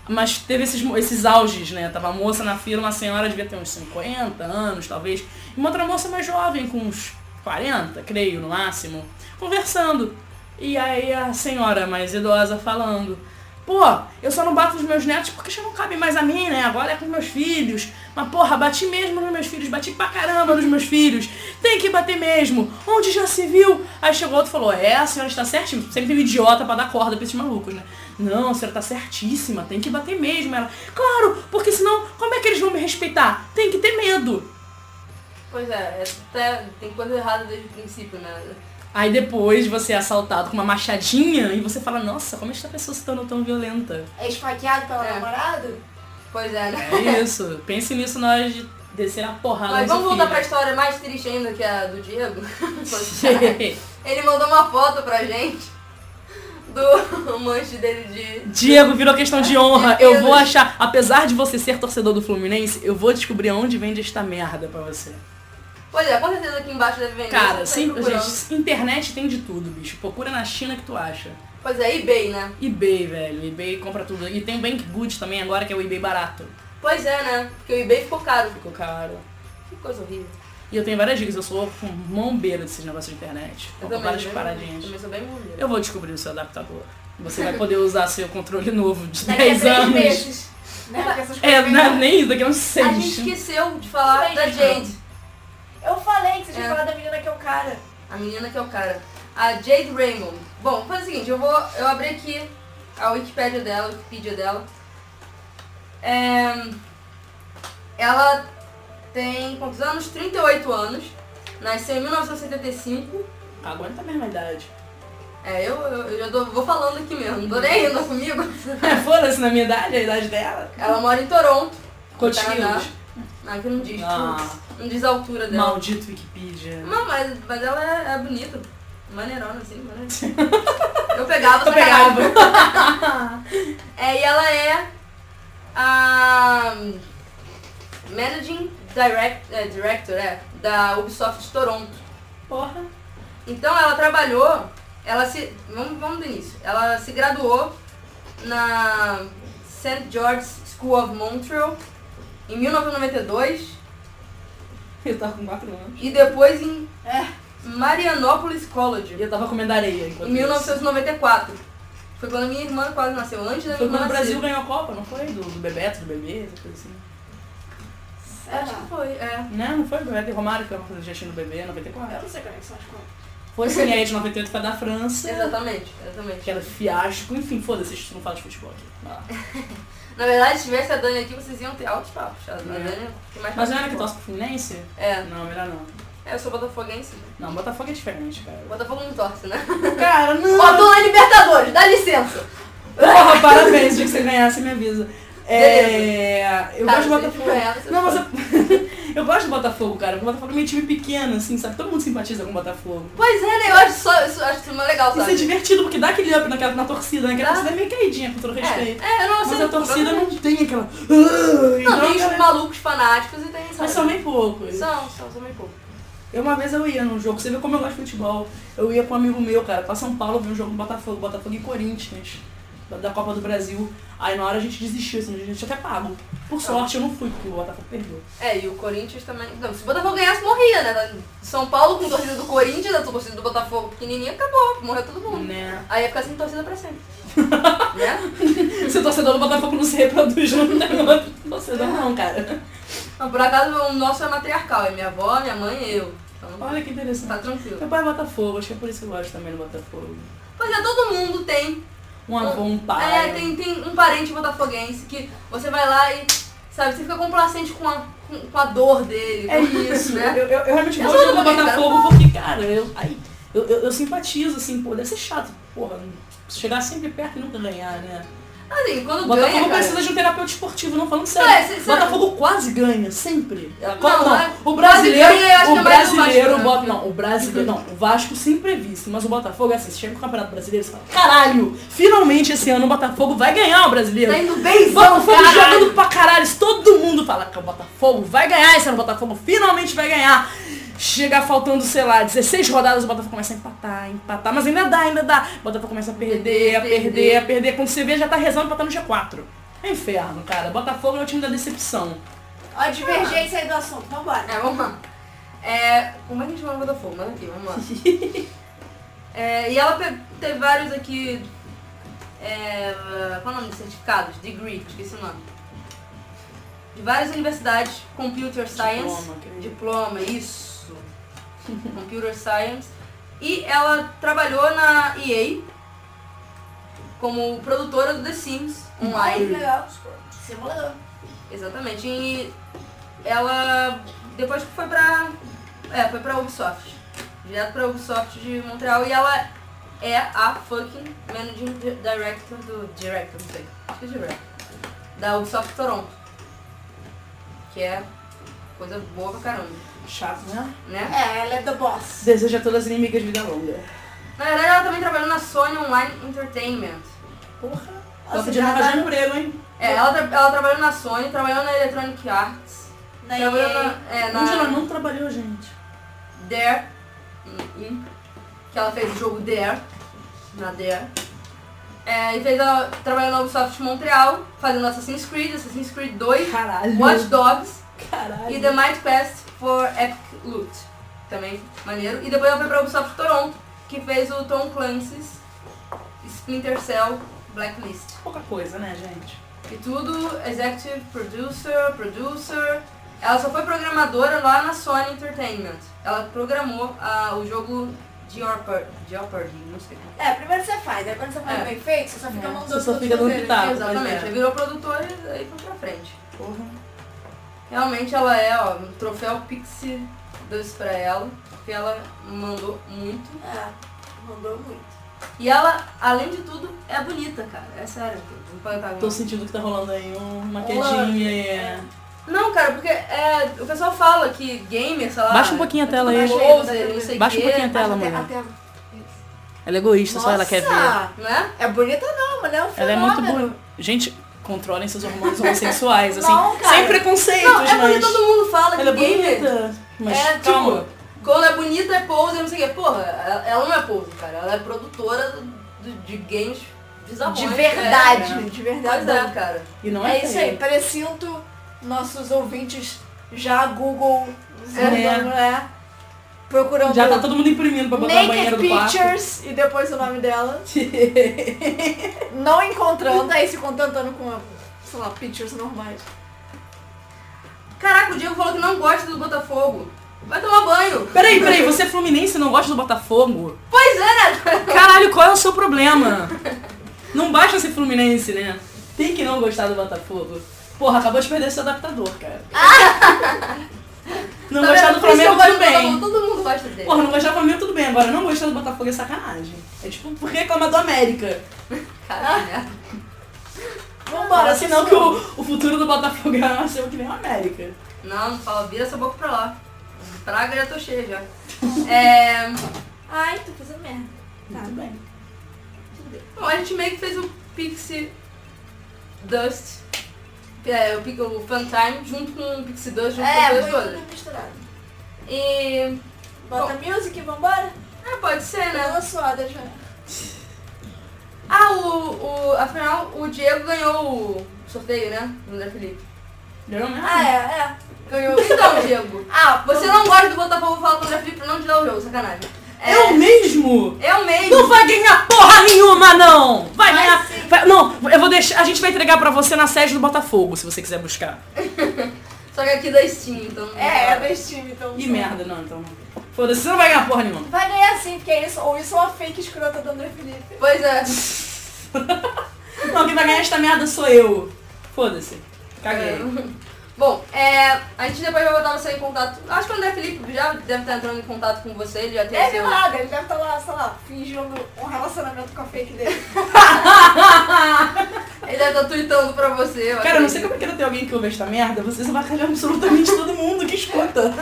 Speaker 3: Mas teve esses, mo- esses auges, né? Tava a moça na fila, uma senhora devia ter uns 50 anos, talvez. E uma outra moça mais jovem, com uns 40, creio, no máximo, conversando. E aí a senhora mais idosa falando. Pô, eu só não bato nos meus netos porque já não cabe mais a mim, né? Agora é com meus filhos. Mas porra, bati mesmo nos meus filhos, bati pra caramba nos meus filhos. Tem que bater mesmo. Onde já se viu? Aí chegou outro e falou, é, a senhora está certíssima. Sempre tem um idiota pra dar corda pra esses malucos, né? Não, a senhora tá certíssima, tem que bater mesmo. Ela, claro, porque senão, como é que eles vão me respeitar? Tem que ter medo.
Speaker 1: Pois é, é até- tem coisa errada desde o princípio, né?
Speaker 3: Aí depois você é assaltado com uma machadinha e você fala, nossa, como esta pessoa se tornou tão violenta?
Speaker 2: É esfaqueado pela
Speaker 1: É.
Speaker 2: namorada?
Speaker 1: Pois é, né?
Speaker 3: É isso. Pense nisso na hora de descer a porrada.
Speaker 1: Mas
Speaker 3: no
Speaker 1: vamos
Speaker 3: seu
Speaker 1: voltar pra
Speaker 3: filho.
Speaker 1: história mais triste ainda, que é a do Diego. é. Ele mandou uma foto pra gente do manche dele de...
Speaker 3: Diego, virou questão de honra. Eu vou achar, apesar de você ser torcedor do Fluminense, eu vou descobrir aonde vende esta merda pra você.
Speaker 1: Pois é, com certeza aqui embaixo deve vender.
Speaker 3: Cara,
Speaker 1: você tá
Speaker 3: sim,
Speaker 1: procurando.
Speaker 3: gente, internet tem de tudo, bicho. Procura na China que tu acha.
Speaker 1: Pois é, eBay, né?
Speaker 3: eBay, velho. eBay compra tudo. E tem o Banggood também agora, que é o eBay barato.
Speaker 1: Pois é, né? Porque o eBay ficou caro.
Speaker 3: Ficou caro.
Speaker 1: Que coisa horrível.
Speaker 3: E eu tenho várias dicas, eu sou um mombeiro desses negócios de internet.
Speaker 1: Eu
Speaker 3: Compro
Speaker 1: também,
Speaker 3: várias
Speaker 1: né?
Speaker 3: paradinhas.
Speaker 1: Também sou bem mulher.
Speaker 3: Eu vou descobrir o seu adaptador. Você vai poder usar seu controle novo de
Speaker 2: Daqui a
Speaker 3: 10
Speaker 2: três
Speaker 3: anos.
Speaker 2: meses. Né? Porque essas
Speaker 3: É,
Speaker 2: coisas-
Speaker 3: não é nem isso, daqui a uns
Speaker 1: A gente
Speaker 3: 6.
Speaker 1: esqueceu de falar
Speaker 2: Isso aí,
Speaker 1: da
Speaker 2: gente.
Speaker 1: Jade.
Speaker 2: Eu falei que você tinha
Speaker 1: É.
Speaker 2: falado da menina que é o cara.
Speaker 1: A menina que é o cara. A Jade Raymond. Bom, faz o seguinte, eu vou. Eu abri aqui a Wikipédia dela, a Wikipedia dela. É, ela tem quantos anos? 38 anos. Nasceu em 1975.
Speaker 3: Aguenta a tá mesma idade.
Speaker 1: É, eu, eu, eu já tô- vou falando aqui mesmo, não tô nem indo comigo.
Speaker 3: Foda-se na minha idade, a idade dela.
Speaker 1: Ela mora em Toronto.
Speaker 3: Quantos
Speaker 1: Canadá.
Speaker 3: quilos?
Speaker 1: Ah, Aqui não diz.
Speaker 3: Ah.
Speaker 1: Não diz a altura dela.
Speaker 3: Maldito Wikipedia.
Speaker 1: Não, mas, mas ela é, é bonita. Maneirona, assim, maneirona. Eu pegava,
Speaker 3: Eu
Speaker 1: essa garrafa.
Speaker 3: pegava.
Speaker 1: É, e ela é a Managing direct, é, Director é, da Ubisoft de Toronto.
Speaker 3: Porra.
Speaker 1: Então ela trabalhou, ela se. Vamos, vamos do início. Ela se graduou na St. George's School of Montreal em 1992
Speaker 3: Eu tava com 4 anos.
Speaker 1: e depois em
Speaker 2: É.
Speaker 1: Marianopolis
Speaker 3: E
Speaker 1: College
Speaker 3: eu tava comendo areia enquanto
Speaker 1: em 1994. Foi quando minha irmã quase nasceu, antes da
Speaker 3: isso.
Speaker 1: minha
Speaker 3: Foi
Speaker 1: irmã
Speaker 3: quando o
Speaker 1: nascer.
Speaker 3: Brasil ganhou a Copa, não foi? Do, do Bebeto, do Bebê, essa coisa assim.
Speaker 1: Acho que foi, é.
Speaker 3: Não, não foi o Bebeto e Romário que eu fazia gestão do Bebê,
Speaker 2: Eu
Speaker 3: 94.
Speaker 2: não sei como é que são as contas.
Speaker 3: Foi sim, aí de 98 foi da França.
Speaker 1: Exatamente, exatamente.
Speaker 3: Aquela fiasco, enfim, foda-se, a gente não fala de futebol aqui. Vai lá.
Speaker 1: Na verdade, se tivesse a Dani aqui, vocês iam ter altos papos. A a
Speaker 3: É.
Speaker 1: Dani é o que mais
Speaker 3: Mas não
Speaker 1: fala de
Speaker 3: era que
Speaker 1: futebol.
Speaker 3: torce pro Fluminense?
Speaker 1: É,
Speaker 3: Não, melhor não.
Speaker 1: É, eu sou botafoguense.
Speaker 3: Não, Botafogo é diferente,
Speaker 1: O
Speaker 3: cara.
Speaker 1: Botafogo não torce, né?
Speaker 3: Cara, não!
Speaker 1: Ó, tô na Libertadores, dá licença.
Speaker 3: Porra, parabéns, dia que você ganhar, você me avisa. É. Eu
Speaker 1: Tá,
Speaker 3: gosto do
Speaker 1: vocês
Speaker 3: Botafogo.
Speaker 1: ganharam, vocês
Speaker 3: Não, mas eu... eu gosto do Botafogo, cara. O Botafogo é meio time pequeno, assim, sabe? Todo mundo simpatiza com o Botafogo.
Speaker 1: Pois é, né? Eu acho, só, isso, acho isso mais legal,
Speaker 3: Isso é
Speaker 1: sabe?
Speaker 3: divertido, porque dá aquele up naquela, na torcida, né? Aquela
Speaker 1: Dá.
Speaker 3: torcida é meio caidinha, com todo respeito.
Speaker 1: É, é, não,
Speaker 3: Mas
Speaker 1: assim,
Speaker 3: a torcida não tem aquela. "Ah",
Speaker 1: Não,
Speaker 3: Não,
Speaker 1: tem os malucos fanáticos e tem...
Speaker 3: né? Mas são bem poucos.
Speaker 1: São, são, são bem pouco.
Speaker 3: Eu uma vez eu ia num jogo, você vê como eu gosto de futebol. Eu ia com um amigo meu, cara, pra São Paulo ver um jogo do Botafogo, Botafogo e Corinthians, da- da Copa do Brasil. Aí na hora a gente desistiu, assim, a gente até pago. Por sorte eu não fui, porque o Botafogo perdeu.
Speaker 1: É, e o Corinthians também... Não, se o Botafogo ganhasse, morria, né? São Paulo com torcida do Corinthians, a torcida do Botafogo pequenininha, acabou. Morreu todo mundo.
Speaker 3: Né?
Speaker 1: Aí ia ficar sem torcida pra sempre. né?
Speaker 3: Se o torcedor do Botafogo não se reproduz, não tem outro torcedor, não, cara.
Speaker 1: Não, por acaso o nosso é matriarcal, é minha avó, minha mãe e eu. Então
Speaker 3: Olha que interessante.
Speaker 1: tá tranquilo.
Speaker 3: Meu pai é Botafogo, acho que é por isso que eu gosto também do Botafogo.
Speaker 1: Pois é, todo mundo tem.
Speaker 3: Um avô, um pai.
Speaker 1: É, tem, tem um parente botafoguense que você vai lá e, sabe, você fica complacente com a, com, com a dor dele.
Speaker 3: É
Speaker 1: com
Speaker 3: isso,
Speaker 1: né?
Speaker 3: Eu, eu, eu realmente
Speaker 1: Eu
Speaker 3: gosto
Speaker 1: sou
Speaker 3: do
Speaker 1: do
Speaker 3: Botafogo porque, cara, eu, ai, eu, eu, eu simpatizo, assim, pô, deve ser chato, porra, chegar sempre perto e nunca ganhar, né?
Speaker 1: Assim, quando
Speaker 3: Botafogo
Speaker 1: ganha, cara,
Speaker 3: precisa de um terapeuta esportivo, não falando sério.
Speaker 1: É, cê- cê-
Speaker 3: Botafogo quase ganha, sempre.
Speaker 1: Não,
Speaker 3: Quando-
Speaker 1: é-
Speaker 3: o brasileiro,
Speaker 1: brasileiro, eu acho que
Speaker 3: o
Speaker 1: é mais o
Speaker 3: brasileiro,
Speaker 1: Vasco, né?
Speaker 3: bota, não, o brasileiro, não, o Vasco sempre é visto, mas o Botafogo é assim, você chega no Campeonato Brasileiro e fala, caralho, finalmente esse ano o Botafogo vai ganhar o Brasileiro.
Speaker 1: tá indo bem,
Speaker 3: O Botafogo
Speaker 1: caralho.
Speaker 3: jogando pra caralho, todo mundo fala que o Botafogo vai ganhar esse ano, o Botafogo finalmente vai ganhar. Chegar faltando, sei lá, 16 rodadas, o Botafogo começa a empatar, empatar, mas ainda dá, ainda dá. O Botafogo começa a perder, a
Speaker 1: Perder,
Speaker 3: perder, a perder. Quando você vê, já tá rezando pra estar no G4. É inferno, cara. Botafogo é o time da decepção.
Speaker 2: Ó, a divergência aí do assunto, vambora.
Speaker 1: É, vamos lá. É, como é que a gente fala no Botafogo? Mas aqui, vamos lá. É, e ela pe- teve vários aqui. É, qual é o nome dos certificados? Degree, esqueci o nome. De várias universidades, Computer Science.
Speaker 3: Diploma, querido.
Speaker 1: Diploma, isso. Computer Science. E ela trabalhou na EA como produtora do The Sims
Speaker 2: Ai,
Speaker 1: Online.
Speaker 2: que legal. Simulador.
Speaker 1: Exatamente. E ela depois que foi pra. É, foi pra Ubisoft. Direto pra Ubisoft de Montreal e ela é a fucking managing di- director do. Director, não sei. Acho que é director. Da Ubisoft Toronto. Que é coisa boa pra caramba,
Speaker 3: Chato, né?
Speaker 1: né?
Speaker 2: É, ela é the boss.
Speaker 3: Deseja a todas as inimigas vida longa.
Speaker 1: Na verdade ela também trabalhou na Sony Online Entertainment.
Speaker 3: Porra.
Speaker 2: Ou
Speaker 3: Ela
Speaker 2: seja,
Speaker 3: podia
Speaker 2: ela tá
Speaker 3: arranjar
Speaker 2: no-
Speaker 3: emprego, hein?
Speaker 1: É, ela, tra- ela trabalhou na Sony, trabalhou na Electronic Arts,
Speaker 2: Na
Speaker 1: trabalhou
Speaker 2: EA.
Speaker 1: na. É, na...
Speaker 3: Onde ela não trabalhou, gente.
Speaker 1: Dare, hum, hum, que ela fez o jogo Dare, na Dare. É, e fez ela trabalhando na Ubisoft Montreal, fazendo Assassin's Creed, Assassin's Creed 2,
Speaker 3: Caralho.
Speaker 1: Watch Dogs
Speaker 3: Caralho.
Speaker 1: e The Might Pass for Epic Loot. Também maneiro. E depois ela foi pra Ubisoft Toronto, que fez o Tom Clancy's Splinter Cell Blacklist.
Speaker 3: Pouca coisa, né, gente?
Speaker 1: E tudo, executive producer, producer. Ela só foi programadora lá na Sony Entertainment. Ela programou ah, o jogo Jeopardy, Jeopardy, não sei como.
Speaker 2: É, primeiro você faz, aí quando você faz
Speaker 1: É.
Speaker 2: bem feito, você só fica mandando
Speaker 3: Você só
Speaker 2: os
Speaker 3: fica
Speaker 2: outros
Speaker 3: dando
Speaker 2: fazerem.
Speaker 3: pitaco. pois
Speaker 1: Exatamente,
Speaker 3: é.
Speaker 1: aí virou produtora e aí foi pra frente.
Speaker 3: Porra.
Speaker 1: Realmente ela é, ó, um troféu Pixie 2 pra ela, porque ela mandou muito.
Speaker 2: É, mandou muito.
Speaker 1: E ela, além de tudo, é bonita, cara. É sério. Não pode estar
Speaker 3: Tô sentindo que tá rolando aí uma
Speaker 1: Olá.
Speaker 3: quedinha. é.
Speaker 1: Não, cara, porque é, o pessoal fala que gamer, sei lá.
Speaker 3: Baixa um pouquinho a tela aí.
Speaker 2: Baixa
Speaker 1: Closer, não sei
Speaker 3: Baixa um
Speaker 1: quê,
Speaker 3: pouquinho a tela,
Speaker 2: Até-
Speaker 3: mulher.
Speaker 2: até-
Speaker 3: Ela é egoísta, só ela quer ver.
Speaker 2: Nossa!
Speaker 1: Não é?
Speaker 2: É bonita não, mas é um
Speaker 3: Ela é muito
Speaker 2: fenômeno.
Speaker 3: boa. Gente, controlem seus hormônios homossexuais, assim.
Speaker 2: Não, cara.
Speaker 3: Sem preconceitos,
Speaker 1: Não, é porque
Speaker 3: mas.
Speaker 1: todo mundo fala que
Speaker 3: Ela é
Speaker 1: gamer.
Speaker 3: bonita. Mas
Speaker 1: É,
Speaker 3: calma.
Speaker 1: tipo, quando é bonita é pose, não sei o quê. Porra, ela ela não é pose, cara. Ela é produtora do- de games bizarros.
Speaker 2: De verdade, de
Speaker 1: Pois
Speaker 2: verdade.
Speaker 1: é, cara.
Speaker 3: E não é,
Speaker 2: É isso
Speaker 3: feio.
Speaker 2: aí, precinto nossos ouvintes já Google,
Speaker 3: É.
Speaker 2: não é? Procurando
Speaker 3: Já tá todo mundo imprimindo pra botar na banheira
Speaker 2: Naked
Speaker 3: do quarto.
Speaker 2: Pictures e depois o nome dela. não encontrando, aí se contentando com, sei lá, pictures normais.
Speaker 1: Caraca, o Diego falou que não gosta do Botafogo. Vai tomar banho.
Speaker 3: Peraí, peraí, você é fluminense e não gosta do Botafogo?
Speaker 1: Pois é, né?
Speaker 3: Caralho, qual é o seu problema? Não basta ser fluminense, né? Tem que não gostar do Botafogo. Porra, acabou de perder seu adaptador, cara. Não
Speaker 1: Tá
Speaker 3: gostar
Speaker 1: vendo?
Speaker 3: do
Speaker 1: Por isso que eu
Speaker 3: Flamengo,
Speaker 1: gosto do
Speaker 3: tudo
Speaker 1: Botafogo,
Speaker 3: bem.
Speaker 1: Todo mundo gosta dele.
Speaker 3: Porra, não gostar do Flamengo, tudo bem. Agora, não gostar do Botafogo é sacanagem. É tipo, por que reclamar do América?
Speaker 1: Cara, né?
Speaker 2: Vambora,
Speaker 1: Tá
Speaker 3: Agora, senão assim que o, o futuro do Botafogo é nasceu que nem o América.
Speaker 1: Não, não fala, vira essa boca pra lá. Praga já tô cheia já. É.
Speaker 2: Ai, tô fazendo merda.
Speaker 3: Tá, Tudo bem.
Speaker 1: Bom, a gente meio que fez o Pixie Dust, é, o, Pix- o Funtime, junto com o Pixie Dust, junto com
Speaker 2: É,
Speaker 1: as duas
Speaker 2: foi tudo
Speaker 1: coisas.
Speaker 2: misturado.
Speaker 1: E...
Speaker 2: Bota music e vambora?
Speaker 1: É, pode ser,
Speaker 2: Eu
Speaker 1: né?
Speaker 2: tô suada já.
Speaker 1: Ah, o, o... Afinal, o Diego ganhou o sorteio, né? O André Felipe.
Speaker 3: Entendeu? Não é?
Speaker 2: Ah, é, é.
Speaker 1: Ganhou. Então, Diego,
Speaker 2: Ah,
Speaker 1: você não gosta do Botafogo, fala com o André Felipe pra não te dar o jogo, sacanagem. É,
Speaker 3: Eu mesmo?
Speaker 1: eu mesmo.
Speaker 3: Não vai ganhar porra nenhuma, não! Vai,
Speaker 2: Vai
Speaker 3: ganhar.
Speaker 2: sim.
Speaker 3: Vai- Não, eu vou deixar. A gente vai entregar pra você na sede do Botafogo, se você quiser buscar.
Speaker 1: Só que aqui da Steam, então. não
Speaker 2: É, é
Speaker 1: dá.
Speaker 2: desse time, então.
Speaker 3: Ih, merda, não, então. Foda-se, você não vai ganhar porra nenhuma.
Speaker 2: Vai ganhar sim, porque é isso. Ou isso é uma fake escrota do André Felipe.
Speaker 1: Pois é.
Speaker 3: Não, quem vai ganhar esta merda sou eu. É, Foda-se. Caguei.
Speaker 1: Bom, é, a gente depois vai botar você em contato. Acho que o André Felipe já deve estar entrando em contato com você, ele já tem
Speaker 2: Deve
Speaker 1: seu-
Speaker 2: nada, ele deve estar lá, sei lá, fingindo um relacionamento com a fake dele.
Speaker 1: Ele deve estar tweetando pra você. eu
Speaker 3: Cara, eu não sei
Speaker 1: acredito.
Speaker 3: como é que não tem alguém que ouve esta merda. Vocês avacalham absolutamente todo mundo que escuta.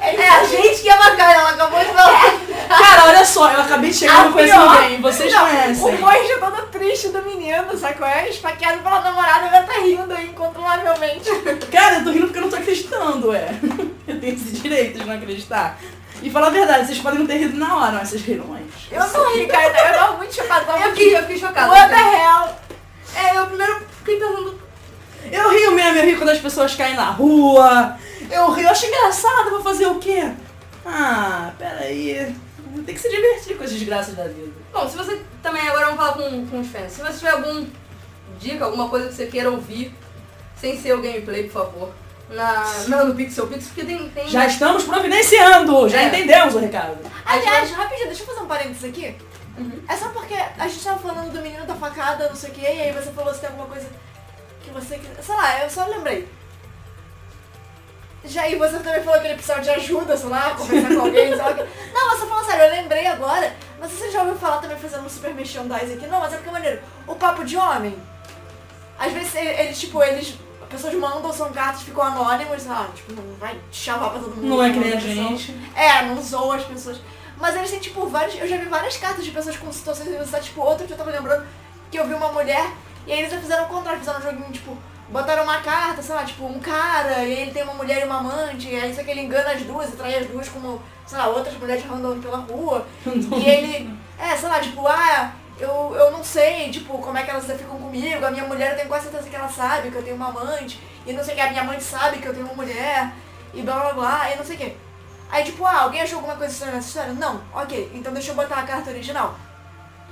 Speaker 1: É a gente que é bacana, ela acabou de falar.
Speaker 3: Cara, olha só, eu acabei de chegar,
Speaker 2: A
Speaker 3: eu Ah, não conheço
Speaker 2: pior-
Speaker 3: ninguém. Vocês
Speaker 2: O
Speaker 3: conhecem.
Speaker 2: monge todo triste do menino, sabe qual é? Esfaqueado pela namorada, ele tá rindo aí incontrolavelmente.
Speaker 3: Cara, eu tô rindo porque eu não tô acreditando, ué. Eu tenho esse direito de não acreditar. E falar a verdade, vocês podem não ter rido na hora, mas vocês riram antes.
Speaker 2: Eu não ri, cara, eu tava muito chocada. Tava
Speaker 1: Eu
Speaker 2: muito-
Speaker 1: fiquei, eu fiquei chocada.
Speaker 2: What the hell?
Speaker 1: É, eu primeiro fiquei pensando.
Speaker 3: Eu rio mesmo, eu rio quando as pessoas caem na rua. Eu rio, eu acho engraçado, vou fazer o quê? Ah, peraí. Tem que se divertir com as desgraças da vida.
Speaker 1: Bom, se você também agora vamos falar com, com os fãs. Se você tiver alguma dica, alguma coisa que você queira ouvir, sem ser o gameplay, por favor. Na, na no Pixel Pixel, porque tem. tem
Speaker 3: Já estamos providenciando, já
Speaker 1: É.
Speaker 3: entendemos o recado.
Speaker 2: Aliás, rapidinho, deixa eu fazer um parênteses aqui.
Speaker 3: Uhum.
Speaker 2: É só porque a gente tava falando do menino da facada, não sei o que, e aí você falou se tem alguma coisa que você quis. Sei lá, eu só lembrei. Já, e você também falou que ele precisava de ajuda, sei lá, conversar com alguém, sei lá. o quê. Não, mas só falando sério, eu lembrei agora. Não sei se você já ouviu falar também fazendo um super merchandise aqui. Não, mas é porque é maneiro. O papo de homem. Às vezes ele- eles, tipo, eles. Pessoas mandam, são cartas, ficam anônimos, sei lá, tipo, não vai chamar pra todo mundo.
Speaker 3: Não é que nem a
Speaker 2: uma pessoa.
Speaker 3: gente.
Speaker 2: É, não zoa as pessoas. Mas eles têm, tipo, vários. Eu já vi várias cartas de pessoas com situações de universidade. Tipo, outro dia eu tava lembrando que eu vi uma mulher e aí eles fizeram o contrário, fizeram um joguinho, tipo, botaram uma carta, sei lá, tipo, um cara, e aí ele tem uma mulher e uma amante, e aí só que ele engana as duas e trai as duas como, sei lá, outras mulheres random pela rua. E ele, é, sei lá, tipo, ah, eu, eu não sei, tipo, como é que elas ficam comigo, a minha mulher eu tenho quase certeza que ela sabe que eu tenho uma amante, e não sei o que, a minha mãe sabe que eu tenho uma mulher, e blá blá blá, e não sei o que. Aí tipo, ah, alguém achou alguma coisa estranha nessa história? Não, ok, então deixa eu botar a carta original.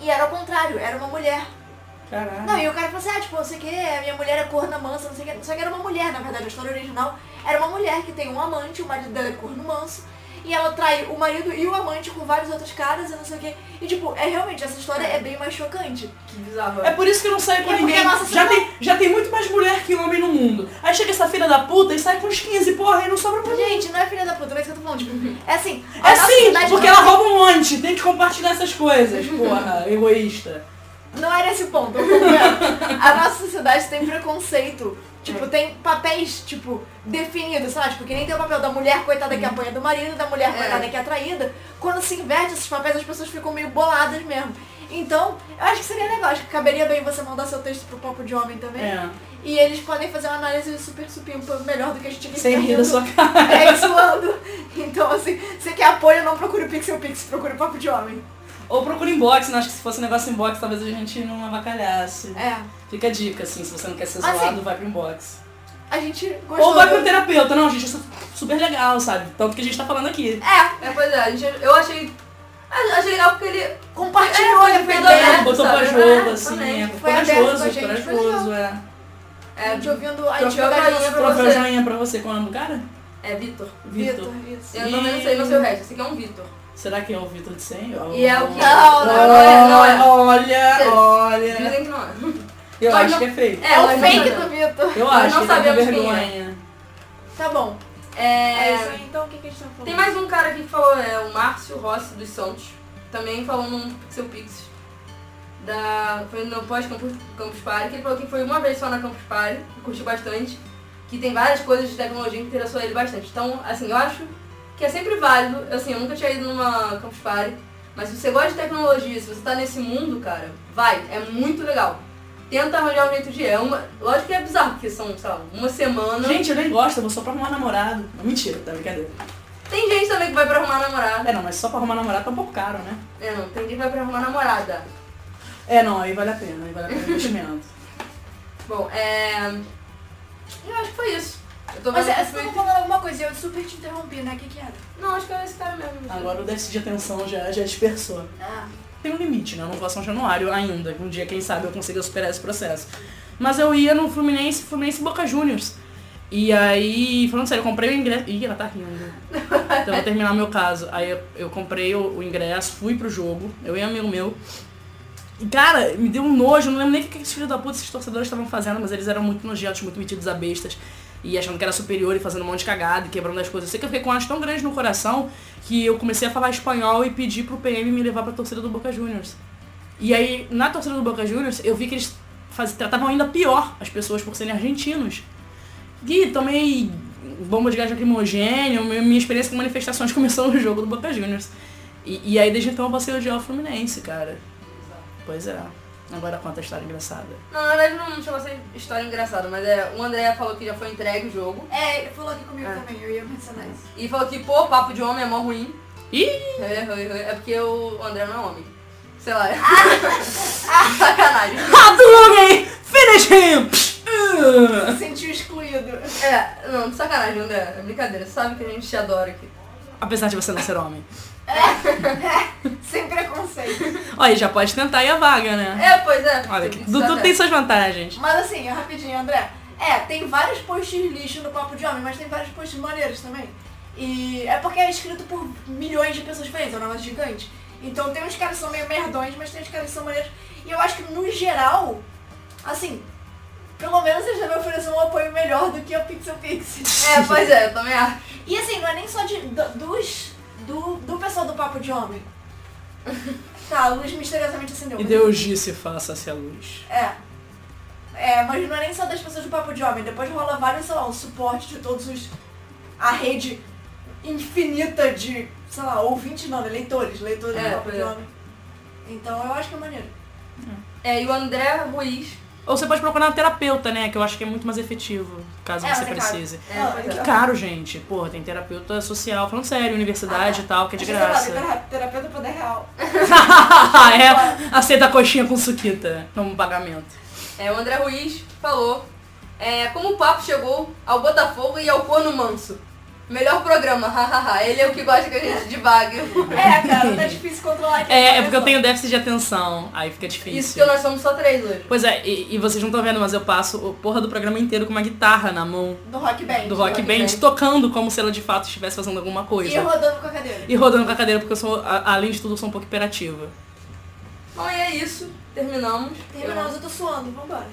Speaker 2: E era ao contrário, era uma mulher.
Speaker 3: Caralho.
Speaker 2: Não, e o cara falou assim, ah, tipo, não sei o que, a minha mulher é corna mansa, não sei o que. Só que era uma mulher, na verdade, a história original era uma mulher que tem um amante, o marido dela é corno manso, e ela trai o marido e o amante com vários outros caras e não sei o que. E tipo, é realmente, essa história é bem mais chocante.
Speaker 1: Que bizarro.
Speaker 3: É por isso que eu não saio com
Speaker 2: É porque
Speaker 3: ninguém.
Speaker 2: a nossa
Speaker 3: Já
Speaker 2: sociedade-
Speaker 3: tem, já tem muito mais mulher que homem no mundo. Aí chega essa filha da puta e sai com uns 15, porra, e não sobra pra ninguém.
Speaker 2: Gente, não é filha da puta, não é isso que eu tô falando, tipo, é assim, a
Speaker 3: É
Speaker 2: nossa
Speaker 3: sim,
Speaker 2: cidade
Speaker 3: porque
Speaker 2: não
Speaker 3: ela rouba um monte, tem que compartilhar essas coisas, porra, egoísta.
Speaker 2: Não era esse ponto, eu compreendo. A nossa sociedade tem preconceito. Tipo, tem papéis, tipo, definidos, sabe? Tipo, que nem tem o papel da mulher coitada
Speaker 3: Uhum.
Speaker 2: que apanha do marido, da mulher
Speaker 1: É.
Speaker 2: coitada que é traída. Quando se inverte esses papéis, as pessoas ficam meio boladas mesmo. Então, eu acho que seria legal, acho que caberia bem você mandar seu texto pro papo de homem também.
Speaker 3: É,
Speaker 2: E eles podem fazer uma análise super supimpa, melhor do que a gente aqui
Speaker 3: sem
Speaker 2: fica
Speaker 3: rir da sua cara.
Speaker 2: É, zoando. Então, assim, você quer apoio, não procure o Pixel Pix, procure o papo de homem.
Speaker 3: Ou procura inbox, né? Acho que se fosse um negócio inbox, talvez a gente não avacalhasse.
Speaker 2: É,
Speaker 3: Fica a dica, assim, se você não quer ser
Speaker 2: Ah, sim.
Speaker 3: zoado, vai pro inbox.
Speaker 2: a gente gostou.
Speaker 3: Ou vai pro
Speaker 2: do-
Speaker 3: terapeuta, não, gente, eu sou super legal, sabe? Tanto que a gente tá falando aqui.
Speaker 2: É,
Speaker 1: É, pois é, a gente- eu achei. Achei legal porque ele
Speaker 2: compartilhou,
Speaker 1: É,
Speaker 2: ele
Speaker 1: foi
Speaker 2: foi
Speaker 1: doido,
Speaker 2: doido.
Speaker 1: né?
Speaker 3: Botou
Speaker 1: sabe?
Speaker 3: pra jogo,
Speaker 1: É,
Speaker 3: assim,
Speaker 1: também.
Speaker 3: é,
Speaker 2: Foi aberto com a
Speaker 3: corajoso,
Speaker 2: gente, foi
Speaker 3: corajoso, é.
Speaker 2: A gente ouvindo a gente
Speaker 1: Troféu joinha pra
Speaker 3: Troféu
Speaker 1: você.
Speaker 3: joinha pra você, qual é o nome do cara?
Speaker 1: É Vitor.
Speaker 2: Vitor, isso.
Speaker 1: Eu não sei, não sei o resto. Esse aqui é um Vitor.
Speaker 3: Será que é o Vitor de 100?
Speaker 1: E é o que-
Speaker 2: Não, não,
Speaker 1: não, não é.
Speaker 3: Olha,
Speaker 1: Vocês
Speaker 3: olha.
Speaker 1: Dizem que não é.
Speaker 3: Eu
Speaker 1: Nós
Speaker 3: acho
Speaker 1: não-
Speaker 3: que é fake.
Speaker 2: É, o
Speaker 1: nós não
Speaker 2: fake
Speaker 1: sabemos.
Speaker 2: do Vitor.
Speaker 3: Eu
Speaker 1: nós
Speaker 3: acho,
Speaker 1: não
Speaker 3: que tá com
Speaker 1: sabemos quem é.
Speaker 3: vergonha.
Speaker 2: Tá bom. É isso
Speaker 1: É,
Speaker 2: aí, então o que, que a gente tá falando?
Speaker 1: tem mais um cara aqui que falou, é o Márcio Rossi dos Santos. Também falou num Pixel Pix. Da, foi no pós-Campus Campus Party, que ele falou que foi uma vez só na Campus Party, que curtiu bastante, que tem várias coisas de tecnologia que interessou ele bastante. Então, assim, eu acho que é sempre válido. Assim, eu nunca tinha ido numa Campus Party, mas se você gosta de tecnologia, se você tá nesse mundo, cara, vai, é muito legal. Tenta arranjar um jeito de ir. É uma, lógico que é bizarro, porque são, sei lá, uma semana.
Speaker 3: Gente, eu nem gosto, eu vou só pra arrumar namorado. Não, mentira, tá brincadeira.
Speaker 1: Tem gente também que vai pra arrumar namorada.
Speaker 3: É, não, mas só pra arrumar namorado tá um pouco caro, né?
Speaker 1: É, não, tem gente que vai pra arrumar namorada.
Speaker 3: É, não, aí vale a pena, aí vale a pena o investimento.
Speaker 1: Bom, é. Eu acho que foi isso. Eu tô
Speaker 2: Mas
Speaker 1: vendo
Speaker 2: é,
Speaker 1: que
Speaker 2: você
Speaker 1: foi-
Speaker 2: tava falando alguma coisa e eu super te interrompi, né? O que que era?
Speaker 1: Não, acho que era esse cara mesmo.
Speaker 3: Agora o déficit de atenção já, já dispersou.
Speaker 2: Ah.
Speaker 3: tem um limite, né? Eu não vou a São Januário ainda. Um dia, quem sabe, eu consiga superar esse processo. Mas eu ia no Fluminense, Fluminense e Boca Juniors. E aí, falando sério, eu comprei o ingresso. Ih, ela tá rindo. Então eu vou terminar meu caso. Aí eu, eu comprei o, o ingresso, fui pro jogo, eu e um amigo meu. E cara, me deu um nojo, eu não lembro nem o que que esses filhos da puta, esses torcedores estavam fazendo, mas eles eram muito nojentos, muito metidos a bestas. E achando que era superior e fazendo um monte de cagada e quebrando as coisas. Eu sei que eu fiquei com um tão grande no coração que eu comecei a falar espanhol e pedi pro PM me levar pra torcida do Boca Juniors. E aí, na torcida do Boca Juniors, eu vi que eles faz- tratavam ainda pior as pessoas por serem argentinos. Gui, tomei bomba de gás lacrimogênio, mi- minha experiência com manifestações começou no jogo do Boca Juniors. E, e aí desde então eu passei a odiar o Fluminense, cara. Pois é. Agora conta a história engraçada.
Speaker 1: Não, na verdade não chama essa história engraçada, mas é, o André falou que já foi entregue o jogo.
Speaker 2: É, ele falou aqui comigo
Speaker 1: É.
Speaker 2: também, eu ia mencionar isso.
Speaker 1: E falou que, pô, papo de homem é mó ruim.
Speaker 3: Ih!
Speaker 1: É, é, é, é porque o André não é homem. Sei lá.
Speaker 2: Ah!
Speaker 1: Sacanagem.
Speaker 3: Hadouken! Tá Finish him! Psh, uh.
Speaker 2: Se sentiu excluído.
Speaker 1: É, não, sacanagem, André. É brincadeira. Você sabe que a gente te adora aqui.
Speaker 3: Apesar de você não ser homem.
Speaker 2: Sem preconceito.
Speaker 3: Olha, já pode tentar ir a vaga, né?
Speaker 1: É, pois é.
Speaker 3: Olha, que-
Speaker 1: Você
Speaker 3: tudo tudo
Speaker 1: sabe.
Speaker 3: tem suas vantagens.
Speaker 2: Mas assim, rapidinho, André. É, tem vários posts lixo no Papo de Homem, mas tem vários posts maneiros também. E é porque é escrito por milhões de pessoas diferentes, é um negócio gigante. Então tem uns caras que são meio merdões, mas tem uns caras que são maneiros. E eu acho que no geral, assim, pelo menos eles devem oferecer um apoio melhor do que o Pixel Pixie.
Speaker 1: É, pois é, eu também acho.
Speaker 2: E assim, não é nem só de, do, dos, do, do pessoal do Papo de Homem. tá, a luz misteriosamente acendeu.
Speaker 3: E
Speaker 2: mas-
Speaker 3: Deus disse, faça-se a luz.
Speaker 2: É. É, mas não é nem só das pessoas do Papo de Homem. Depois rola vários, sei lá, o suporte de todos os... A rede infinita de, sei lá, ouvintes não, né? Leitores. Leitores
Speaker 1: É,
Speaker 2: do Papo de
Speaker 1: é.
Speaker 2: Homem. Então eu acho que é maneiro.
Speaker 1: É, e o André Ruiz.
Speaker 3: Ou você pode procurar um terapeuta, né? Que eu acho que é muito mais efetivo, caso
Speaker 2: É,
Speaker 3: você
Speaker 2: mas é
Speaker 3: precise.
Speaker 1: É,
Speaker 2: Ah,
Speaker 1: pois
Speaker 3: Que
Speaker 1: é.
Speaker 3: caro, gente. Porra, tem terapeuta social, falando sério,
Speaker 2: Ah,
Speaker 3: universidade e tal, que é de
Speaker 2: Sei lá,
Speaker 3: graça.
Speaker 2: tera- terapeuta poder real.
Speaker 3: é, aceita a coxinha com suquita como pagamento.
Speaker 1: É, o André Ruiz falou é, como o papo chegou ao Botafogo e ao corno manso. Melhor programa, hahaha. Ele é o que gosta que a gente divague.
Speaker 2: É, cara, tá difícil controlar aqui.
Speaker 3: É, é porque eu tenho déficit de atenção, aí fica difícil.
Speaker 1: Isso que nós somos só três hoje.
Speaker 3: Pois é, e, e vocês não estão vendo, mas eu passo o porra do programa inteiro com uma guitarra na mão
Speaker 2: Do Rock Band.
Speaker 3: do Rock
Speaker 1: Rock
Speaker 3: Band,
Speaker 1: Band.
Speaker 3: tocando como se ela de fato estivesse fazendo alguma
Speaker 2: E
Speaker 3: coisa.
Speaker 2: rodando com a cadeira.
Speaker 3: E rodando com a cadeira, porque eu sou, a- além de tudo, eu sou um pouco hiperativa.
Speaker 1: Bom, e é isso. Terminamos.
Speaker 2: Terminamos, eu tô suando, vambora.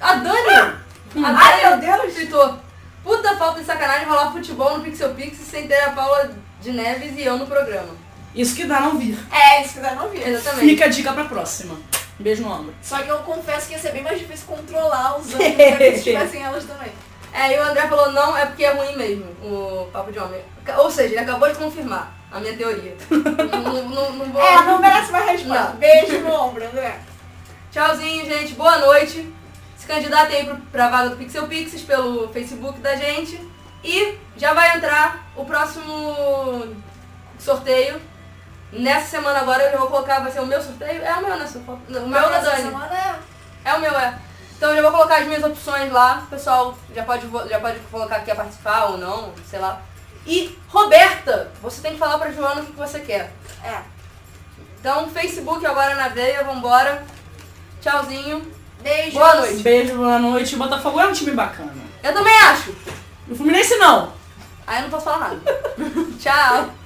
Speaker 1: A Dani! A
Speaker 2: Ai,
Speaker 1: Dani
Speaker 2: meu Deus!
Speaker 1: tweetou. Puta falta de sacanagem rolar futebol no Pixel Pix sem ter a Paula de Neves e eu no programa.
Speaker 3: Isso que dá não vir.
Speaker 2: É, isso que dá não ouvir.
Speaker 1: Exatamente.
Speaker 3: Fica a dica pra próxima. Beijo no ombro.
Speaker 2: Só que eu confesso que ia ser bem mais difícil controlar os anos pra que tivessem elas também.
Speaker 1: É, e o André falou, não, é porque é ruim mesmo, o papo de homem. Ca- Ou seja, ele acabou de confirmar a minha teoria. não, não- não vou...
Speaker 2: É, não merece mais resposta.
Speaker 1: Não.
Speaker 2: Beijo no ombro, né? André.
Speaker 1: Tchauzinho, gente. Boa noite. Se candidatem aí pro- pra vaga do Pixel Pixies pelo Facebook da gente. E já vai entrar o próximo sorteio. Nessa semana agora eu já vou colocar, vai ser o meu sorteio? É o meu, né? Sofó? Não, O meu da
Speaker 2: Essa
Speaker 1: Dani.
Speaker 2: semana é-
Speaker 1: É o meu, é. Então eu já vou colocar as minhas opções lá. O pessoal já pode, vo- já pode colocar que quer participar ou não, sei lá. E Roberta, você tem que falar pra Joana o que que você quer.
Speaker 2: É.
Speaker 1: Então, Facebook agora na veia, vambora. Tchauzinho.
Speaker 2: Beijo.
Speaker 1: Boa noite.
Speaker 3: Beijo, boa noite. O Botafogo é um time bacana.
Speaker 1: Eu também acho.
Speaker 3: O Fluminense não.
Speaker 1: Aí eu não posso falar nada. Tchau.